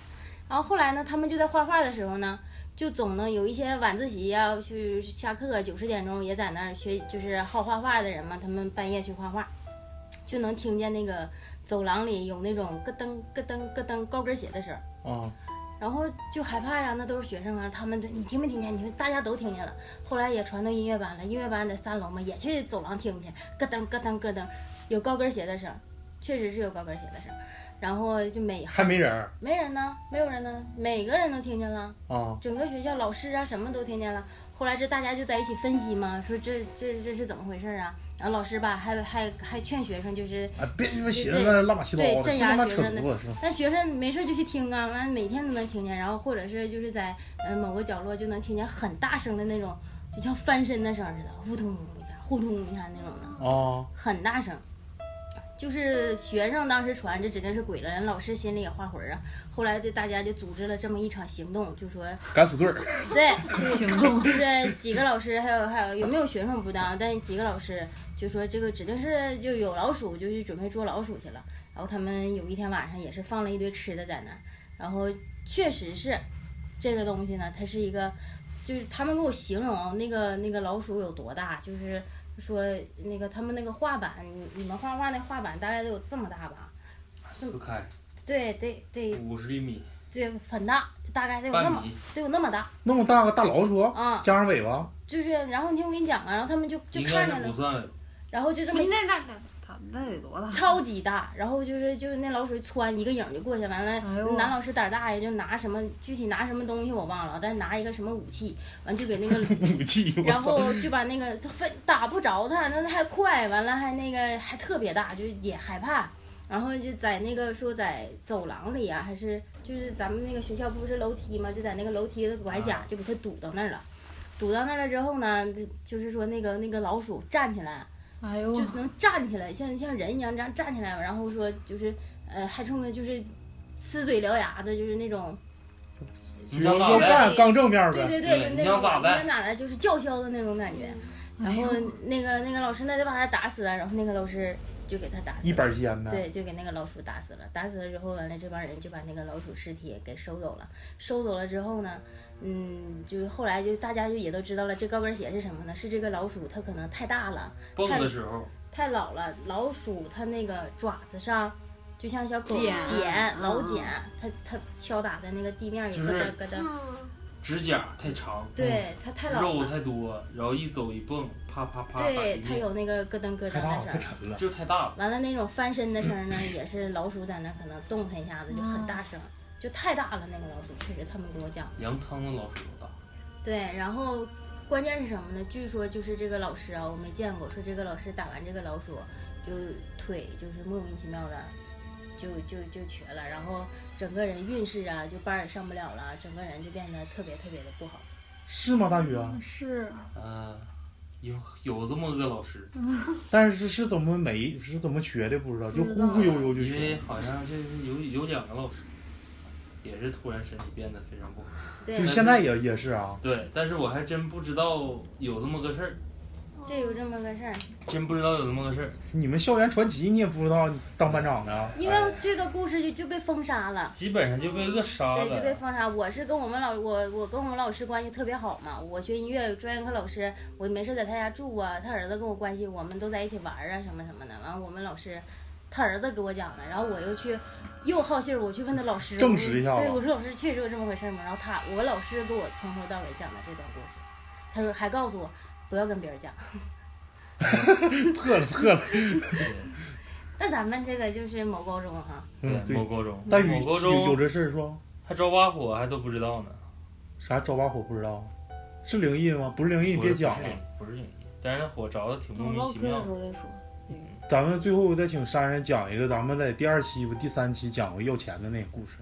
Speaker 5: 然后后来呢，他们就在画画的时候呢，就总能有一些晚自习呀、去下课九十点钟也在那儿学，就是好画画的人嘛，他们半夜去画画，就能听见那个走廊里有那种咯噔咯噔咯噔高跟鞋的声儿，
Speaker 3: 啊，
Speaker 5: 然后就害怕呀，那都是学生啊，他们就你听没听见？你听，大家都听见了。后来也传到音乐班了，音乐班在三楼嘛，也去走廊听去，咯噔咯噔咯噔，有高跟鞋的声儿，确实是有高跟鞋的声儿。然后就每
Speaker 3: 还没人儿
Speaker 5: 没人呢，没有人呢，每个人都听见了。
Speaker 3: 啊，
Speaker 5: 整个学校老师啊什么都听见了。后来这大家就在一起分析嘛，啊说这这这是怎么回事啊？然后老师吧还还还劝学生，就是
Speaker 3: 啊别鸡巴寻思那乱七八糟的，
Speaker 5: 对
Speaker 3: 这
Speaker 5: 镇
Speaker 3: 他
Speaker 5: 压
Speaker 3: 妈
Speaker 5: 学
Speaker 3: 扯
Speaker 5: 生的
Speaker 3: 犊子是吧？
Speaker 5: 但学生没事儿就去听啊，完了每天都能听见，然后或者是就是在呃某个角落就能听见很大声的那种，就像翻身的声儿似的，呼通一下，呼通一下那种的，
Speaker 3: 啊，
Speaker 5: 很大声。就是学生当时传，这指定是鬼了，人老师心里也画魂儿啊。后来这大家就组织了这么一场行动，就说
Speaker 3: 敢死队儿，
Speaker 5: 对，就是几个老师，还有还有有没有学生不知道，但几个老师就说这个指定是就有老鼠，就去准备捉老鼠去了。然后他们有一天晚上也是放了一堆吃的在那儿，然后确实是这个东西呢，它是一个，就是他们给我形容那个那个老鼠有多大，就是说那个他们那个画板，你你们画画那画板大概得有这么大吧？
Speaker 9: 撕开
Speaker 5: 对，得得
Speaker 9: 五十厘米，
Speaker 5: 对很大，大概得有哎那
Speaker 9: 半
Speaker 5: 么
Speaker 9: 米，
Speaker 5: 得有那么大
Speaker 3: 那么大个大老鼠，
Speaker 5: 啊。
Speaker 3: 加上尾巴，
Speaker 5: 就是，然后你听我跟你讲啊，然后他们就就
Speaker 9: 应
Speaker 5: 看
Speaker 9: 该
Speaker 5: 见
Speaker 9: 是不
Speaker 5: 了，
Speaker 9: 算
Speaker 5: 然后就这么
Speaker 4: 那那那他那得多大？
Speaker 5: 超级大，然后就是就是那老鼠窜一个影儿就过去，完了、
Speaker 4: 哎呦
Speaker 5: 男老师胆儿大呀，就拿什么具体拿什么东西我忘了，但是拿一个什么武器，完就给那个
Speaker 3: 武器，我
Speaker 5: 然
Speaker 3: 操
Speaker 5: 后就把那个他分打不着他，那还快，完了还那个还特别大，就也害怕。然后就在那个说在走廊里啊，还是就是咱们那个学校不是楼梯嘛，就在那个楼梯的拐
Speaker 3: 啊
Speaker 5: 角就给他堵到那儿了。堵到那儿了之后呢，就就是说那个那个老鼠站起来，
Speaker 4: 哎呦
Speaker 5: 就，能站起来，像像人一样这样站起来，然后说就是呃还冲着就是呲嘴獠牙的，就是那种
Speaker 9: 你
Speaker 3: 要要
Speaker 9: 想咋的？
Speaker 3: 干刚正面儿
Speaker 5: 对
Speaker 3: 呗，
Speaker 5: 对对，就那
Speaker 9: 嗯你想
Speaker 5: 种
Speaker 9: 咋办哎
Speaker 5: 那哪的就是叫嚣的那种感觉。然后那个那个老师那得把他打死啊，然后那个老师就给他打死
Speaker 3: 一
Speaker 5: 了，
Speaker 3: 板尖呗，
Speaker 5: 对，就给那个老鼠打死了。打死了之后，完了这帮人就把那个老鼠尸体给收走了。收走了之后呢，嗯，就是后来就大家就也都知道了，这高跟鞋是什么呢？是这个老鼠它可能太大了，
Speaker 9: 蹦的时候，
Speaker 5: 太老了，老鼠它那个爪子上。就像小狗
Speaker 4: 茧
Speaker 5: 茧，老
Speaker 4: 嗯
Speaker 5: 茧，它它敲打在那个地面儿也
Speaker 9: 就
Speaker 5: 咯
Speaker 9: 是
Speaker 5: 噔咯噔，
Speaker 7: 嗯，
Speaker 9: 指甲太长，嗯
Speaker 5: 对，它太老了，
Speaker 9: 肉太多，然后一走一蹦，啪啪啪，
Speaker 5: 对，
Speaker 9: 打
Speaker 5: 它
Speaker 9: 地面
Speaker 5: 有那个咯噔咯噔
Speaker 3: 太大了，
Speaker 5: 的
Speaker 3: 太
Speaker 5: 声儿。
Speaker 3: 沉了，
Speaker 9: 就太大了。
Speaker 5: 完了那种翻身的声儿呢，也是老鼠在那儿可能动它一下子就很大声，就太大了那个老鼠，确实他们跟我讲。
Speaker 9: 洋仓的老鼠多大？
Speaker 5: 对，然后关键是什么呢？据说就是这个老师啊，我没见过，说这个老师打完这个老鼠，就腿就是莫名其妙的。就就就瘸了，然后整个人运势啊，就班儿也上不了了，整个人就变得特别特别的不好。
Speaker 3: 是吗？大宇，啊
Speaker 7: 是
Speaker 9: 嗯，有有这么个老师，
Speaker 3: 但是是怎么没是怎么瘸的不知道，就忽忽悠悠就
Speaker 9: 因为
Speaker 3: 瘸，
Speaker 9: 好像就是有有两个老师，也是突然身体变得非常不好。
Speaker 5: 对
Speaker 3: 就，现在也也是啊，
Speaker 9: 对，但是我还真不知道有这么个事儿，
Speaker 5: 这有这么个事儿。
Speaker 9: 真不知道有这么个事儿。
Speaker 3: 你们校园传奇你也不知道当班长的，啊
Speaker 5: 因为这个故事就就被封杀了。
Speaker 9: 基本上就被扼杀
Speaker 5: 对，就被
Speaker 9: 了。
Speaker 5: 封杀。我是跟我们老我我跟我们老师关系特别好嘛，我学音乐专业课老师，我没事在他家住啊，他儿子跟我关系，我们都在一起玩儿啊，什么什么的。完，我们老师他儿子给我讲的，然后我又去又好信儿，我去问他老师
Speaker 3: 证实一下
Speaker 5: 我对，
Speaker 3: 吧
Speaker 5: 我说老师确实有这么回事儿吗？然后他我老师给我从头到尾讲的这段故事，他说还告诉我不要跟别人讲。
Speaker 3: 破了破了，
Speaker 5: 那咱们这个就是某高中哈，
Speaker 3: 嗯
Speaker 9: 对
Speaker 3: 对
Speaker 9: 某。高中，
Speaker 3: 但是
Speaker 9: 某高
Speaker 3: 有有
Speaker 9: 中
Speaker 3: 这事儿是吧？
Speaker 9: 还招把火还都不知道呢。
Speaker 3: 啥招把火不知道？是灵异吗？不是灵异，
Speaker 9: 不
Speaker 3: 别
Speaker 9: 是
Speaker 3: 讲了。，
Speaker 9: 不是不是但是那火着的挺莫
Speaker 4: 我唠
Speaker 9: 名其
Speaker 4: 嗑
Speaker 9: 妙
Speaker 4: 的时。候再说。
Speaker 3: 咱们最后再请珊珊讲一个，咱们在第二期不第三期讲过要钱的那个故事，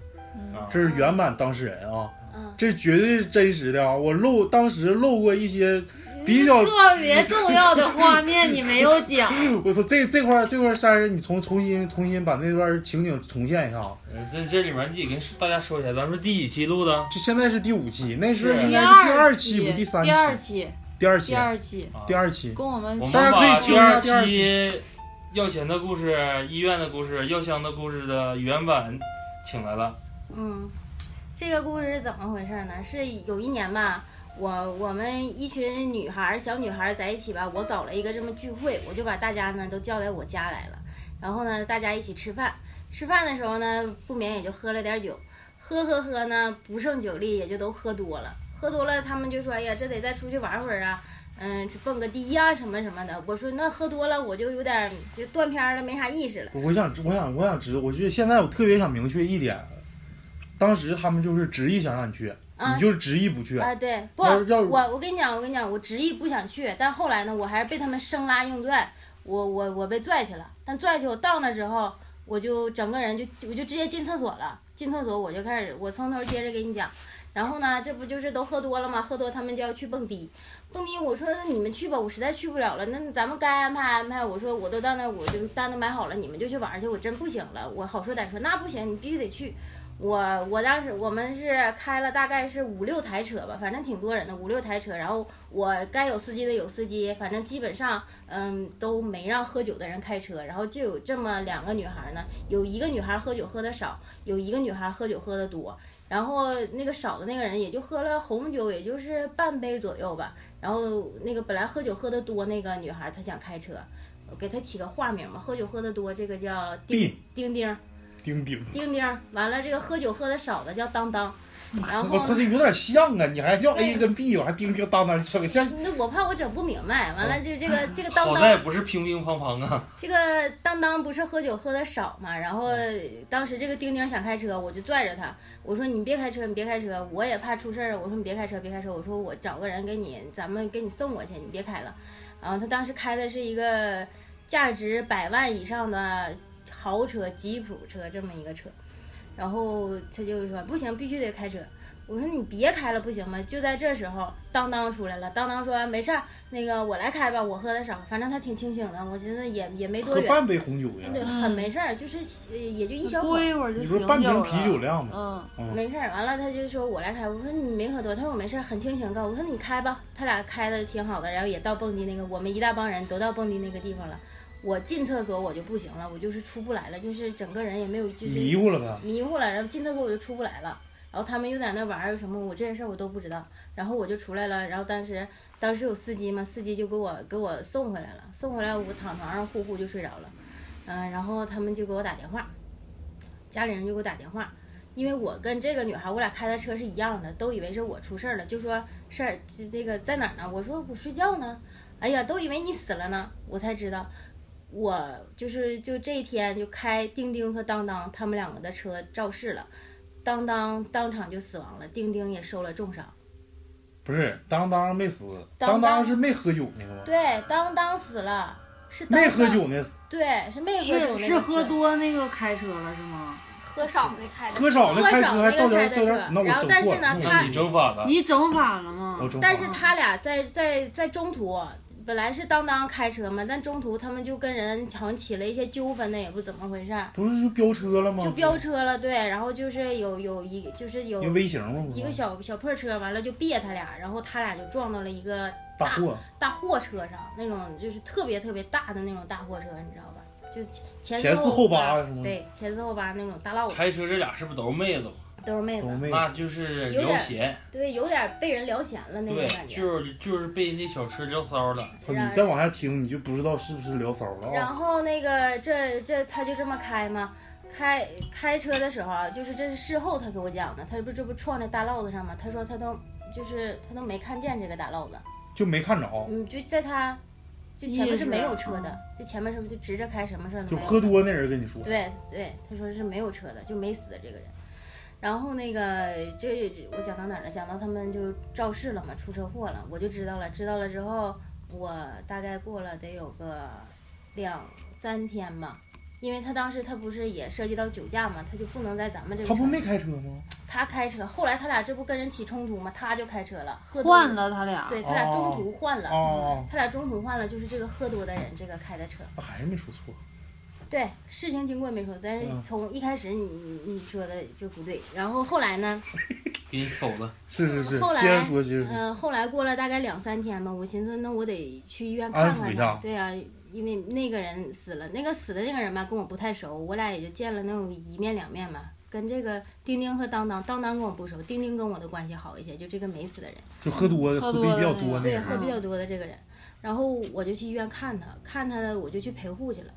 Speaker 9: 啊
Speaker 3: 这是原版当事人啊，
Speaker 5: 嗯，
Speaker 3: 这绝对是真实的啊！我漏当时漏过一些比较，
Speaker 10: 特别重要的画面你没有 讲，
Speaker 3: 我操，这这块儿这块儿珊珊，你重重新重新把那段情景重现一下啊！
Speaker 9: 呃这这里面你得跟大家说一下，咱们是第几期录的？
Speaker 3: 就现在是第五期，那是
Speaker 9: 是
Speaker 3: 应
Speaker 4: 第
Speaker 3: 该是第
Speaker 4: 二
Speaker 3: 期不第三
Speaker 4: 第二期，
Speaker 3: 第二期
Speaker 4: 第，二期，
Speaker 3: 第二期，
Speaker 4: 跟我们
Speaker 9: 啊我们
Speaker 3: 大家可以
Speaker 9: 把
Speaker 3: 听
Speaker 9: 第
Speaker 3: 一下
Speaker 9: 二
Speaker 3: 第二
Speaker 9: 期要钱的故事、医院的故事、药箱的故事的原版请来了。
Speaker 5: 嗯，这个故事是怎么回事呢？是有一年吧，我我们一群女孩儿小女孩儿在一起吧，我搞了一个这么聚会，我就把大家呢都叫来我家来了，然后呢大家一起吃饭，吃饭的时候呢不免也就喝了点酒，喝喝喝呢不胜酒力，也就都喝多了，喝多了他们就说哎呀这得再出去玩会儿啊。嗯，去蹦个迪呀、什么什么的。我说那喝多了我就有点儿就断片儿了，没啥意识了。
Speaker 3: 我想我想我想知道，我觉得现在我特别想明确一点，当时他们就是执意想让你去，
Speaker 5: 啊
Speaker 3: 你就是执意不去，
Speaker 5: 啊，对，不，
Speaker 3: 要要
Speaker 5: 我我跟你讲，我跟你讲，我执意不想去，但后来呢，我还是被他们生拉硬拽，我我我被拽去了。但拽去，我到那之后，我就整个人就我就直接进厕所了。进厕所我就开始，我从头接着给你讲。然后呢，这不就是都喝多了吗？喝多他们就要去蹦迪，蹦迪我说那你们去吧，我实在去不了了。那咱们该安排安排。我说我都到那儿，我就单都买好了，你们就去玩儿去，我真不行了。我好说歹说，那不行，你必须得去。我我当时我们是开了大概是五六台车吧，反正挺多人的，五六台车。然后我该有司机的有司机，反正基本上嗯都没让喝酒的人开车。然后就有这么两个女孩呢，有一个女孩喝酒喝的少，有一个女孩喝酒喝的多。然后那个少的那个人也就喝了红酒，也就是半杯左右吧。然后那个本来喝酒喝的多那个女孩，她想开车，我给她起个化名吧，喝酒喝的多这个叫丁
Speaker 3: B
Speaker 5: 丁丁。
Speaker 3: 丁丁。
Speaker 5: 丁丁，完了这个喝酒喝的少的叫当当，然
Speaker 3: 我操，
Speaker 5: 后
Speaker 3: 这有点像啊！你还叫 A 跟 B，我还叮叮当当，像像
Speaker 5: 那我怕我整不明白，完了就这个这个当
Speaker 9: 好在
Speaker 5: 当
Speaker 9: 不是乒乒乓乓啊，
Speaker 5: 这个当当不是喝酒喝的少嘛，然后当时这个丁丁想开车，我就拽着他，我说你别开车，你别开车，我也怕出事儿，我说你别开车，别开车，我说我找个人给你，咱们给你送过去，你别开了。然后他当时开的是一个价值百万以上的豪车吉普车这么一个车，然后他就说不行，必须得开车。我说你别开了，不行吗？就在这时候，当当出来了。当当说没事儿，那个我来开吧，我喝的少，反正他挺清醒的，我寻思也也没多
Speaker 3: 喝
Speaker 5: 远，
Speaker 3: 半杯红酒呀，
Speaker 5: 对，很没事儿，就是呃也就一小口
Speaker 10: 过。一会儿就
Speaker 3: 你
Speaker 10: 醒
Speaker 3: 说
Speaker 10: 酒
Speaker 3: 半瓶
Speaker 10: 了。
Speaker 3: 啤
Speaker 5: 啊
Speaker 3: 酒量吗？
Speaker 10: 嗯，
Speaker 5: 没事儿，完了他就说我来开，我说你没喝多，他说我没事儿，很清醒。告我说你开吧，他俩开的挺好的，然后也到蹦迪那个，我们一大帮人都到蹦迪那个地方了。我进厕所我就不行了，我就是出不来了，就是整个人也没有就是
Speaker 3: 迷糊了呗。
Speaker 5: 迷糊了，然后进厕所我就出不来了。然后他们又在那玩儿什么，我这些事儿我都不知道。然后我就出来了，然后当时当时有司机嘛，司机就给我给我送回来了，送回来我躺床上呼呼就睡着了，嗯、然后他们就给我打电话，家里人就给我打电话，因为我跟这个女孩我俩开的车是一样的，都以为是我出事儿了，就说事儿这这个在哪儿呢？我说我睡觉呢，哎呀，都以为你死了呢，我才知道我就是就这一天就开钉钉和当当他们两个的车肇事了，当当当场就死亡了，钉钉也受了重伤。
Speaker 3: 不是，当当没死，
Speaker 5: 当当
Speaker 3: 当是没喝酒那个吗？
Speaker 5: 对，当当死了，是当
Speaker 3: 没
Speaker 5: 当
Speaker 3: 喝，酒哦那死，
Speaker 5: 对，是没喝酒那
Speaker 4: 是
Speaker 5: 个
Speaker 4: 是喝
Speaker 5: 死
Speaker 4: 多那个开车了是吗？
Speaker 7: 喝少没开的。
Speaker 3: 喝少
Speaker 5: 喝
Speaker 3: 了开
Speaker 5: 少
Speaker 3: 车
Speaker 5: 那
Speaker 3: 还
Speaker 5: 个
Speaker 3: 照点
Speaker 5: 开
Speaker 3: 照
Speaker 5: 的
Speaker 3: 点
Speaker 5: 车
Speaker 3: 死，那我
Speaker 5: 然后
Speaker 3: 整
Speaker 5: 但
Speaker 3: 错
Speaker 5: 是呢
Speaker 3: 了，
Speaker 5: 他嗯
Speaker 9: 那 你整反了。
Speaker 4: 你整反了吗
Speaker 3: 啊我？整
Speaker 5: 但
Speaker 3: 错
Speaker 5: 是
Speaker 3: 了
Speaker 5: 他俩在在在中途，本来是当当开车嘛，但中途他们就跟人好像起了一些纠纷呢，也不怎么回事儿，
Speaker 3: 不是就飙车了吗？
Speaker 5: 就飙车了，对，然后就是有有一就是有
Speaker 3: 一个微型吗？不是
Speaker 5: 一个小小破车，完了就别他俩，然后他俩就撞到了一个
Speaker 3: 大货，
Speaker 5: 大货车上，那种就是特别特别大的那种大货车，你知道吧？就前
Speaker 3: 前四
Speaker 5: 四
Speaker 3: 后八
Speaker 5: 八
Speaker 3: 是吗
Speaker 5: 对，前四后八那种大烙子。
Speaker 9: 开车这俩是不是都是妹子？
Speaker 5: 都是妹
Speaker 3: 都
Speaker 5: 子，
Speaker 3: 妹，
Speaker 9: 那就是
Speaker 5: 有
Speaker 9: 聊
Speaker 5: 点
Speaker 9: 闲，
Speaker 5: 对，有点被人聊闲了那种
Speaker 9: 对
Speaker 5: 感，觉。
Speaker 9: 就是就是被那小吃聊骚了。
Speaker 3: 操！你再往下听，你就不知道是不是聊骚了
Speaker 5: 然
Speaker 3: 啊！
Speaker 5: 后那个这这他就这么开嘛，开开车的时候啊，就是这是事后他给我讲的，他不这不撞在大烙子上嘛，他说他都就是他都没看见这个大烙子，
Speaker 3: 就没看着，
Speaker 5: 嗯，就在他就前面是没有车
Speaker 10: 意识
Speaker 5: 的
Speaker 10: 啊，
Speaker 5: 就前面是不是就直着开，什么事儿都
Speaker 3: 就
Speaker 5: 没有。
Speaker 3: 喝多那人跟你说，
Speaker 5: 对对，他说是没有车的，就没死这个人。然后那个这我讲到哪儿了？讲到他们就肇事了嘛，出车祸了，我就知道了。知道了之后，我大概过了得有个两三天吧，因为他当时他不是也涉及到酒驾嘛，他就不能在咱们这个
Speaker 3: 他不
Speaker 5: 城
Speaker 3: 没开车吗？
Speaker 5: 他开车，后来他俩这不跟人起冲突嘛，他就开车了，喝多
Speaker 10: 换，了他俩，
Speaker 5: 对他俩中
Speaker 3: 哦
Speaker 5: 途换了，
Speaker 3: 哦，
Speaker 5: 他俩中途换了，就是这个喝多的人这个开的车。
Speaker 3: 啊还是没说错，
Speaker 5: 对，事情经过没说，但是
Speaker 3: 嗯
Speaker 5: 从一开始你你你说的就不对，然后后来呢，
Speaker 9: 给你否了，
Speaker 3: 是是是，
Speaker 5: 后来
Speaker 3: 接着说，接着说，
Speaker 5: 嗯、后来过了大概两三天吧，我寻思那我得去医院看
Speaker 3: 安抚
Speaker 5: 看
Speaker 3: 一
Speaker 5: 他
Speaker 3: 下，
Speaker 5: 对啊，因为那个人死了，那个死的那个人吧跟我不太熟，我俩也就见了那种一面两面吧，跟这个丁丁和当当，当当跟我不熟，丁丁跟我的关系好一些，就这个没死的人。
Speaker 3: 就喝多
Speaker 10: 喝
Speaker 3: 喝
Speaker 10: 多
Speaker 3: 的比较
Speaker 10: 的
Speaker 3: 多
Speaker 10: 那
Speaker 3: 那
Speaker 5: 对，
Speaker 3: 人啊
Speaker 5: 喝比较多的这个人，然后我就去医院看他，看他我就去陪护去了。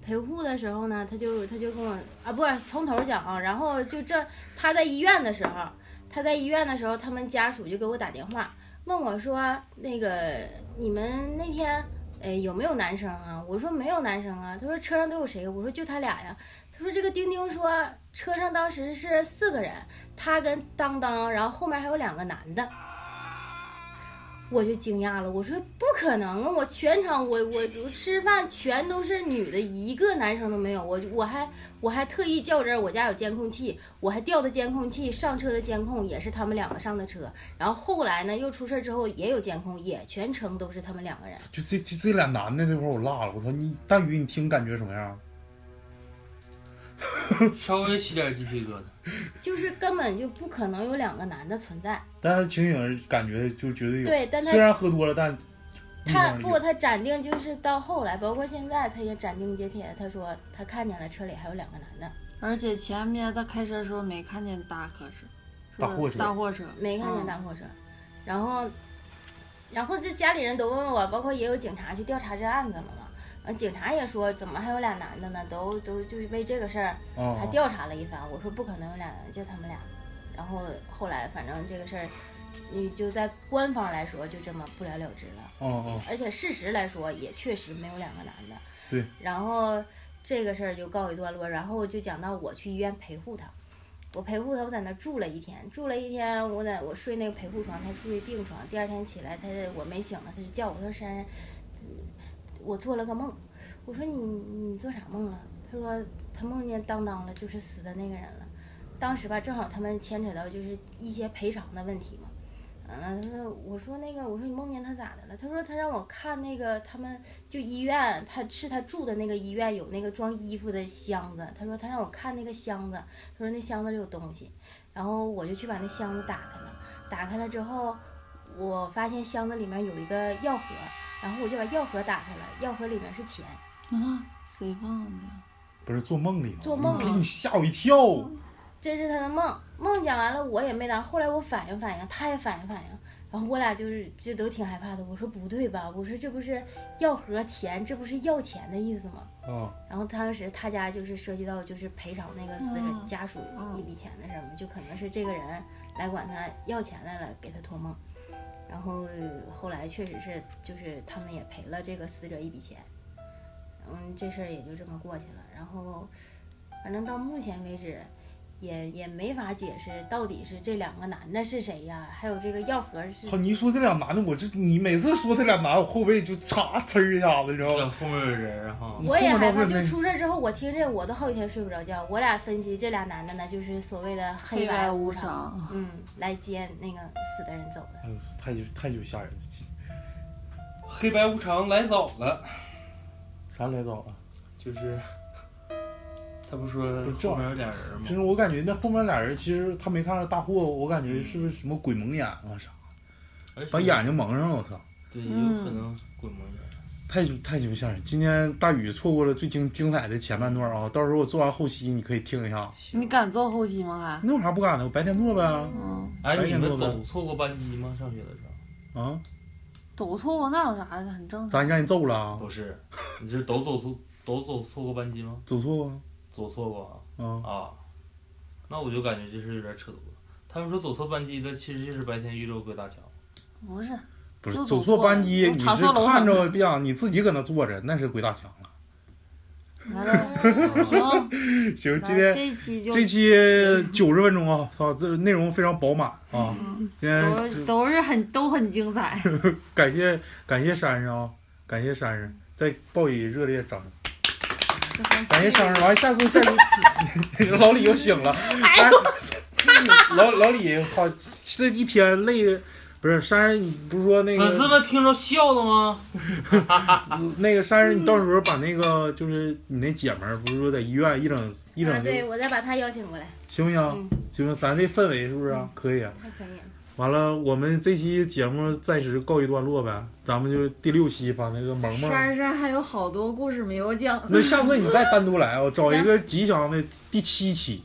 Speaker 5: 陪护的时候呢，他就他就跟我啊，不是从头讲啊，然后就这他在医院的时候，他在医院的时候，他们家属就给我打电话问我说，那个你们那天哎有没有男生啊？我说没有男生啊。他说车上都有谁？我说就他俩呀。他说这个丁丁说车上当时是四个人，他跟当当，然后后面还有两个男的。我就惊讶了，我说不可能啊！我全场我我我吃饭全都是女的，一个男生都没有。我我还我还特意较真儿，我家有监控器，我还调的监控器，上车的监控也是他们两个上的车。然后后来呢，又出事儿之后也有监控，也全程都是他们两个人。
Speaker 3: 就这这这俩男的这块儿我落了，我操！你大宇，你听感觉什么样？
Speaker 9: 稍微起点鸡皮疙瘩。
Speaker 5: 就是根本就不可能有两个男的存在。
Speaker 3: 但是情景感觉就绝对有，
Speaker 5: 对但他
Speaker 3: 虽然喝多了，但地
Speaker 5: 他
Speaker 3: 方
Speaker 5: 不，
Speaker 3: 有
Speaker 5: 他斩钉就是到后来，包括现在，他也斩钉截铁，他说他看见了车里还有两个男的，
Speaker 10: 而且前面他开车的时候没看见大客车，
Speaker 3: 大货车
Speaker 10: 大货车
Speaker 5: 没
Speaker 4: 嗯
Speaker 5: 看见大货车。然后，然后这家里人都问我，包括也有警察去调查这案子了嘛。呃警察也说，怎么还有俩男的呢？都都就为这个事儿还
Speaker 3: 啊，
Speaker 5: 调查了一番。我说不可能有俩男的，就他们俩。然后后来反正这个事儿，你就在官方来说就这么不了了之
Speaker 3: 啊
Speaker 5: 了。
Speaker 3: 啊，
Speaker 5: 而且事实来说，也确实没有两个男的。
Speaker 3: 对。
Speaker 5: 然后这个事儿就告一段落，然后就讲到我去医院陪护他，我陪护他，我在那儿住了一天，住了一天，我在我睡那个陪护床，他睡病床。第二天起来，他我没醒呢，他就叫我，他说珊珊，嗯我做了个梦。我说你你做啥梦了？他说他梦见当当了，就是死的那个人了。当时吧，正好他们牵扯到就是一些赔偿的问题嘛。嗯，他说，我说那个，我说你梦见他咋的了？他说他让我看那个他们就医院，他是他住的那个医院有那个装衣服的箱子。他说他让我看那个箱子，他说那箱子里有东西，然后我就去把那箱子打开了。打开了之后，我发现箱子里面有一个药盒，然后我就把药盒打开了，药盒里面是钱。
Speaker 10: 啊，谁放的？
Speaker 3: 不是做梦里啊，
Speaker 5: 做梦嗯
Speaker 3: 你
Speaker 5: 啊
Speaker 3: 给你吓我一跳，
Speaker 5: 这是他的梦，梦讲完了我也没当。后来我反应反应，他也反应反应，然后我俩就是就都挺害怕的。我说不对吧？我说这不是要和钱，这不是要钱的意思吗？
Speaker 3: 啊，
Speaker 5: 然后当时他家就是涉及到就是赔偿那个死者
Speaker 10: 嗯
Speaker 5: 家属
Speaker 10: 嗯
Speaker 5: 一笔钱的事儿嘛，就可能是这个人来管他要钱来了，给他托梦。然后后来确实是就是他们也赔了这个死者一笔钱，嗯，这事儿也就这么过去了。然后反正到目前为止。也也没法解释到底是这两个男的是谁呀、还有这个药盒是
Speaker 3: 操！你一说这俩男的，我这你每次说这俩男的，我后背就嚓呲儿一下子，你知道
Speaker 9: 对，
Speaker 3: 吗？
Speaker 9: 后面有人哈，
Speaker 5: 我也害怕，
Speaker 3: 你嗯
Speaker 5: 就
Speaker 3: 碰到过没
Speaker 5: 出事之后，我听这我都好几天睡不着觉。我俩分析这俩男的呢，就是所谓的黑白
Speaker 10: 白
Speaker 5: 无
Speaker 10: 无
Speaker 5: 常，
Speaker 10: 常，
Speaker 5: 嗯，来接那个死的人走的。
Speaker 3: 哎呦，太太就吓人了，
Speaker 9: 黑白无常来早了，
Speaker 3: 啥来着啊？
Speaker 9: 就是 他不说
Speaker 3: 不是这
Speaker 9: 后面有俩人
Speaker 3: 就
Speaker 9: 吗？
Speaker 3: 是我感觉那后面俩人，其实他没看上大货，我感觉是不是什么鬼蒙眼啊啥，
Speaker 9: 而且
Speaker 3: 把眼睛蒙上了，我操！
Speaker 9: 哎对，有
Speaker 10: 嗯
Speaker 9: 可能滚蒙眼。
Speaker 3: 太久太久下人。今天大宇错过了最精精彩的前半段啊，到时候我做完后期你可以听一下。
Speaker 10: 你敢做后期吗？
Speaker 3: 那有啥不敢的？我白天做呗。
Speaker 10: 嗯，
Speaker 9: 哎，
Speaker 3: 白
Speaker 9: 你
Speaker 3: 天
Speaker 9: 们
Speaker 3: 做呗。
Speaker 9: 走错过班级吗？上学的时候
Speaker 3: 啊，
Speaker 10: 抖错过那有啥的，很正常。
Speaker 3: 咋让你揍了啊？
Speaker 9: 不是，你是都走错都走错过班级吗？
Speaker 3: 走错啊？
Speaker 9: 走错过
Speaker 3: 啊
Speaker 9: 啊，啊，那我就感觉这事儿有点扯犊子。他们说走错班级的，其实就是白天遇着鬼打墙。
Speaker 10: 不是，
Speaker 3: 不是
Speaker 10: 就走
Speaker 3: 走错
Speaker 10: 错
Speaker 3: 班
Speaker 10: 了
Speaker 3: 级，
Speaker 10: 就
Speaker 3: 你
Speaker 10: 查
Speaker 3: 是
Speaker 10: 错楼
Speaker 3: 看
Speaker 10: 层
Speaker 3: 着别想你自己搁那坐着，那是鬼打墙了。
Speaker 10: 来了， 行，
Speaker 3: 行，今
Speaker 10: 嗯来
Speaker 3: 天
Speaker 10: 这一期就
Speaker 3: 这期九十分钟啊，操，这内容非常饱满啊。今天
Speaker 10: 都都是很都很精彩。
Speaker 3: 感谢感谢珊珊啊，感谢珊珊，再报以热烈掌声。感谢珊珊，完下次再 老李又醒了，哎老老李，我操，这一天累的不是珊珊，你不是说那
Speaker 9: 粉丝
Speaker 3: 个
Speaker 9: 们听着笑了吗？
Speaker 3: 那个珊珊，你到时候把那个就是你那姐们儿，不是说在医院一整一
Speaker 5: 啊，
Speaker 3: 整就
Speaker 5: 对，我再把他邀请过来，
Speaker 3: 行不行
Speaker 5: 嗯？
Speaker 3: 行不行？咱这氛围是不是啊可以啊？
Speaker 5: 太可以了。
Speaker 3: 完了，我们这期节目暂时告一段落呗，咱们就第六期把那个萌萌。
Speaker 10: 珊珊还有好多故事没有讲，
Speaker 3: 那下次你再单独来，我找一个吉祥的第七期，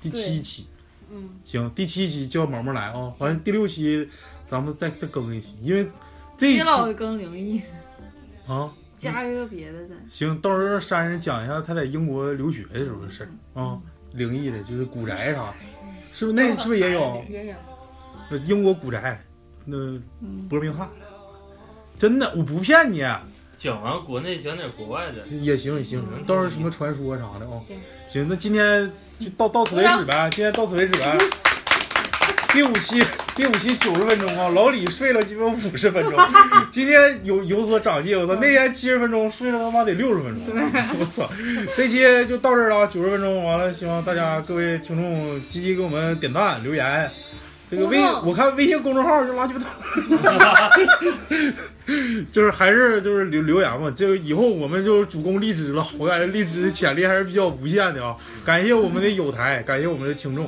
Speaker 3: 第七期
Speaker 5: 嗯，
Speaker 3: 行，第七期叫萌萌来啊、完了第六期咱们再再更一期，因为这一
Speaker 10: 别
Speaker 3: 期
Speaker 10: 老更灵异，
Speaker 3: 啊，
Speaker 10: 加一个别的再。
Speaker 3: 行，到时候让珊珊讲一下她在英国留学的时候的事儿啊，灵异的，就是古宅啥，是不是那是不是也有？
Speaker 5: 嗯也有。
Speaker 3: 呃英国古宅，那伯明翰，真的，我不骗你，啊
Speaker 9: 讲完国内，讲点国外的。
Speaker 3: 也行也行，到时候什么传说啥的啊、
Speaker 5: 行
Speaker 3: 行，那今天就到到此为止呗，今天到此为止呗。第五期，第五期九十分钟啊，老李睡了基本五十分钟，今天有有所长进，我操，那天七十分钟睡了他妈得六十分钟，我操， 这期就到这儿了，九十分钟完了，希望大家各位听众积极给我们点赞留言，这个微
Speaker 5: 互动
Speaker 3: 我看微信公众号就垃圾不 就是还是就是留留言嘛，就以后我们就主攻荔枝了。我感觉荔枝的潜力还是比较无限的啊！感谢我们的友台，感谢我们的听众。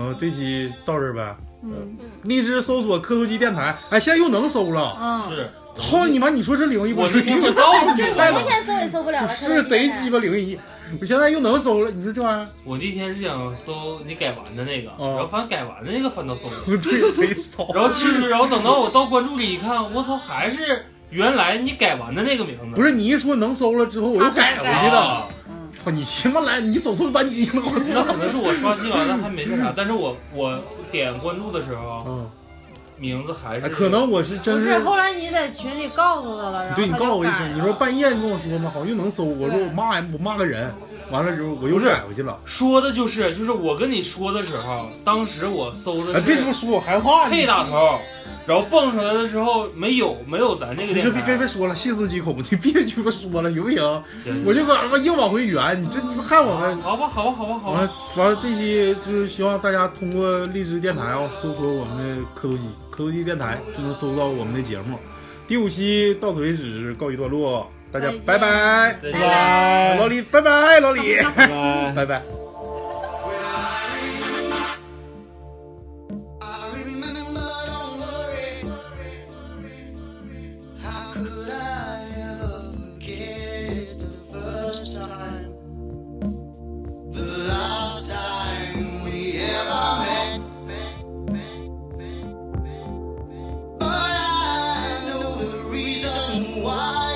Speaker 3: 嗯、这期到这儿呗。嗯，荔枝搜索科头机电台，哎，现在又能搜了。
Speaker 10: 嗯，
Speaker 9: 是
Speaker 3: 操你妈！你说这灵异不
Speaker 9: 我那
Speaker 3: 灵
Speaker 9: 天
Speaker 3: 异？
Speaker 9: 我告诉你
Speaker 5: 对，我
Speaker 9: 了
Speaker 5: 那，天搜也搜不了了，
Speaker 3: 是贼鸡巴灵异！我现在又能搜了，你说这玩意儿，
Speaker 9: 我那天是想搜你改完的那个，
Speaker 3: 哦
Speaker 9: 然后发现改完的那个翻到搜了。
Speaker 3: 我对贼骚。
Speaker 9: 然后其实，然后等到我到关注里一看，我操，还是原来你改完的那个名字。
Speaker 3: 不是你一说能搜了之后，我
Speaker 10: 他
Speaker 3: 又
Speaker 10: 才
Speaker 3: 改回
Speaker 10: 改
Speaker 3: 去
Speaker 9: 啊
Speaker 3: 了。操你他妈来，你走错班级了！我
Speaker 9: 那可能是我刷新完了还没那啥，但是我我点关注的时候，
Speaker 3: 嗯，
Speaker 9: 名字还
Speaker 3: 哎
Speaker 9: 是
Speaker 3: 可能我是
Speaker 10: 不
Speaker 3: 真
Speaker 10: 是，后来你在群里告诉他了，然后
Speaker 3: 对你
Speaker 10: 他
Speaker 3: 告诉
Speaker 10: 就
Speaker 3: 我一
Speaker 10: 改
Speaker 3: 声，你
Speaker 10: 了
Speaker 3: 说半夜你跟我说嘛，好像又能搜。我说
Speaker 10: 对
Speaker 3: 我骂我骂个人，完了之后我又
Speaker 9: 不是
Speaker 3: 改回去了。
Speaker 9: 说的就是就是我跟你说的时候，当时我搜
Speaker 3: 哎，
Speaker 9: 的
Speaker 3: 别这么
Speaker 9: 是
Speaker 3: 说，我害怕你
Speaker 9: K。打头，然后蹦出来的时候没有没有咱这个
Speaker 3: 你 就哎
Speaker 9: 电
Speaker 3: 别别
Speaker 9: 台
Speaker 3: 别，说了，细思极恐，你别鸡巴说了，行不行？
Speaker 9: 行
Speaker 3: 我就搁他妈硬往回圆，你这你不看我们。
Speaker 9: 好吧好吧好吧好
Speaker 3: 完
Speaker 9: 吧，
Speaker 3: 了完了，这期就是希望大家通过荔枝电台啊、搜索我们的科头机，科头机电台就能搜到我们的节目。第五期到此为止，告一段落，大家拜拜，
Speaker 9: 再
Speaker 10: 拜
Speaker 9: 见。
Speaker 10: 拜。
Speaker 3: 老李拜拜，老李拜拜。
Speaker 2: I remember, don't worry. How could I ever forget? It's the first time, the last time we ever met. But I know the reason why